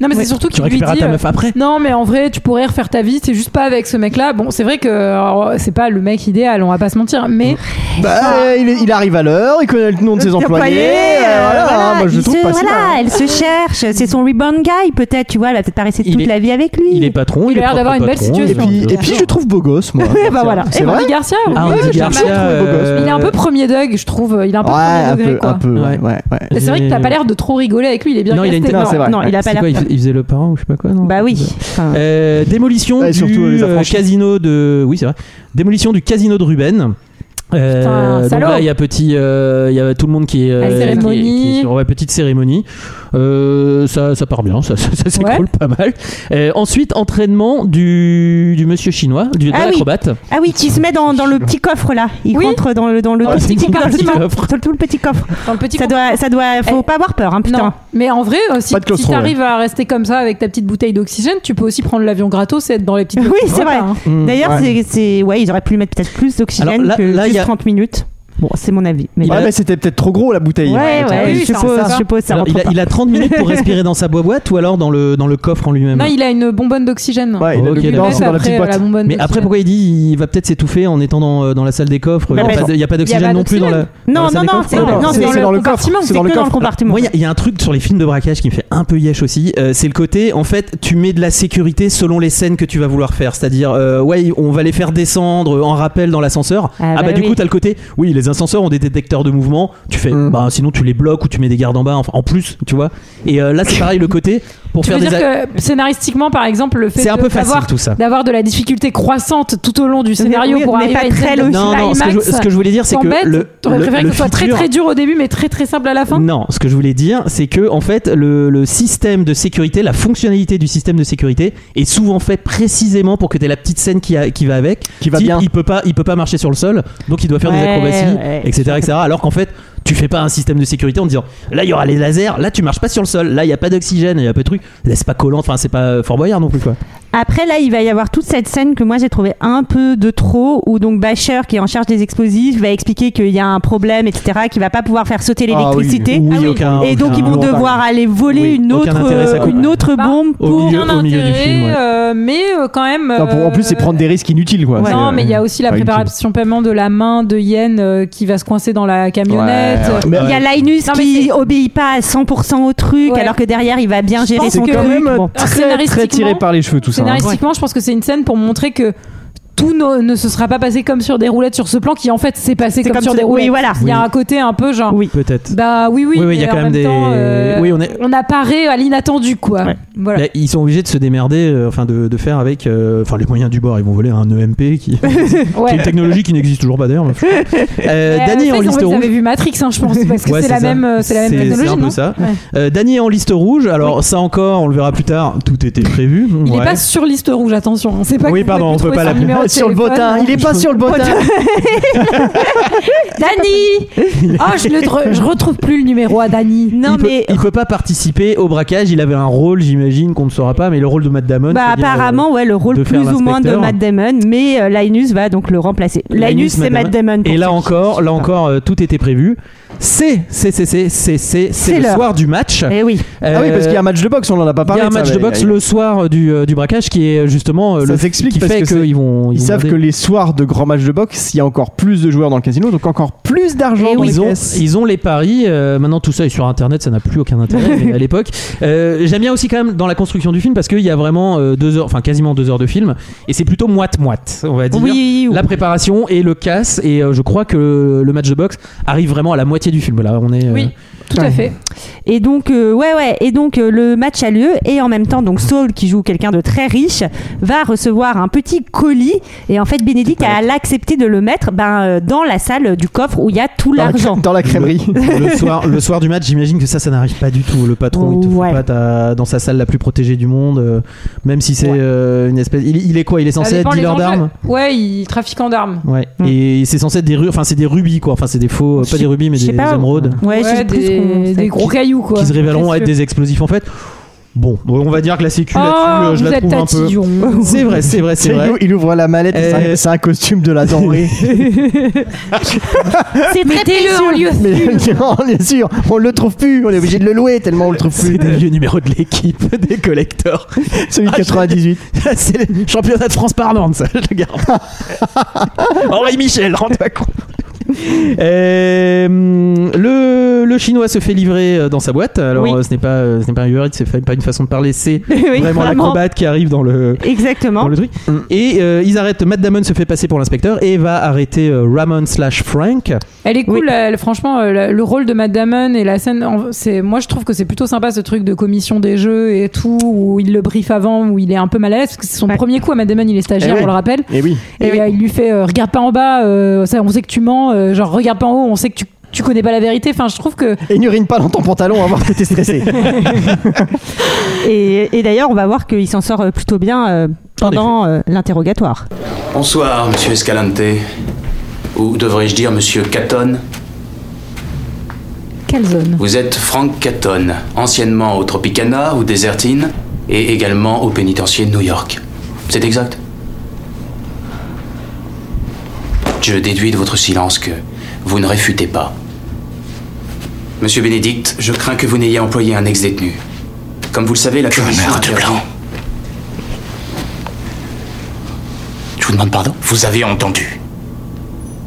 Speaker 5: Non, mais
Speaker 1: Ouais.
Speaker 5: c'est surtout
Speaker 1: Tu
Speaker 5: qu'il lui dit.
Speaker 1: récupéreras ta
Speaker 5: euh,
Speaker 1: meuf après.
Speaker 5: Non, mais en vrai, tu pourrais refaire ta vie, c'est juste pas avec ce mec-là. Bon, c'est vrai que alors, c'est pas le mec idéal, on va pas se mentir, mais.
Speaker 6: Bah, euh, il, est- il arrive à l'heure, il connaît le nom de ses employés. euh, voilà, hein, moi, je
Speaker 7: Ah, il
Speaker 6: trouve
Speaker 7: se-
Speaker 6: pas si
Speaker 7: voilà,
Speaker 6: mal.
Speaker 7: elle se cherche. C'est son rebound guy, peut-être, tu vois. Elle a peut-être pas resté toute la vie avec lui.
Speaker 1: Il est patron,
Speaker 7: Il
Speaker 1: il,
Speaker 7: a
Speaker 1: est
Speaker 7: l'air d'avoir
Speaker 1: propre
Speaker 7: une belle
Speaker 1: patron,
Speaker 7: situation.
Speaker 1: il est-
Speaker 6: Et puis je trouve beau gosse, moi.
Speaker 7: Ouais, bah voilà.
Speaker 6: C'est
Speaker 5: Eh,
Speaker 6: vrai
Speaker 5: Andy Garcia,
Speaker 1: Ah, Andy
Speaker 5: oui, j'aime
Speaker 1: Garcia,
Speaker 5: bien.
Speaker 1: euh,
Speaker 5: Je trouve beau gosse. Il est un peu premier Doug, je trouve. Il est un peu
Speaker 6: Ouais,
Speaker 5: premier
Speaker 6: Ah, un
Speaker 5: degré,
Speaker 6: peu,
Speaker 5: quoi.
Speaker 6: un peu, ouais, ouais, ouais.
Speaker 5: Et C'est vrai que t'as pas l'air de trop rigoler avec lui, il est bien
Speaker 1: Non, il a
Speaker 5: casté.
Speaker 1: une tête-
Speaker 6: Non, c'est vrai.
Speaker 7: Non, il a
Speaker 1: C'est
Speaker 7: pas l'air.
Speaker 1: quoi, il, fais- il faisait le parent ou je sais pas quoi non
Speaker 7: Bah oui. Enfin,
Speaker 1: Ah Euh, démolition
Speaker 6: Ouais,
Speaker 1: du
Speaker 6: surtout les
Speaker 1: euh,
Speaker 6: affranchis.
Speaker 1: casino de oui c'est vrai démolition du casino de Ruben Euh,
Speaker 5: Putain,
Speaker 1: donc
Speaker 5: salaud.
Speaker 1: là il y a petit euh, il y a tout le monde qui est,
Speaker 5: La
Speaker 1: qui est-
Speaker 5: cérémonie.
Speaker 1: qui est sur ouais, petite cérémonie Euh, ça, ça part bien ça, ça, ça s'écroule
Speaker 5: Ouais.
Speaker 1: pas mal Euh, ensuite entraînement du, du monsieur chinois du de
Speaker 7: Ah oui.
Speaker 1: l'acrobate
Speaker 7: Ah oui, qui se met dans, dans le petit coffre là. Il
Speaker 5: Oui.
Speaker 7: rentre dans le dans le
Speaker 5: Dans le petit
Speaker 7: dans le
Speaker 5: compartiment.
Speaker 7: coffre. Dans le- tout le petit coffre.
Speaker 5: Dans le petit
Speaker 7: Ça doit ça doit faut
Speaker 5: Eh.
Speaker 7: pas avoir peur hein
Speaker 5: Non,
Speaker 7: putain.
Speaker 5: mais en vrai, euh, si,
Speaker 6: Pas de claustro,
Speaker 5: si t'arrives à rester comme ça avec ta petite bouteille d'oxygène, tu peux aussi prendre l'avion gratos et être dans les petites.
Speaker 7: Oui,
Speaker 5: boutiques
Speaker 7: c'est vrai.
Speaker 5: repas, hein.
Speaker 1: Mm.
Speaker 7: D'ailleurs,
Speaker 6: Mmh, Ouais.
Speaker 7: c'est- c'est ouais, ils auraient pu lui mettre peut-être plus d'oxygène
Speaker 1: Alors là-
Speaker 7: que
Speaker 1: là, il y
Speaker 7: juste
Speaker 1: a-
Speaker 7: 30 minutes. Bon, c'est mon avis. Mais
Speaker 1: Il
Speaker 6: Ouais,
Speaker 1: a-
Speaker 6: mais c'était peut-être trop gros la bouteille.
Speaker 7: ouais,
Speaker 5: Ah
Speaker 7: ouais,
Speaker 5: oui,
Speaker 7: je
Speaker 5: c'est
Speaker 7: suppose,
Speaker 5: ça.
Speaker 7: je suppose, ça
Speaker 1: Alors,
Speaker 7: rentre
Speaker 1: il, a,
Speaker 7: pas.
Speaker 1: il a 30 minutes pour respirer dans sa boîte ou alors dans le, dans le coffre en lui-même
Speaker 5: Non, il a une bonbonne d'oxygène.
Speaker 6: Ouais, il a
Speaker 1: Ok,
Speaker 6: le
Speaker 5: Il
Speaker 1: d'accord.
Speaker 6: dans,
Speaker 5: laisse
Speaker 6: dans la
Speaker 5: après,
Speaker 6: petite
Speaker 5: euh,
Speaker 6: boîte.
Speaker 5: bonbonne
Speaker 1: mais après
Speaker 5: d'oxygène.
Speaker 1: pourquoi il dit il va peut-être s'étouffer en étant dans, euh, dans la salle des coffres il
Speaker 7: Bah, mais
Speaker 1: n'y a pas
Speaker 5: Il y a
Speaker 1: d'oxygène
Speaker 5: pas
Speaker 1: non plus dans la,
Speaker 7: Non,
Speaker 1: dans la
Speaker 7: non,
Speaker 1: salle
Speaker 7: non,
Speaker 1: des coffres
Speaker 7: c'est
Speaker 1: Ouais,
Speaker 7: non,
Speaker 1: d'accord.
Speaker 7: c'est dans le compartiment. C'est
Speaker 6: dans le
Speaker 7: que dans le
Speaker 6: coffre.
Speaker 7: compartiment.
Speaker 1: Moi, il y a- il y, a un truc sur les films de braquage qui me fait un peu yesh aussi. euh, c'est le côté, en fait, tu mets de la sécurité selon les scènes que tu vas vouloir faire. C'est-à-dire, euh, ouais, on va les faire descendre en rappel dans l'ascenseur.
Speaker 7: Ah
Speaker 1: Ah,
Speaker 7: bah
Speaker 1: bah, du
Speaker 7: oui.
Speaker 1: coup, t'as le côté, oui, les ascenseurs ont des détecteurs de mouvement. Tu fais,
Speaker 6: Mm.
Speaker 1: bah sinon tu les bloques ou tu mets des gardes en bas. Enfin, en plus, tu vois. Et euh, là, c'est pareil, le côté pour
Speaker 5: Tu veux
Speaker 1: faire
Speaker 5: dire
Speaker 1: des. a-
Speaker 5: que scénaristiquement, par exemple, le fait
Speaker 1: C'est un
Speaker 5: de-
Speaker 1: peu facile
Speaker 5: d'avoir-
Speaker 1: tout ça.
Speaker 5: d'avoir de la difficulté croissante tout au long du scénario
Speaker 7: oui,
Speaker 5: pour
Speaker 7: mais
Speaker 5: arriver
Speaker 7: pas
Speaker 5: à une
Speaker 7: très
Speaker 5: scène de
Speaker 7: logique.
Speaker 1: Non, non, ce que, je,
Speaker 5: climax
Speaker 1: ce que je voulais dire, c'est que
Speaker 5: t'embête.
Speaker 1: le.
Speaker 5: T'aurais
Speaker 1: le-
Speaker 5: préféré
Speaker 1: le
Speaker 5: que ce soit très
Speaker 1: futur-
Speaker 5: très dur au début, mais très très simple à la fin.
Speaker 1: Non, ce que je voulais dire, c'est que en fait, le, le système de sécurité, la fonctionnalité du système de sécurité est souvent fait précisément pour que tu aies la petite scène qui, a- qui va avec.
Speaker 6: Qui va
Speaker 1: Type,
Speaker 6: bien.
Speaker 1: Il peut pas, il peut pas marcher sur le sol, donc il doit faire
Speaker 7: Ouais,
Speaker 1: des acrobaties,
Speaker 7: ouais.
Speaker 1: etc., etc. Alors qu'en fait, tu fais pas un système de sécurité en disant là il y aura les lasers, là tu marches pas sur le sol, là il y a pas d'oxygène, il y a pas de truc, là c'est pas collant, enfin c'est pas euh, Fort Boyard non plus quoi.
Speaker 7: Après, là, il va y avoir toute cette scène que moi j'ai trouvé un peu de trop, où donc Bacher, qui est en charge des explosifs, va expliquer qu'il y a un problème, etc., qu'il va pas pouvoir faire sauter
Speaker 6: Ah oui,
Speaker 7: l'électricité.
Speaker 6: oui,
Speaker 5: Ah oui.
Speaker 1: aucun-
Speaker 7: Et donc,
Speaker 1: aucun-
Speaker 7: ils vont
Speaker 6: aucun-
Speaker 7: devoir aller voler
Speaker 1: Oui,
Speaker 7: une
Speaker 1: aucun
Speaker 7: autre,
Speaker 1: intérêt, ça
Speaker 7: euh,
Speaker 1: coûte.
Speaker 7: une autre
Speaker 5: Bah,
Speaker 7: bombe
Speaker 1: au
Speaker 7: pour.
Speaker 1: milieu-
Speaker 5: Aucun
Speaker 1: milieu du
Speaker 5: intérêt,
Speaker 1: film, ouais.
Speaker 5: euh, mais euh, quand même.
Speaker 6: Non, pour- en plus, c'est
Speaker 5: euh,
Speaker 6: prendre des risques inutiles, quoi.
Speaker 5: Non,
Speaker 6: C'est-
Speaker 5: mais il
Speaker 1: euh,
Speaker 5: y a aussi la
Speaker 6: pas
Speaker 5: préparation paiement de la main de Yen euh, qui va se coincer dans la camionnette.
Speaker 6: Ouais, ouais.
Speaker 7: Il y a Linus
Speaker 5: Non, mais
Speaker 7: qui
Speaker 5: c'est-
Speaker 7: obéit pas à 100% au truc,
Speaker 5: Ouais.
Speaker 7: alors que derrière, il va bien gérer
Speaker 5: pense
Speaker 7: son
Speaker 6: C'est
Speaker 7: truc.
Speaker 6: quand même
Speaker 7: Bon.
Speaker 6: très, très tiré
Speaker 5: scénaristiquement-
Speaker 6: par les cheveux, tout ça. hein.
Speaker 5: Scénaristiquement, je pense que c'est une scène pour montrer que tout ne, ne se sera pas passé comme sur des roulettes sur ce plan qui en fait s'est passé
Speaker 7: C'est
Speaker 5: comme,
Speaker 7: comme
Speaker 5: sur
Speaker 7: ce-
Speaker 5: des roulettes.
Speaker 7: oui, voilà.
Speaker 5: Il y a un côté un peu genre.
Speaker 7: Oui.
Speaker 1: peut-être.
Speaker 5: Bah oui, oui.
Speaker 1: Oui, oui, il y a
Speaker 5: mais
Speaker 1: quand
Speaker 5: en
Speaker 1: même des-
Speaker 5: temps, euh,
Speaker 1: oui, on est-
Speaker 5: apparaît à l'inattendu, quoi.
Speaker 7: Ouais.
Speaker 5: Voilà.
Speaker 1: Là, ils sont obligés de se démerder, euh, enfin de, de faire avec, euh, enfin les moyens du bord. Ils vont voler un EMP qui, qui est une
Speaker 5: Ouais.
Speaker 1: technologie qui n'existe toujours pas d'ailleurs. mais je crois. Euh,
Speaker 5: Euh,
Speaker 1: Danny est
Speaker 5: ça,
Speaker 1: en
Speaker 5: ils ont-
Speaker 1: liste
Speaker 5: ils
Speaker 1: rouge.
Speaker 5: avaient vu Matrix, hein, je pense, parce que
Speaker 1: Ouais,
Speaker 5: c'est la,
Speaker 1: ça.
Speaker 5: même, euh, c'est la même
Speaker 1: C'est-
Speaker 5: technologie.
Speaker 1: C'est un peu
Speaker 5: non
Speaker 1: ça.
Speaker 5: Ouais.
Speaker 1: Euh, Danny est en liste rouge. Alors ça encore, on le verra plus tard. Tout était prévu.
Speaker 5: Il
Speaker 1: Ouais.
Speaker 5: est pas sur liste rouge, attention. hein. C'est pas
Speaker 1: Oui,
Speaker 5: que vous
Speaker 1: pardon,
Speaker 5: pouvez
Speaker 1: on peut
Speaker 5: plus trouver
Speaker 1: pas
Speaker 5: son
Speaker 1: l'appeler.
Speaker 5: numéro de
Speaker 6: Sur le
Speaker 5: téléphone.
Speaker 6: bottin, il est pas sur le bottin.
Speaker 5: Dani Oh, je, le tr- je retrouve plus le numéro à Dani.
Speaker 7: Non,
Speaker 1: il, peut,
Speaker 7: mais.
Speaker 1: il peut pas participer au braquage. Il avait un rôle, j'imagine, qu'on ne saura pas, mais le rôle de Matt Damon.
Speaker 7: Bah,
Speaker 1: c'est-à-dire, euh,
Speaker 7: apparemment, ouais, le rôle
Speaker 1: de
Speaker 7: plus
Speaker 1: faire
Speaker 7: ou moins de
Speaker 1: l'inspecteur.
Speaker 7: Matt Damon, mais euh, Linus va donc le remplacer. Linus, c'est Matt Damon. pour
Speaker 1: Et là
Speaker 7: ceux qui-
Speaker 1: encore, là
Speaker 7: qui-
Speaker 1: encore, euh, tout était prévu. C'est, c'est, c'est, c'est, c'est, c'est,
Speaker 7: C'est
Speaker 1: c'est le
Speaker 7: l'heure.
Speaker 1: soir du match.
Speaker 7: Eh oui.
Speaker 6: Ah oui, parce qu'il y a
Speaker 1: Euh,
Speaker 6: un match de boxe, on en a pas
Speaker 1: Il y
Speaker 6: parlé.
Speaker 1: a un
Speaker 6: ça,
Speaker 1: match
Speaker 6: mais-
Speaker 1: de boxe le soir euh, du, euh, du braquage qui est euh, justement euh,
Speaker 6: Ça
Speaker 1: le
Speaker 6: s'explique
Speaker 1: qui
Speaker 6: parce
Speaker 1: fait
Speaker 6: que c'est-
Speaker 1: qu'ils vont
Speaker 6: Ils
Speaker 1: vont
Speaker 6: savent que
Speaker 1: garder.
Speaker 6: les soirs de grands matchs de boxe, il y a encore plus de joueurs dans le casino, donc encore plus d'argent
Speaker 7: Et Eh
Speaker 6: dans
Speaker 7: oui.
Speaker 6: les
Speaker 1: ils ont,
Speaker 6: caisses.
Speaker 1: ils ont les paris. euh, maintenant, tout ça est sur Internet, ça n'a plus aucun intérêt mais à l'époque. Euh, J'aime bien aussi quand même dans la construction du film parce qu'il y a vraiment euh, deux heures, enfin quasiment deux heures de film, et c'est plutôt moite moite, on va dire.
Speaker 7: Oui,
Speaker 1: La préparation et le casse, et euh, je crois que le match de boxe arrive vraiment à la moitié du film. Là, on est. euh,
Speaker 5: Oui, tout à fait.
Speaker 7: Et donc, euh, ouais, ouais. Et donc, euh, le match a lieu. Et en même temps, donc, Saul, qui joue quelqu'un de très riche, va recevoir un petit colis. Et en fait, Bénédicte a accepté de le mettre ben, euh, dans la salle du coffre où il y a tout
Speaker 6: Dans la-
Speaker 7: l'argent.
Speaker 6: Dans la crèmerie.
Speaker 1: le, soir, le soir du match, j'imagine que ça, ça n'arrive pas du tout. Le patron, il te fout
Speaker 7: Ouais.
Speaker 1: pas ta- dans sa salle la plus protégée du monde, euh, même si c'est
Speaker 7: Ouais.
Speaker 1: euh, une espèce. Il, il est quoi Il est
Speaker 5: Ça
Speaker 1: censé être
Speaker 5: dépend les
Speaker 1: dealer
Speaker 5: enjeux.
Speaker 1: d'armes
Speaker 5: Ouais, il trafiquant d'armes.
Speaker 1: Ouais.
Speaker 7: Mm.
Speaker 1: Et c'est censé être des, ru- enfin, c'est des rubis, quoi. Enfin, c'est des faux, euh,
Speaker 7: Je
Speaker 1: pas des
Speaker 7: sais-
Speaker 1: rubis, mais
Speaker 7: je sais
Speaker 1: des,
Speaker 7: pas.
Speaker 1: émeraudes
Speaker 7: Ouais, je
Speaker 5: Ouais,
Speaker 7: sais plus ce
Speaker 5: des,
Speaker 7: qu'on-
Speaker 5: des
Speaker 7: c'est-
Speaker 5: gros cailloux, quoi.
Speaker 1: qui se révéleront être des explosifs en fait. Bon, on va dire que la sécu là-dessus, euh, je
Speaker 7: Oh,
Speaker 1: la trouve un peu. C'est vrai, c'est vrai, c'est
Speaker 6: Il
Speaker 1: vrai.
Speaker 6: ou- Il ouvre la mallette, et c'est un-
Speaker 1: Euh,
Speaker 6: c'est un costume de la denrée.
Speaker 7: C'est
Speaker 6: Mettez-le en lieu sûr. On est sûr, on le trouve plus, on est obligé de le louer tellement on le trouve plus.
Speaker 1: C'est des vieux numéros de l'équipe, des collecteurs. Ah,
Speaker 6: Celui de 98.
Speaker 1: c'est le championnat de France par Nantes, ça, je le garde. Henri Michel, rends-toi compte. Euh, le, le chinois se fait livrer euh, dans sa boîte. Alors,
Speaker 7: Oui.
Speaker 1: euh, ce n'est pas, euh, ce n'est pas un Uber Eats, c'est fa- pas une façon de parler. C'est
Speaker 7: Oui,
Speaker 1: vraiment
Speaker 7: vraiment.
Speaker 1: l'acrobate qui arrive dans le,
Speaker 7: Exactement. Mm.
Speaker 1: dans le truc. Et euh, ils arrêtent. Matt Damon se fait passer pour l'inspecteur et va arrêter euh, Ramon slash Frank.
Speaker 5: Elle est cool, la- la- franchement, euh, la- le rôle de Matt Damon et la scène, en- c'est, moi je trouve que c'est plutôt sympa ce truc de commission des jeux et tout, où il le briefe avant, où il est un peu mal à l'aise, parce que c'est son premier coup à Matt Damon, il est stagiaire,
Speaker 6: Eh oui.
Speaker 5: on le rappelle.
Speaker 6: Et oui.
Speaker 5: Et euh, il lui fait euh, Regarde pas en bas, euh, ça, on sait que tu mens, euh, genre regarde pas en haut, on sait que tu, tu connais pas la vérité. Enfin, je trouve que.
Speaker 6: Et n'urine pas dans ton pantalon avant que t'es stressé.
Speaker 7: Et, et d'ailleurs, on va voir qu'il s'en sort euh, plutôt bien euh, pendant euh, l'interrogatoire.
Speaker 3: Bonsoir, monsieur Escalante. Ou devrais-je dire monsieur Catone
Speaker 5: Quelle zone
Speaker 3: Vous êtes Frank Catone, anciennement au Tropicana ou Désertine, et également au pénitencier de New York. C'est exact Je déduis de votre silence que vous ne réfutez pas. Monsieur Bénédicte, je crains que vous n'ayez employé un ex-détenu. Comme vous le savez, la commission... blanc
Speaker 12: Je vous demande pardon Vous avez entendu.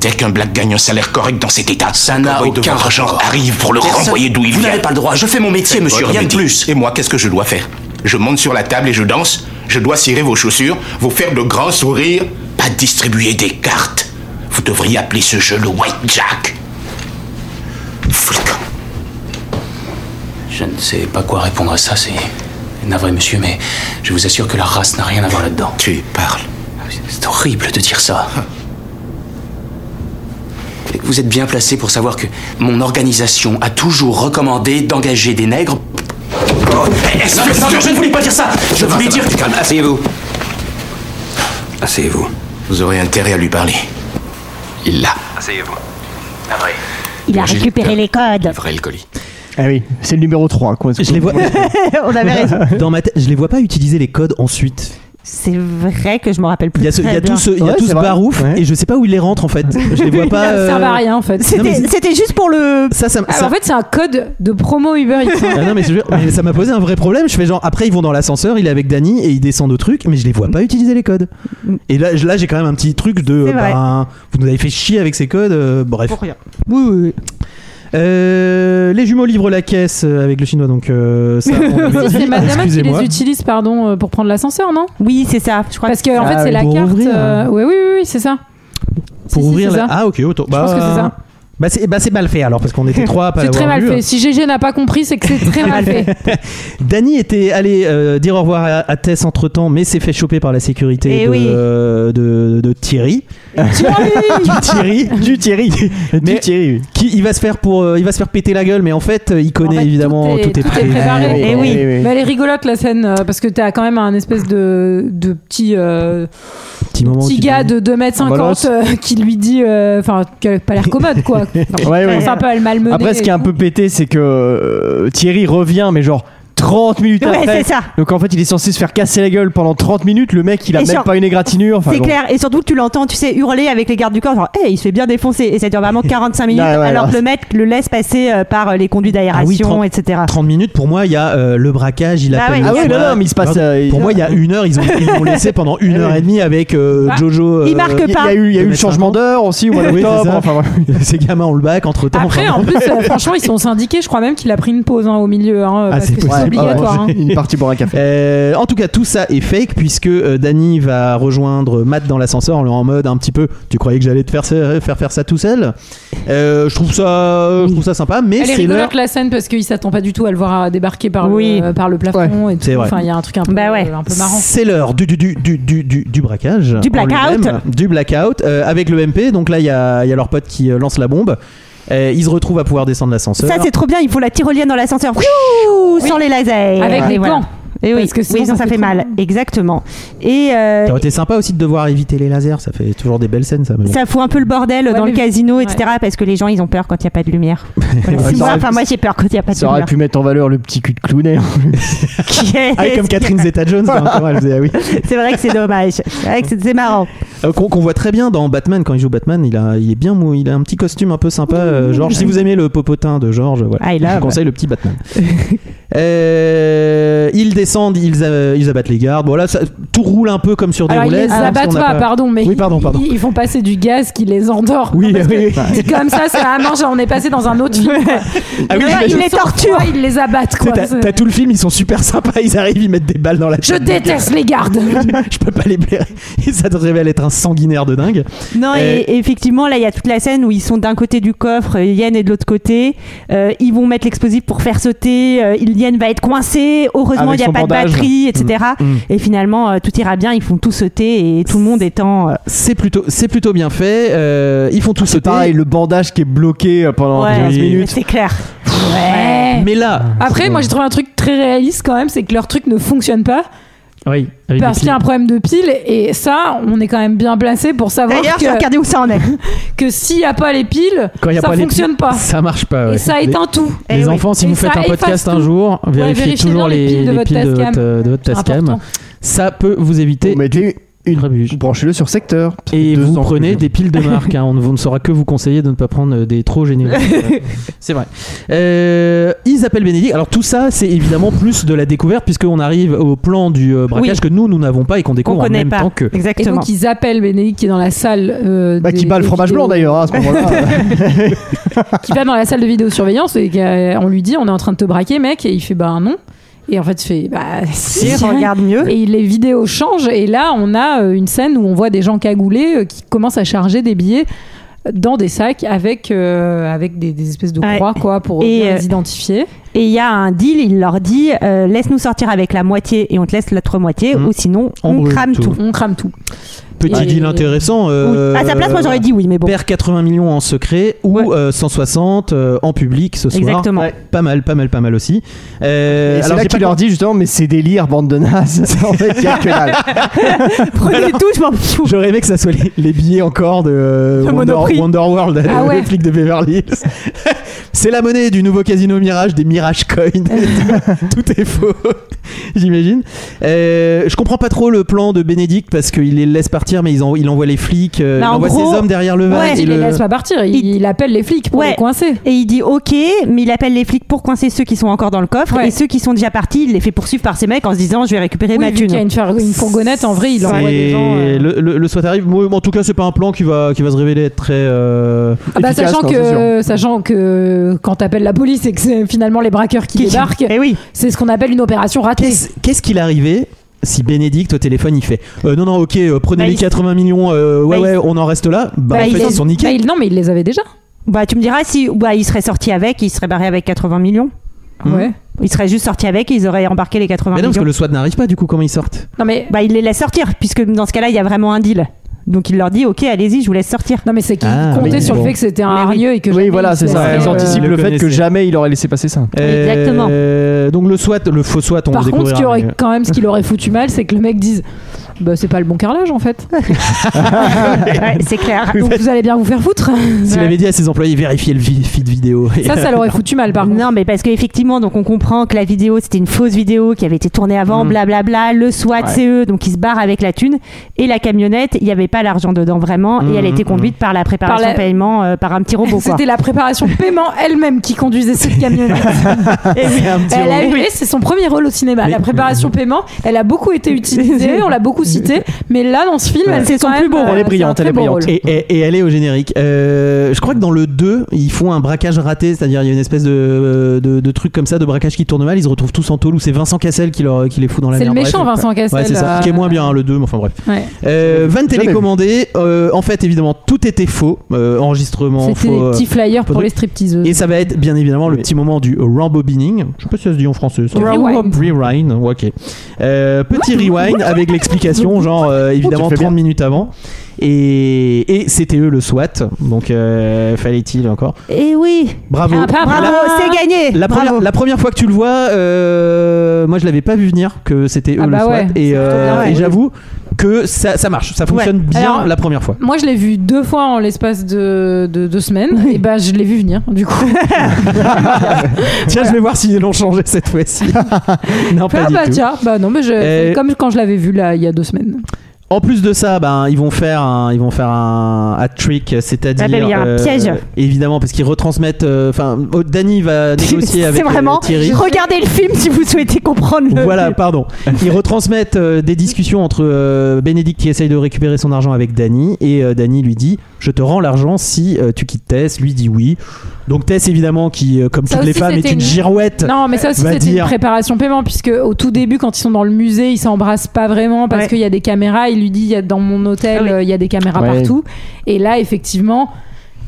Speaker 12: Dès qu'un black gagne un salaire correct dans cet état, ça
Speaker 3: n'a
Speaker 12: de
Speaker 3: aucun
Speaker 12: votre
Speaker 3: rapport.
Speaker 12: genre arrive pour le
Speaker 3: Personne-
Speaker 12: renvoyer d'où il
Speaker 3: Vous
Speaker 12: vient.
Speaker 3: n'avez pas le droit. Je fais mon métier,
Speaker 12: Faites
Speaker 3: monsieur,
Speaker 12: votre
Speaker 3: rien de
Speaker 12: métier. Et moi, qu'est-ce que je dois faire Je monte sur la table et je danse. Je dois cirer vos chaussures, vous faire de grands sourires, pas distribuer des cartes. Vous devriez appeler ce jeu le White Jack.
Speaker 3: Je ne sais pas quoi répondre à ça, c'est navré, monsieur, mais je vous assure que la race n'a rien à voir là-dedans. Ah
Speaker 12: Tu parles.
Speaker 3: C'est horrible de dire ça. Vous êtes bien placé pour savoir que mon organisation a toujours recommandé d'engager des nègres. Oh, excusez- non, non, je ne voulais pas dire ça. Je voulais dire.
Speaker 12: Calme, asseyez-vous. Asseyez-vous. Vous aurez intérêt à lui parler. Il l'a.
Speaker 4: Asseyez-vous.
Speaker 7: Il a récupéré les codes.
Speaker 12: Vrai le colis.
Speaker 6: Ah oui, c'est le numéro 3. Quoi,
Speaker 1: Je les vois.
Speaker 7: on avait raison.
Speaker 1: Dans ma tête, je les vois pas utiliser les codes ensuite.
Speaker 7: C'est vrai que je me rappelle plus.
Speaker 1: Il y a, ce- il y a tout ce, il y a
Speaker 6: Ouais,
Speaker 1: tout ce
Speaker 6: c'est vrai.
Speaker 1: barouf
Speaker 6: Ouais.
Speaker 1: et je sais pas où il les rentre en fait. Je les vois pas.
Speaker 5: Ça
Speaker 1: euh,
Speaker 5: ne à rien en fait.
Speaker 1: Non, mais c'est-
Speaker 7: C'était juste pour le.
Speaker 1: Ça, ça, m-
Speaker 5: Ah,
Speaker 1: ça-
Speaker 5: En fait, c'est un code de promo Uber Eats. hein.
Speaker 1: Ah non, mais, je- mais ça m'a posé un vrai problème. Je fais genre, après ils vont dans l'ascenseur, il est avec Dany et ils descendent au truc, mais je les vois pas utiliser les codes.
Speaker 5: Mm.
Speaker 1: Et là, je- là j'ai quand même un petit truc de.
Speaker 7: C'est vrai.
Speaker 1: ben, vous nous avez fait chier avec ces codes, euh, bref.
Speaker 7: Pour rien.
Speaker 1: Oui, oui, oui. Euh, les jumeaux livrent la caisse euh, avec le chinois, donc euh, ça. on avait
Speaker 5: Si,
Speaker 1: dit.
Speaker 5: c'est Matt Damon qui
Speaker 1: Excusez-moi.
Speaker 5: les utilise pardon, euh, pour prendre l'ascenseur, non
Speaker 7: Oui, c'est ça. Je crois
Speaker 5: Parce que en
Speaker 1: Ah,
Speaker 5: fait, c'est
Speaker 1: oui,
Speaker 5: la
Speaker 1: pour
Speaker 5: carte.
Speaker 1: ouvrir,
Speaker 5: euh,
Speaker 1: hein.
Speaker 5: Oui, oui, oui, oui, c'est ça. Si,
Speaker 1: Pour
Speaker 5: si,
Speaker 1: ouvrir
Speaker 5: c'est
Speaker 1: la-
Speaker 5: ça.
Speaker 1: Ah, ok, autant.
Speaker 5: Je pense que c'est ça.
Speaker 1: Bah, c'est bah, c'est mal fait alors, parce qu'on était trois à pas
Speaker 5: C'est très
Speaker 1: l'avoir
Speaker 5: mal
Speaker 1: vu. hein.
Speaker 5: fait. Si GG n'a pas compris, c'est que c'est très mal fait.
Speaker 1: Dany était allé euh, dire au revoir à, à Tess entre temps, mais s'est fait choper par la sécurité
Speaker 7: Eh
Speaker 1: de,
Speaker 7: oui.
Speaker 1: euh, de- de Thierry. Thierry
Speaker 6: Du Thierry.
Speaker 1: Mais-
Speaker 6: du Thierry, oui.
Speaker 1: qui il va se faire pour euh, il va se faire péter la gueule mais en fait euh, il connaît
Speaker 5: En fait, tout
Speaker 1: évidemment
Speaker 5: est- tout est
Speaker 1: prévu.
Speaker 5: préparé.
Speaker 7: Eh oui.
Speaker 5: Mais elle est rigolote la scène euh, parce que t'as quand même un espèce de, de petit, euh,
Speaker 1: petit moment
Speaker 5: petit
Speaker 1: tu
Speaker 5: gars
Speaker 1: dis-
Speaker 5: de 2m50 euh, qui lui dit. euh, Enfin, qui a pas l'air commode quoi. Enfin,
Speaker 6: Ouais, ouais.
Speaker 5: C'est un peu elle malmenée.
Speaker 6: Après, ce qui est un peu pété, c'est que euh, Thierry revient, mais genre 30 minutes
Speaker 7: Ouais,
Speaker 6: après.
Speaker 7: c'est ça.
Speaker 6: Donc en fait, il est censé se faire casser la gueule pendant 30 minutes. Le mec, il a
Speaker 7: Et
Speaker 6: même
Speaker 7: genre,
Speaker 6: pas une égratignure. Enfin,
Speaker 7: C'est
Speaker 6: bon.
Speaker 7: clair, et surtout tu l'entends, tu sais, hurler avec les gardes du corps, genre, hey, il se fait bien défoncer, et ça dure vraiment 45 minutes,
Speaker 6: Ouais, ouais,
Speaker 7: alors
Speaker 6: ouais.
Speaker 7: que le mec le laisse passer euh, par euh, les conduits
Speaker 1: Ah oui,
Speaker 7: d'aération,
Speaker 1: 30
Speaker 7: etc.
Speaker 1: 30 minutes pour moi il y a euh, le braquage il
Speaker 7: Bah
Speaker 1: appelle
Speaker 7: ouais.
Speaker 1: le
Speaker 7: Ah ouais,
Speaker 1: SWAT.
Speaker 6: non, non, mais il se passe,
Speaker 1: Pardon,
Speaker 6: euh,
Speaker 1: pour moi il y a une heure ils ont ils l'ont laissé pendant une heure et demie avec euh,
Speaker 5: Ah,
Speaker 1: Jojo
Speaker 7: il
Speaker 1: euh,
Speaker 7: marque
Speaker 6: Il y a
Speaker 7: pas.
Speaker 6: eu, il y a eu
Speaker 1: de
Speaker 6: le changement d'heure aussi, ou à
Speaker 1: Oui, c'est
Speaker 6: l'octobre,
Speaker 1: ça.
Speaker 6: enfin, voilà.
Speaker 1: ces gamins on le bac entre temps
Speaker 5: Après, en plus, euh, franchement, ils sont syndiqués. Je crois même qu'il a pris une pause hein, au milieu. hein,
Speaker 1: Ah,
Speaker 5: parce
Speaker 1: c'est
Speaker 5: que c'est
Speaker 1: possible. Ah,
Speaker 5: obligatoire. hein.
Speaker 6: Une partie boire un café.
Speaker 1: Euh, en tout cas, tout ça est fake puisque euh, Danny va rejoindre Matt dans l'ascenseur en lui en mode un petit peu. Tu croyais que j'allais te faire ça- faire faire ça tout seul Euh, Je trouve ça, je trouve ça sympa, mais
Speaker 5: Elle est
Speaker 1: c'est l'heure.
Speaker 5: rigolote la scène parce qu'il s'attend pas du tout à le voir euh, débarquer par,
Speaker 7: Oui.
Speaker 5: le, par le plafond. et tout.
Speaker 1: c'est vrai.
Speaker 5: Enfin, il y a un truc un peu,
Speaker 7: Bah ouais.
Speaker 5: euh, un peu marrant.
Speaker 1: C'est l'heure du, du, du, du, du, du, du braquage.
Speaker 7: Du
Speaker 1: en
Speaker 7: blackout.
Speaker 1: lui-même. Du blackout euh, avec le MP. Donc là, il y a, il y a leur pote qui euh, lance la bombe. Euh, ils se retrouvent à pouvoir descendre l'ascenseur.
Speaker 7: Ça c'est trop bien, il faut la tyrolienne dans l'ascenseur, Wouh, sans les lasers.
Speaker 5: Avec
Speaker 7: Et
Speaker 5: des
Speaker 7: voilà.
Speaker 5: gants.
Speaker 7: Et oui,
Speaker 5: Parce que sinon,
Speaker 7: oui, non,
Speaker 5: ça
Speaker 7: ça,
Speaker 5: fait
Speaker 7: fait
Speaker 5: trop
Speaker 7: mal.
Speaker 5: mal.
Speaker 7: Exactement. Et euh,
Speaker 1: Ça aurait été sympa aussi de devoir éviter les lasers, ça fait toujours des belles scènes ça. mais bon.
Speaker 7: ça fout un peu le bordel dans le casino, etc. Parce que les gens, ils ont peur quand il n'y a pas de lumière. Voilà.
Speaker 6: Ouais, ça
Speaker 7: Moi,
Speaker 6: aurait-
Speaker 7: enfin, moi, j'ai peur quand il n'y a pas de
Speaker 6: Ça aurait
Speaker 7: lumière.
Speaker 6: pu mettre en valeur le petit cul de Clooney.
Speaker 1: Ah, et comme Catherine Zeta-Jones, dans encore, elle faisait, ah oui.
Speaker 7: C'est vrai que c'est dommage. C'est vrai que c'est c'est marrant.
Speaker 1: Euh, qu'on qu'on voit très bien dans Batman quand il joue Batman, il a, il est bien mou, il a un petit costume un peu sympa. euh, Georges, si vous aimez le popotin de Georges, voilà,
Speaker 7: I love.
Speaker 1: je vous conseille le petit Batman. Euh, ils descendent, ils, euh, ils abattent les gardes. Voilà, ça- tout roule un peu comme sur des
Speaker 5: Alors, ils
Speaker 1: roulettes.
Speaker 5: les
Speaker 1: hein, parce
Speaker 5: abattent
Speaker 1: qu'on a
Speaker 5: pas, pardon, mais
Speaker 1: oui, pardon,
Speaker 5: ils-
Speaker 1: pardon.
Speaker 5: Ils, font passer du gaz qui les endort.
Speaker 1: Oui,
Speaker 5: Parce
Speaker 1: oui,
Speaker 5: que
Speaker 1: oui.
Speaker 5: dit comme ça, c'est à manger. On est passé dans un autre film. quoi.
Speaker 1: Ah oui,
Speaker 5: Là,
Speaker 1: j'imagine.
Speaker 5: ils les torturent, ils les abattent. Quoi.
Speaker 1: T'as
Speaker 5: C'est-
Speaker 1: t'as tout le film, ils sont super sympas, ils arrivent, ils mettent des balles dans la
Speaker 5: Je
Speaker 1: tête.
Speaker 5: déteste les gardes.
Speaker 1: je peux pas les blairer. Et ça te révèle être un sanguinaire de dingue.
Speaker 7: Non,
Speaker 1: Euh,
Speaker 7: et, et effectivement, là, il y a toute la scène où ils sont d'un côté du coffre, euh, Yen est de l'autre côté. Euh, ils vont mettre l'explosif pour faire sauter. euh, il- Yen va être coincé. Heureusement,
Speaker 1: Avec
Speaker 7: il n'y a
Speaker 1: son
Speaker 7: pas
Speaker 1: bandage.
Speaker 7: de batterie, etc.
Speaker 1: Mm, mm.
Speaker 7: Et finalement, euh, tout ira bien. Ils font tout sauter et tout le monde étant. euh,
Speaker 1: C'est plutôt, c'est plutôt bien fait. euh, ils font
Speaker 5: Ah,
Speaker 1: tout sauter.
Speaker 6: Pareil, le bandage qui est bloqué euh, pendant
Speaker 7: ouais,
Speaker 6: 15
Speaker 7: mais
Speaker 6: minutes.
Speaker 7: c'est clair.
Speaker 5: Ouais.
Speaker 1: Mais là,
Speaker 5: Après, moi, j'ai trouvé un truc très réaliste quand même, c'est que leur truc ne fonctionne pas
Speaker 1: oui,
Speaker 5: parce qu'il y a un problème de pile. Et ça, on est quand même bien placé pour savoir
Speaker 7: D'ailleurs, j'ai
Speaker 5: que,
Speaker 7: regardé où ça en est.
Speaker 5: que s'il n'y a pas les piles,
Speaker 1: Quand il y a
Speaker 5: ça
Speaker 1: pas les
Speaker 5: fonctionne
Speaker 1: piles,
Speaker 5: pas.
Speaker 1: Ça marche pas.
Speaker 5: Et
Speaker 1: ouais.
Speaker 5: ça éteint tout.
Speaker 1: Les
Speaker 5: Et oui.
Speaker 1: enfants, si
Speaker 5: Et
Speaker 1: vous
Speaker 5: ça
Speaker 1: faites un
Speaker 5: efface
Speaker 1: podcast un
Speaker 5: tout.
Speaker 1: jour, vérifiez,
Speaker 5: vérifiez
Speaker 1: toujours
Speaker 5: bien les
Speaker 1: les,
Speaker 5: piles de
Speaker 1: les
Speaker 5: votre
Speaker 1: piles de
Speaker 5: Tascam.
Speaker 1: votre, euh, de votre
Speaker 5: C'est
Speaker 1: Tascam.
Speaker 5: important.
Speaker 1: Ça peut vous éviter.
Speaker 6: Vous mettez une branchez-le sur secteur.
Speaker 1: Et
Speaker 6: Deux
Speaker 1: vous
Speaker 6: ans
Speaker 1: prenez
Speaker 6: plus.
Speaker 1: des piles de marque. hein. On ne- on ne saura que vous conseiller de ne pas prendre euh, des trop généreux. Euh, c'est vrai. Euh, ils appellent Bénédicte. Alors tout ça, c'est évidemment plus de la découverte puisqu'on arrive au plan du euh, braquage
Speaker 7: Oui.
Speaker 1: que nous, nous n'avons pas et qu'on
Speaker 7: Qu'on
Speaker 1: découvre en
Speaker 7: connaît
Speaker 1: même
Speaker 7: pas.
Speaker 1: temps que.
Speaker 5: Et
Speaker 7: Exactement.
Speaker 5: donc, ils appellent Bénédicte qui est dans la salle. euh,
Speaker 6: Bah,
Speaker 5: des-
Speaker 6: qui bat le
Speaker 5: des
Speaker 6: fromage
Speaker 5: vidéos-
Speaker 6: blanc d'ailleurs hein, à ce moment-là.
Speaker 5: qui va dans la salle de vidéosurveillance et qui, euh, on lui dit on est en train de te braquer mec et il fait bah non et en fait il fait bah si
Speaker 7: Si, regarde mieux.
Speaker 5: et les vidéos changent et là on a euh, une scène où on voit des gens cagoulés euh, qui commencent à charger des billets dans des sacs avec euh, avec des, des espèces de
Speaker 7: Ouais.
Speaker 5: croix quoi pour
Speaker 7: Et,
Speaker 5: bien
Speaker 7: euh,
Speaker 5: les identifier
Speaker 7: Et il y a un deal, il leur dit euh, laisse-nous sortir avec la moitié et on te laisse l'autre moitié,
Speaker 1: Mm.
Speaker 7: ou sinon
Speaker 1: On
Speaker 7: on,
Speaker 1: brûle
Speaker 7: crame
Speaker 1: tout.
Speaker 7: tout.
Speaker 5: on crame tout
Speaker 1: Petit
Speaker 5: Et-
Speaker 1: deal intéressant. euh,
Speaker 7: Oui. À sa place, moi j'aurais dit oui, mais bon.
Speaker 1: Perd 80 millions en secret ou euh, 160 euh, en public ce soir.
Speaker 7: Exactement.
Speaker 1: Ouais. Pas mal, pas mal, pas mal aussi. Euh,
Speaker 6: Et c'est
Speaker 1: alors,
Speaker 6: là
Speaker 1: j'ai
Speaker 6: qu'il
Speaker 1: pas
Speaker 6: leur dit justement, mais c'est délire, bande de nazes. en fait, il y a que dalle.
Speaker 7: Prenez tout, je m'en fous.
Speaker 1: Je rêvais que ça soit les, les billets encore de euh,
Speaker 7: De
Speaker 1: Wonder,
Speaker 7: Monoprix.
Speaker 1: Wonderworld,
Speaker 5: Ah
Speaker 1: le
Speaker 5: ouais.
Speaker 1: flic de Beverly Hills. C'est la monnaie du nouveau casino Mirage, des Mirage Coins. Tout est faux, j'imagine. Euh, je comprends pas trop le plan de Bénédicte parce qu'il les laisse partir, mais ils en- il envoie les flics, euh,
Speaker 7: Bah,
Speaker 1: il
Speaker 7: en
Speaker 1: envoie
Speaker 7: gros,
Speaker 1: ses hommes derrière le van.
Speaker 7: ouais,
Speaker 1: et
Speaker 5: il
Speaker 1: le-
Speaker 5: les laisse pas partir il,
Speaker 7: Il-
Speaker 5: il appelle les flics pour
Speaker 7: Ouais.
Speaker 5: les coincer
Speaker 7: Et il dit ok, mais il appelle les flics pour coincer ceux qui sont encore dans le coffre
Speaker 5: Ouais.
Speaker 7: et ceux qui sont déjà partis, il les fait poursuivre par ces mecs en se disant je vais récupérer
Speaker 5: oui,
Speaker 7: ma
Speaker 5: vu qu'il y a
Speaker 7: thune.
Speaker 5: une, fer- une fourgonnette en vrai il envoie des
Speaker 1: Et
Speaker 5: gens euh,
Speaker 1: le, le, le SWAT arrive. Moi, en tout cas, c'est pas un plan qui va, qui va se révéler être très. euh,
Speaker 5: Ah bah,
Speaker 6: efficace,
Speaker 5: sachant,
Speaker 6: non,
Speaker 5: que, sachant que quand t'appelles la police et que c'est finalement les braqueurs qui débarquent,
Speaker 7: Et Eh oui,
Speaker 5: c'est ce qu'on appelle une opération ratée.
Speaker 1: Qu'est-ce qu'est-ce qu'il arrivait si Bénédicte au téléphone il fait euh, non non ok euh, prenez
Speaker 7: Bah,
Speaker 1: les
Speaker 7: il-
Speaker 1: 80 millions euh, ouais
Speaker 7: Bah,
Speaker 1: ouais on en reste là
Speaker 5: Bah,
Speaker 1: bah, en fait
Speaker 5: il
Speaker 1: ils
Speaker 5: est-
Speaker 1: sont niqués
Speaker 5: bah, il- non, mais il les avait déjà.
Speaker 7: bah tu me diras si bah, il serait sorti avec, il serait barré avec 80 millions.
Speaker 5: Ah Ouais.
Speaker 7: Il serait juste sorti avec et ils auraient embarqué les 80
Speaker 5: Bah,
Speaker 1: mais non parce
Speaker 7: millions.
Speaker 1: que le SWAT n'arrive pas du coup comment ils sortent
Speaker 5: Non mais
Speaker 7: Bah il les laisse sortir puisque dans ce cas-là il y a vraiment un deal. Donc il leur dit ok allez-y je vous laisse sortir.
Speaker 5: non mais c'est qu'il
Speaker 1: Ah,
Speaker 5: comptait
Speaker 1: mais
Speaker 5: sur
Speaker 1: bon.
Speaker 5: le fait que c'était un
Speaker 7: Mais oui.
Speaker 5: hargneux et que
Speaker 6: Oui,
Speaker 5: jamais
Speaker 6: voilà,
Speaker 5: il se
Speaker 6: c'est ça.
Speaker 5: laisserait,
Speaker 6: Ils
Speaker 1: Ouais,
Speaker 6: anticipent le
Speaker 1: ouais. Le
Speaker 6: fait que
Speaker 1: connaissait.
Speaker 6: jamais il aurait laissé passer ça.
Speaker 7: Exactement.
Speaker 1: Euh, donc le SWAT le faux SWAT on
Speaker 5: Par
Speaker 1: le
Speaker 5: contre, ce qui
Speaker 1: découvrira,
Speaker 5: aurait
Speaker 1: mais- euh,
Speaker 5: quand même ce qu'il aurait foutu mal, c'est que le mec dise bah c'est pas le bon carrelage en fait.
Speaker 7: Ouais, c'est clair.
Speaker 5: Donc vous allez eh bien vous faire foutre.
Speaker 1: s'il avait dit à ses employés vérifiez le vi- feed vidéo
Speaker 5: Bah. Ça ça l'aurait foutu mal par contre.
Speaker 7: Non, mais parce qu'effectivement, donc on comprend que la vidéo c'était une fausse vidéo qui avait été tournée avant,
Speaker 1: Mhm.
Speaker 7: blablabla. le SWAT,
Speaker 6: Ouais.
Speaker 7: c'est eux, donc ils se barrent avec la thune. Et la camionnette, il n'y avait pas l'argent dedans vraiment, et elle
Speaker 1: Mhm,
Speaker 7: était conduite par la préparation
Speaker 5: Par la-
Speaker 7: paiement euh, par un petit robot. quoi.
Speaker 5: C'était la préparation paiement elle-même qui conduisait cette camionnette. Elle a eu, c'est son premier rôle au cinéma. La préparation paiement, elle a beaucoup été utilisée, on l'a beaucoup citée, mais là dans ce film, elle
Speaker 7: C'est
Speaker 5: fait
Speaker 7: son
Speaker 5: quand
Speaker 7: plus
Speaker 5: même,
Speaker 7: beau
Speaker 5: euh,
Speaker 7: rôle.
Speaker 6: Elle est brillante,
Speaker 5: c'est un
Speaker 6: elle est
Speaker 5: très beau
Speaker 6: brillante.
Speaker 5: rôle.
Speaker 1: Et, et- et elle est au générique. Euh, je crois que dans le 2, ils font un braquage raté, c'est-à-dire il y a une espèce de, euh, de, de truc comme ça, de braquage qui tourne mal, ils se retrouvent tous en tôle ou c'est Vincent Cassel qui, leur, qui les fout dans la
Speaker 5: C'est le
Speaker 1: merde.
Speaker 5: méchant,
Speaker 1: Bref.
Speaker 5: Vincent Cassel,
Speaker 1: Ouais, c'est ça.
Speaker 5: euh,
Speaker 1: Qui est moins bien, hein, le 2, mais enfin bref.
Speaker 5: Ouais.
Speaker 1: Euh, van
Speaker 6: Jamais
Speaker 1: télécommandé, euh, en fait évidemment tout était faux, euh, enregistrement
Speaker 5: C'était
Speaker 1: faux.
Speaker 5: des
Speaker 1: euh,
Speaker 5: petits flyers
Speaker 1: faut
Speaker 5: pour
Speaker 1: de-
Speaker 5: les stripteaseuses.
Speaker 1: et ça va être bien évidemment le
Speaker 6: Oui.
Speaker 1: petit moment du rembobining. Je sais pas si ça se dit en français. ça.
Speaker 5: Rewind.
Speaker 1: Rewind, ouais, ok. Euh, petit rewind avec l'explication, genre euh, évidemment
Speaker 6: Oh, tu fais
Speaker 1: 30
Speaker 6: bien.
Speaker 1: minutes avant. Et, et c'était eux le SWAT, donc euh, fallait-il encore.
Speaker 5: Eh
Speaker 7: Et oui.
Speaker 1: Bravo.
Speaker 7: Ah, bah, bravo,
Speaker 1: La-
Speaker 7: c'est gagné.
Speaker 1: La
Speaker 7: Bravo.
Speaker 1: première, la première fois que tu le vois, euh, moi je l'avais pas vu venir que c'était eux
Speaker 5: Ah
Speaker 1: le
Speaker 5: bah
Speaker 1: SWAT.
Speaker 5: ouais,
Speaker 1: et euh,
Speaker 5: bien, ouais.
Speaker 1: et j'avoue que ça, ça marche, ça fonctionne
Speaker 5: Ouais.
Speaker 1: bien
Speaker 5: Alors,
Speaker 1: la première fois.
Speaker 5: Moi, je l'ai vu deux fois en l'espace de, de deux semaines. Et bah, je l'ai vu venir, du coup.
Speaker 1: Tiens, je vais voir s'ils l'ont changé cette fois-ci. non, pas
Speaker 5: ah
Speaker 1: du
Speaker 5: bah
Speaker 1: tout.
Speaker 5: tiens, bah non, mais je-
Speaker 1: Euh,
Speaker 5: c'est comme quand je l'avais vu là il y a deux semaines.
Speaker 1: En plus de ça, ben, ils vont faire un, ils vont faire un hat trick, c'est-à-dire euh,
Speaker 5: Ah bah, il y a un piège.
Speaker 1: Évidemment, parce qu'ils retransmettent. euh, Enfin, oh, Danny va négocier
Speaker 7: C'est
Speaker 1: avec euh,
Speaker 7: vraiment.
Speaker 1: Thierry.
Speaker 7: Regardez le film si vous souhaitez comprendre le.
Speaker 1: Voilà, pardon. Ils retransmettent euh, des discussions entre euh, Bénédicte qui essaye de récupérer son argent avec Danny et euh, Danny lui dit Je te rends l'argent si euh, tu quittes Tess. Lui dit oui. Donc Tess, évidemment, qui, euh, comme
Speaker 5: Ça
Speaker 1: toutes les
Speaker 5: aussi,
Speaker 1: femmes, est
Speaker 5: c'était
Speaker 1: une girouette.
Speaker 5: Non, mais ça aussi,
Speaker 1: va
Speaker 5: c'était
Speaker 1: dire-
Speaker 5: une préparation paiement, puisque au tout début, quand ils sont dans le musée, ils s'embrassent pas vraiment parce qu'il y a des caméras. Il lui dit il y a- Dans mon hôtel, euh, il y a des caméras
Speaker 7: Ouais.
Speaker 5: partout. Et là, effectivement.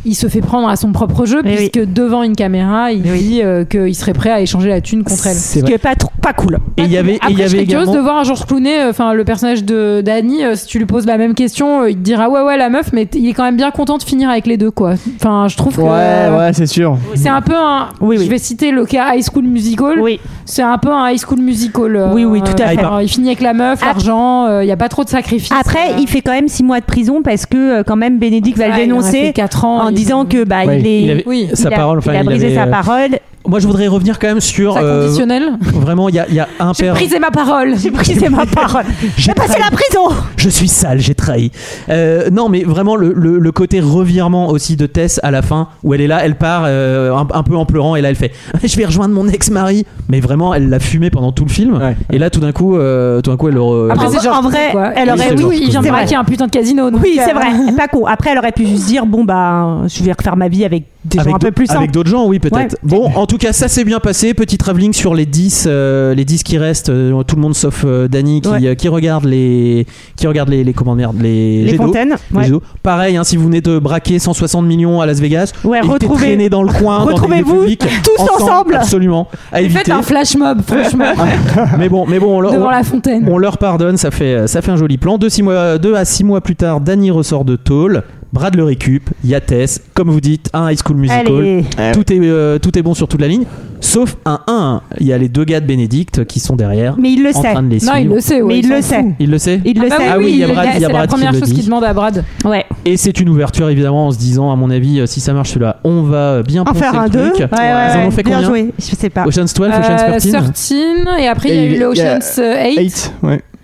Speaker 5: Il se fait prendre à son propre jeu, puisque devant une caméra, il dit euh, qu'il serait prêt à échanger la thune contre elle.
Speaker 1: C'est Ce qui vrai. est
Speaker 7: pas, pas cool.
Speaker 1: Et il y avait, et
Speaker 5: Après,
Speaker 1: il y
Speaker 5: je
Speaker 1: avait
Speaker 5: serais
Speaker 1: également.
Speaker 5: curieuse de voir un Georges Clooney, euh, enfin le personnage de d'Annie, euh, si tu lui poses la même question, euh, il te dira ouais ouais la meuf, mais t- il est quand même bien content de finir avec les deux quoi. Enfin je trouve que
Speaker 6: Ouais,
Speaker 5: euh,
Speaker 6: ouais, c'est sûr.
Speaker 5: c'est un peu un. Je vais citer le cas High School Musical.
Speaker 7: Oui.
Speaker 5: C'est un peu un High School Musical. euh,
Speaker 7: Oui, oui, tout à
Speaker 5: euh,
Speaker 7: fait.
Speaker 5: alors, il finit avec la meuf, l'argent, euh, il n'y a pas trop de sacrifices.
Speaker 7: Après,
Speaker 5: euh,
Speaker 7: il fait quand même 6 mois de prison parce que euh, quand même Bénédicte
Speaker 5: Ouais,
Speaker 7: va le
Speaker 5: il aurait
Speaker 7: dénoncer
Speaker 5: fait quatre ans,
Speaker 7: en
Speaker 5: il-
Speaker 7: disant que bah
Speaker 1: Ouais,
Speaker 7: il est
Speaker 1: avait-
Speaker 7: il
Speaker 1: sa
Speaker 7: a-
Speaker 1: parole, enfin,
Speaker 7: il a
Speaker 1: il
Speaker 7: brisé
Speaker 1: avait,
Speaker 7: sa
Speaker 1: euh,
Speaker 7: parole.
Speaker 1: Moi, je vovoudrais revenir quand même sur.
Speaker 7: Ça
Speaker 1: euh,
Speaker 7: conditionnel
Speaker 1: Vraiment, il y a, il y a un
Speaker 7: J'ai
Speaker 1: père.
Speaker 7: brisé ma parole. J'ai brisé ma parole. J'ai passé la prison.
Speaker 5: Oh.
Speaker 1: Je suis sale, j'ai trahi. Euh, non, mais vraiment, le, le- le côté revirement aussi de Tess à la fin, où elle est là, elle part euh, un, un peu en pleurant, et là, elle fait Je vais rejoindre mon ex-mari. Mais vraiment, elle l'a fumé pendant tout le film. Et là, tout d'un coup, euh, tout d'un coup elle le. re-
Speaker 5: Après,
Speaker 1: elle-
Speaker 5: c'est Georges
Speaker 7: en vrai,
Speaker 5: Clooney, quoi.
Speaker 7: elle
Speaker 5: Et
Speaker 7: aurait-
Speaker 5: surtout,
Speaker 7: oui,
Speaker 5: il vient
Speaker 7: c'est
Speaker 5: de
Speaker 7: vrai.
Speaker 5: braquer un putain de casino. donc,
Speaker 7: Oui, c'est
Speaker 5: euh,
Speaker 7: vrai. Pas con. Après, elle aurait pu juste dire bon bah je vais refaire ma vie avec des gens un
Speaker 1: d'au-
Speaker 7: peu plus simples.
Speaker 1: avec d'autres gens, oui, peut-être.
Speaker 7: Ouais.
Speaker 1: Bon, en tout cas, ça s'est bien passé. Petit travelling sur les 10, euh, les 10 qui restent. euh, tout le monde sauf euh, Dany qui,
Speaker 7: Ouais.
Speaker 1: euh, qui regarde les, qui regarde les, les comment dire, les,
Speaker 7: Les
Speaker 1: jets d'eau.
Speaker 7: fontaines,
Speaker 1: Les
Speaker 7: ouais.
Speaker 1: jets d'eau. Pareil, hein, si vous venez de braquer 160 millions à Las Vegas,
Speaker 7: Ouais,
Speaker 1: évitez de
Speaker 7: retrouvez-
Speaker 1: traîner dans le coin, dans des lieux
Speaker 7: retrouvez-vous
Speaker 1: publics,
Speaker 7: tous ensemble.
Speaker 1: absolument. À
Speaker 5: Faites
Speaker 1: éviter.
Speaker 5: un flash mob, franchement.
Speaker 1: mais bon, mais bon, on leur,
Speaker 5: Devant
Speaker 1: on-
Speaker 5: la fontaine.
Speaker 1: on leur pardonne. Ça fait, ça fait un joli plan. Deux, six mois, euh, deux à six mois plus tard, Danny ressort de tôle. Brad le récup, Yates, comme vous dites, un high school musical.
Speaker 7: Allez.
Speaker 1: Tout est, euh, tout est bon sur toute la ligne, sauf un 1. Il y a les deux gars de Bénédicte qui sont derrière.
Speaker 7: Mais il le
Speaker 1: en
Speaker 7: sait.
Speaker 1: Train de les
Speaker 7: Non, il
Speaker 1: suivre.
Speaker 7: le sait, ouais, Mais il il le s'en sait. fout.
Speaker 1: Il le sait.
Speaker 7: Il le
Speaker 1: ah
Speaker 5: bah
Speaker 7: sait.
Speaker 1: oui, il y a
Speaker 5: il-
Speaker 1: Brad, il y a
Speaker 5: c'est la
Speaker 1: Brad qui
Speaker 5: première
Speaker 1: le
Speaker 5: chose
Speaker 1: dit.
Speaker 5: qu'il demande à Brad.
Speaker 7: Ouais.
Speaker 1: Et c'est une ouverture évidemment en se disant, à mon avis, euh, si ça marche celui-là, on va euh, bien
Speaker 7: En
Speaker 1: poncer
Speaker 7: faire
Speaker 1: le
Speaker 7: un deux.
Speaker 1: truc.
Speaker 7: Ouais, ouais,
Speaker 1: Ils en ont
Speaker 7: ouais.
Speaker 1: fait
Speaker 7: Bien
Speaker 1: combien
Speaker 7: joué. Je sais pas.
Speaker 1: Ocean's 12,
Speaker 5: Euh,
Speaker 1: Ocean's 13
Speaker 5: 13, et après il y a eu euh, le Ocean's 8.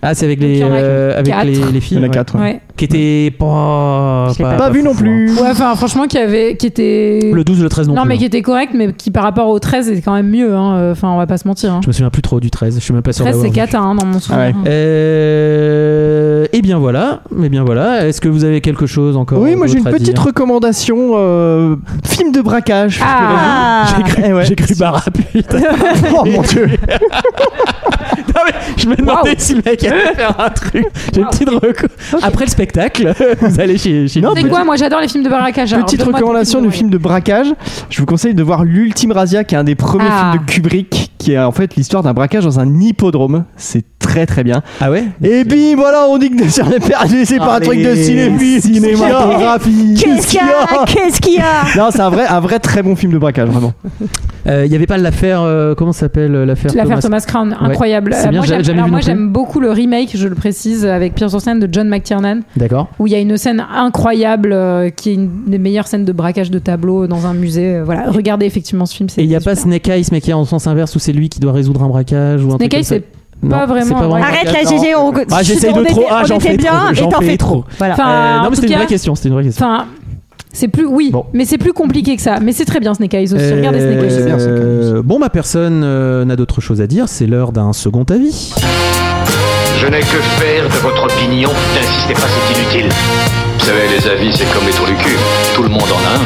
Speaker 1: Ah, c'est avec
Speaker 5: il
Speaker 1: les,
Speaker 5: y en a
Speaker 1: euh, avec
Speaker 5: quatre.
Speaker 1: les, les filles.
Speaker 6: Il y en a quatre, ouais.
Speaker 5: Ouais.
Speaker 1: Qui étaient pas.
Speaker 6: l'ai pas vu non
Speaker 1: fou, hein.
Speaker 5: Ouais, enfin franchement qui avait qui était
Speaker 1: Le 12, le 13 non,
Speaker 5: non
Speaker 1: plus.
Speaker 5: mais
Speaker 1: hein.
Speaker 5: qui était correct mais qui par rapport au 13 est quand même mieux hein. enfin on va pas se mentir. Hein.
Speaker 1: Je me souviens plus trop du 13. Je suis même pas sûr
Speaker 5: 13 c'est
Speaker 1: d'avoir vu.
Speaker 5: 4 hein, dans mon souvenir.
Speaker 6: Ah
Speaker 1: Euh, eh bien voilà, eh bien voilà. Est-ce que vous avez quelque chose encore
Speaker 6: Oui, moi j'ai une
Speaker 1: d'autre à
Speaker 6: petite
Speaker 1: dire
Speaker 6: recommandation euh, film de braquage.
Speaker 5: Ah.
Speaker 1: J'ai cru,
Speaker 6: Eh ouais.
Speaker 1: j'ai cru Barra, putain.
Speaker 6: Oh mon dieu
Speaker 1: Non, mais je me demandais si le mec allait faire un truc. J'ai une petite reco- Après le spectacle, vous allez chez. chez
Speaker 5: c'est quoi moi j'adore les films de braquage. alors,
Speaker 6: Petite
Speaker 5: donne-moi ton
Speaker 6: recommandation
Speaker 5: film
Speaker 6: du film de braquage. Je vous conseille de voir L'Ultime Razia, qui est un des premiers
Speaker 5: Ah.
Speaker 6: films de Kubrick, qui est en fait l'histoire d'un braquage dans un hippodrome. C'est très très bien.
Speaker 1: Ah ouais
Speaker 6: Et bim, voilà, on dit que si on est perdu, c'est pas un
Speaker 1: Allez,
Speaker 6: truc de cinéma.
Speaker 1: cinématographie.
Speaker 7: Qu'est-ce qu'il y a Qu'est-ce qu'il y a
Speaker 6: Non, c'est un vrai, un vrai très bon film de braquage, vraiment.
Speaker 1: Il n'y avait pas l'affaire. euh, comment ça s'appelle euh, l'affaire
Speaker 5: L'affaire Thomas Crown,
Speaker 1: Ouais.
Speaker 5: incroyable.
Speaker 1: C'est
Speaker 5: Euh,
Speaker 1: bien,
Speaker 5: moi,
Speaker 1: j'a-
Speaker 5: j'aime-
Speaker 1: jamais
Speaker 5: alors,
Speaker 1: vu
Speaker 5: moi,
Speaker 1: non plus.
Speaker 5: j'aime beaucoup le remake, je le précise, avec Pierce Brosnan de John McTiernan,
Speaker 1: D'accord.
Speaker 5: où il y a une scène incroyable euh, qui est une des meilleures scènes de braquage de tableau dans un musée. euh, Voilà, regardez effectivement ce film. c'est
Speaker 1: Et il n'y a pas Snake Eyes, mais qui est en sens inverse où c'est lui qui doit résoudre un braquage ou un
Speaker 5: Snake
Speaker 1: truc
Speaker 5: Eyes,
Speaker 1: comme ça.
Speaker 5: c'est
Speaker 1: Non,
Speaker 5: pas vraiment un braquage.
Speaker 7: Arrête la
Speaker 1: Non.
Speaker 7: GG, on-
Speaker 1: Ah, j'essaye
Speaker 7: on
Speaker 1: de trop.
Speaker 7: était-
Speaker 1: Ah,
Speaker 7: on
Speaker 1: j'en
Speaker 7: était
Speaker 1: fais
Speaker 7: bien
Speaker 1: trop.
Speaker 7: et
Speaker 1: J'en
Speaker 7: t'en
Speaker 1: fais
Speaker 7: fais trop. Voilà.
Speaker 5: Enfin,
Speaker 1: Euh,
Speaker 5: en
Speaker 1: non, mais c'était
Speaker 5: tout
Speaker 1: une vraie
Speaker 5: cas-
Speaker 1: question. C'était une vraie question.
Speaker 5: Enfin, c'est plus, oui, mais c'est plus compliqué que ça. Mais c'est très bien Snake Eyes aussi. Regardez Snake Eyes.
Speaker 1: Euh, bon, ma personne euh, n'a d'autre chose à dire. C'est l'heure d'un second avis.
Speaker 13: Je n'ai que faire de votre opinion. N'insistez pas, c'est inutile.
Speaker 4: Vous savez, les avis, c'est comme les trous du cul. Tout le monde en a un.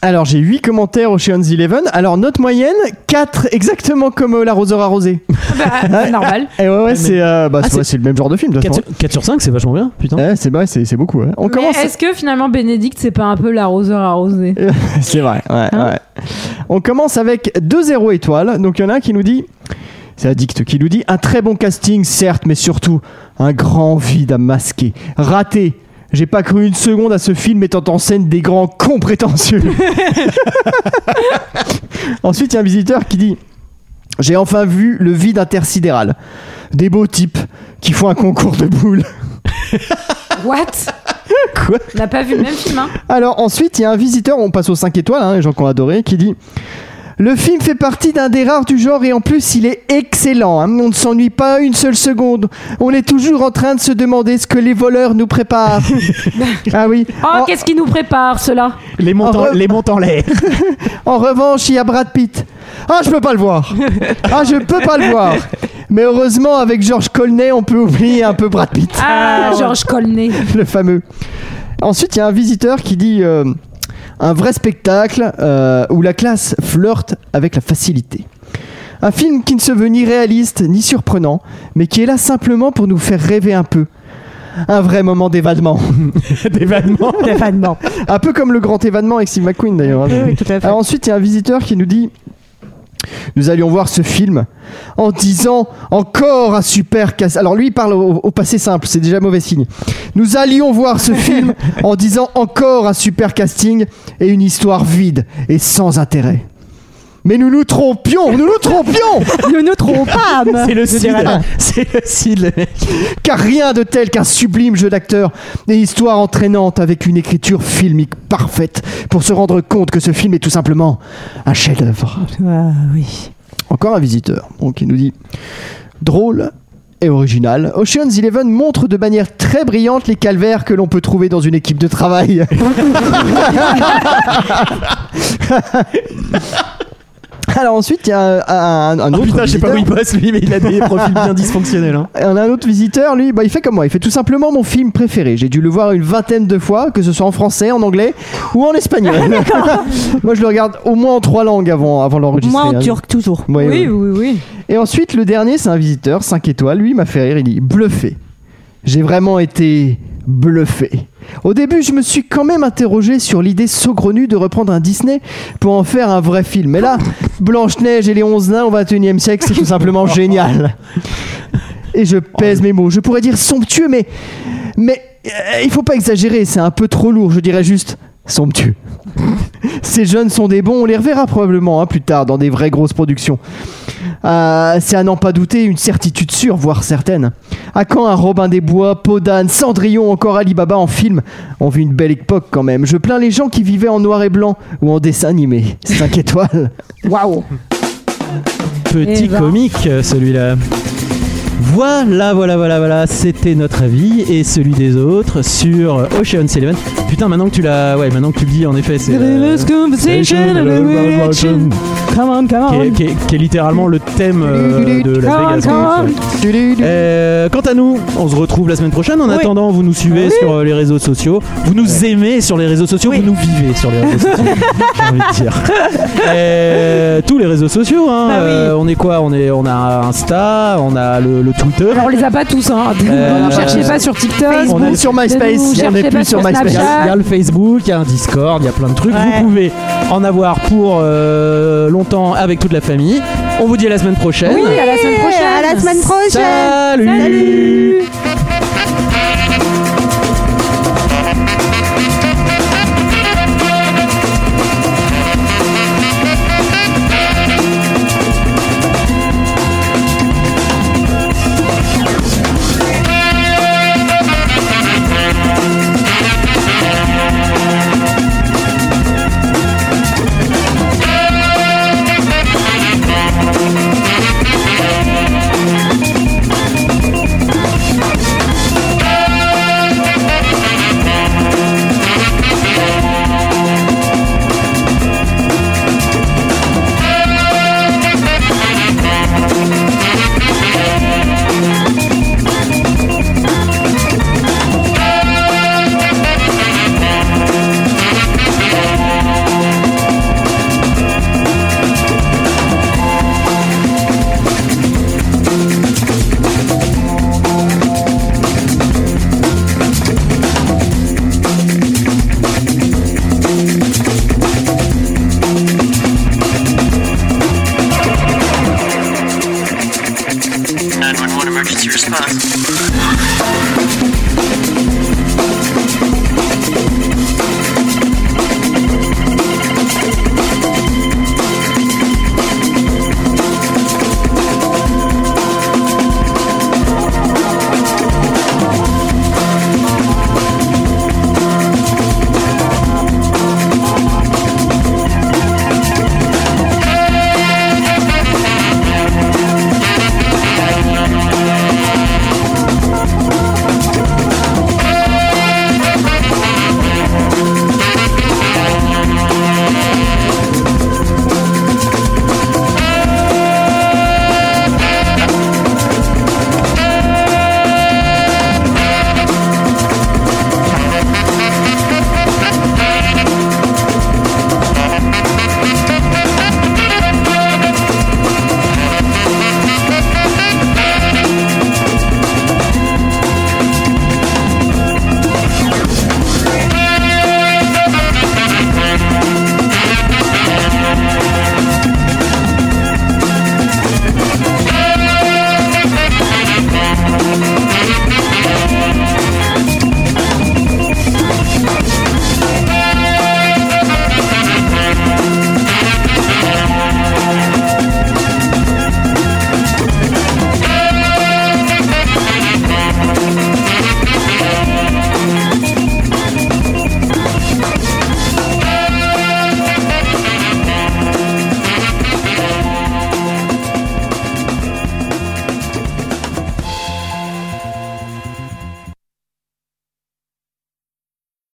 Speaker 6: Alors, j'ai 8 commentaires Ocean's Eleven. Alors, note moyenne, 4, exactement comme euh, l'arroseur arrosé.
Speaker 5: Bah, normal.
Speaker 6: Et ouais, ouais, c'est euh, bah,
Speaker 1: Ah,
Speaker 6: c'est- ouais,
Speaker 1: c'est-
Speaker 6: c'est le même genre de film.
Speaker 1: 4 sur, 5, c'est vachement bien, putain.
Speaker 6: c'est vrai, c'est c'est beaucoup. ouais. On
Speaker 5: Mais
Speaker 6: commence.
Speaker 5: Est-ce que finalement Bénédicte, c'est pas un peu l'arroseur arrosé
Speaker 6: c'est vrai, ouais, ouais. On commence avec 2-0 étoiles. Donc il y en a un qui nous dit. C'est Addict qui nous dit un très bon casting, certes, mais surtout un grand vide à masquer. Raté J'ai pas cru une seconde à ce film mettant en scène des grands cons prétentieux. Ensuite, il y a un visiteur qui dit J'ai enfin vu le vide intersidéral. Des beaux types qui font un concours de boules.
Speaker 5: What
Speaker 6: Quoi
Speaker 5: On n'a pas vu le même film, hein
Speaker 6: Alors ensuite, il y a un visiteur, on passe aux 5 étoiles, hein, les gens qui ont adoré, qui dit Le film fait partie d'un des rares du genre et en plus il est excellent. hein. On ne s'ennuie pas une seule seconde. On est toujours en train de se demander ce que les voleurs nous préparent. ah oui.
Speaker 5: Oh, qu'est-ce qui nous prépare, cela
Speaker 6: Les montes en, l'air. en revanche, il y a Brad Pitt. Ah, je peux pas le voir. Ah, je peux pas le voir. Mais heureusement, avec George Colney, on peut oublier un peu Brad Pitt.
Speaker 5: Ah, George Colney.
Speaker 6: Le fameux. Ensuite, il y a un visiteur qui dit euh, un vrai spectacle euh, où la classe flirte avec la facilité. Un film qui ne se veut ni réaliste ni surprenant, mais qui est là simplement pour nous faire rêver un peu. Un vrai moment d'évadement. d'évadement D'évadement. Un peu comme le grand événement avec Steve McQueen d'ailleurs. hein.
Speaker 1: Oui, oui, tout à fait.
Speaker 6: Alors ensuite, il y a un visiteur qui nous dit nous allions voir ce film en disant encore un super casse. Alors lui il parle au, au passé simple, c'est déjà mauvais signe. Nous allions voir ce film en disant encore un super casting et une histoire vide et sans intérêt. Mais nous nous trompions, nous nous trompions Nous nous trompâmes
Speaker 1: C'est le
Speaker 6: Je
Speaker 1: Cid.
Speaker 6: dirais pas.
Speaker 1: C'est le Cid, le mec.
Speaker 6: Car rien de tel qu'un sublime jeu d'acteur et histoire entraînante avec une écriture filmique parfaite pour se rendre compte que ce film est tout simplement un chef-d'œuvre.
Speaker 1: Ah,
Speaker 6: oui. Encore un visiteur donc, qui nous dit drôle et original. Ocean's Eleven montre de manière très brillante les calvaires que l'on peut trouver dans une équipe de travail. Alors ensuite, il y a un, un- un autre.
Speaker 1: Ah, Oh, putain, je sais pas
Speaker 6: visiteur.
Speaker 1: où il bosse, lui, mais il a des profils bien dysfonctionnels, hein.
Speaker 6: Et On a un autre visiteur, lui, bah, il fait comme moi. Il fait tout simplement mon film préféré. J'ai dû le voir une vingtaine de fois, que ce soit en français, en anglais ou en espagnol. moi, je le regarde au moins en trois langues avant, avant l'enregistrer.
Speaker 7: Moi, en
Speaker 6: hein.
Speaker 7: turc, toujours.
Speaker 6: Ouais, ouais.
Speaker 5: oui.
Speaker 6: Et ensuite, le dernier, c'est un visiteur, 5 étoiles. Lui, il m'a fait rire. Il dit Bluffé. J'ai vraiment été bluffé. Au début, je me suis quand même interrogé sur l'idée saugrenue de reprendre un Disney pour en faire un vrai film. Mais là, Blanche-Neige et les 11 nains au 21 e siècle, c'est tout simplement génial. Et je pèse mes mots. Je pourrais dire somptueux, mais. Mais euh, il faut pas exagérer, c'est un peu trop lourd. Je dirais juste somptueux. Ces jeunes sont des bons, on les reverra probablement hein, plus tard dans des vraies grosses productions. Euh, c'est à n'en pas douter, une certitude sûre, voire certaine. À quand un Robin des Bois, Podane, Cendrillon, encore Alibaba en film On vit une belle époque quand même. Je plains les gens qui vivaient en noir et blanc ou en dessin animé. 5 étoiles. Waouh
Speaker 1: Petit
Speaker 6: Eh ben.
Speaker 1: comique euh, celui-là. Voilà, voilà, voilà, voilà, c'était notre avis et celui des autres sur Ocean's Eleven. Putain, maintenant que tu l'as, ouais, maintenant que tu le dis, en effet, c'est. euh,
Speaker 5: Come on, come
Speaker 1: qui est, qui est- qui est littéralement le thème euh, de Las Vegas. Euh, quant à nous, on se retrouve la semaine prochaine. En
Speaker 14: Oui.
Speaker 1: attendant, vous nous suivez sur euh, les réseaux sociaux, vous nous aimez sur les réseaux sociaux, vous nous vivez sur les réseaux sociaux. J'ai envie de dire. Euh, tous les réseaux sociaux. hein.
Speaker 5: Bah
Speaker 1: Euh, on est quoi On est, on a Insta, on a le, le Twitter.
Speaker 5: Alors, on les a pas tous, hein.
Speaker 1: Euh,
Speaker 5: ne cherchez pas sur TikTok.
Speaker 1: on est
Speaker 5: Ne nous
Speaker 1: Il y en
Speaker 5: cherchez
Speaker 1: a
Speaker 5: pas
Speaker 1: plus sur MySpace. Il y a- il y a le Facebook, il y a un Discord, il y a plein de trucs. Vous pouvez en avoir pour euh, longtemps avec toute la famille. On vous dit à la semaine prochaine.
Speaker 7: Oui, à la semaine prochaine.
Speaker 5: À la semaine prochaine.
Speaker 1: Salut.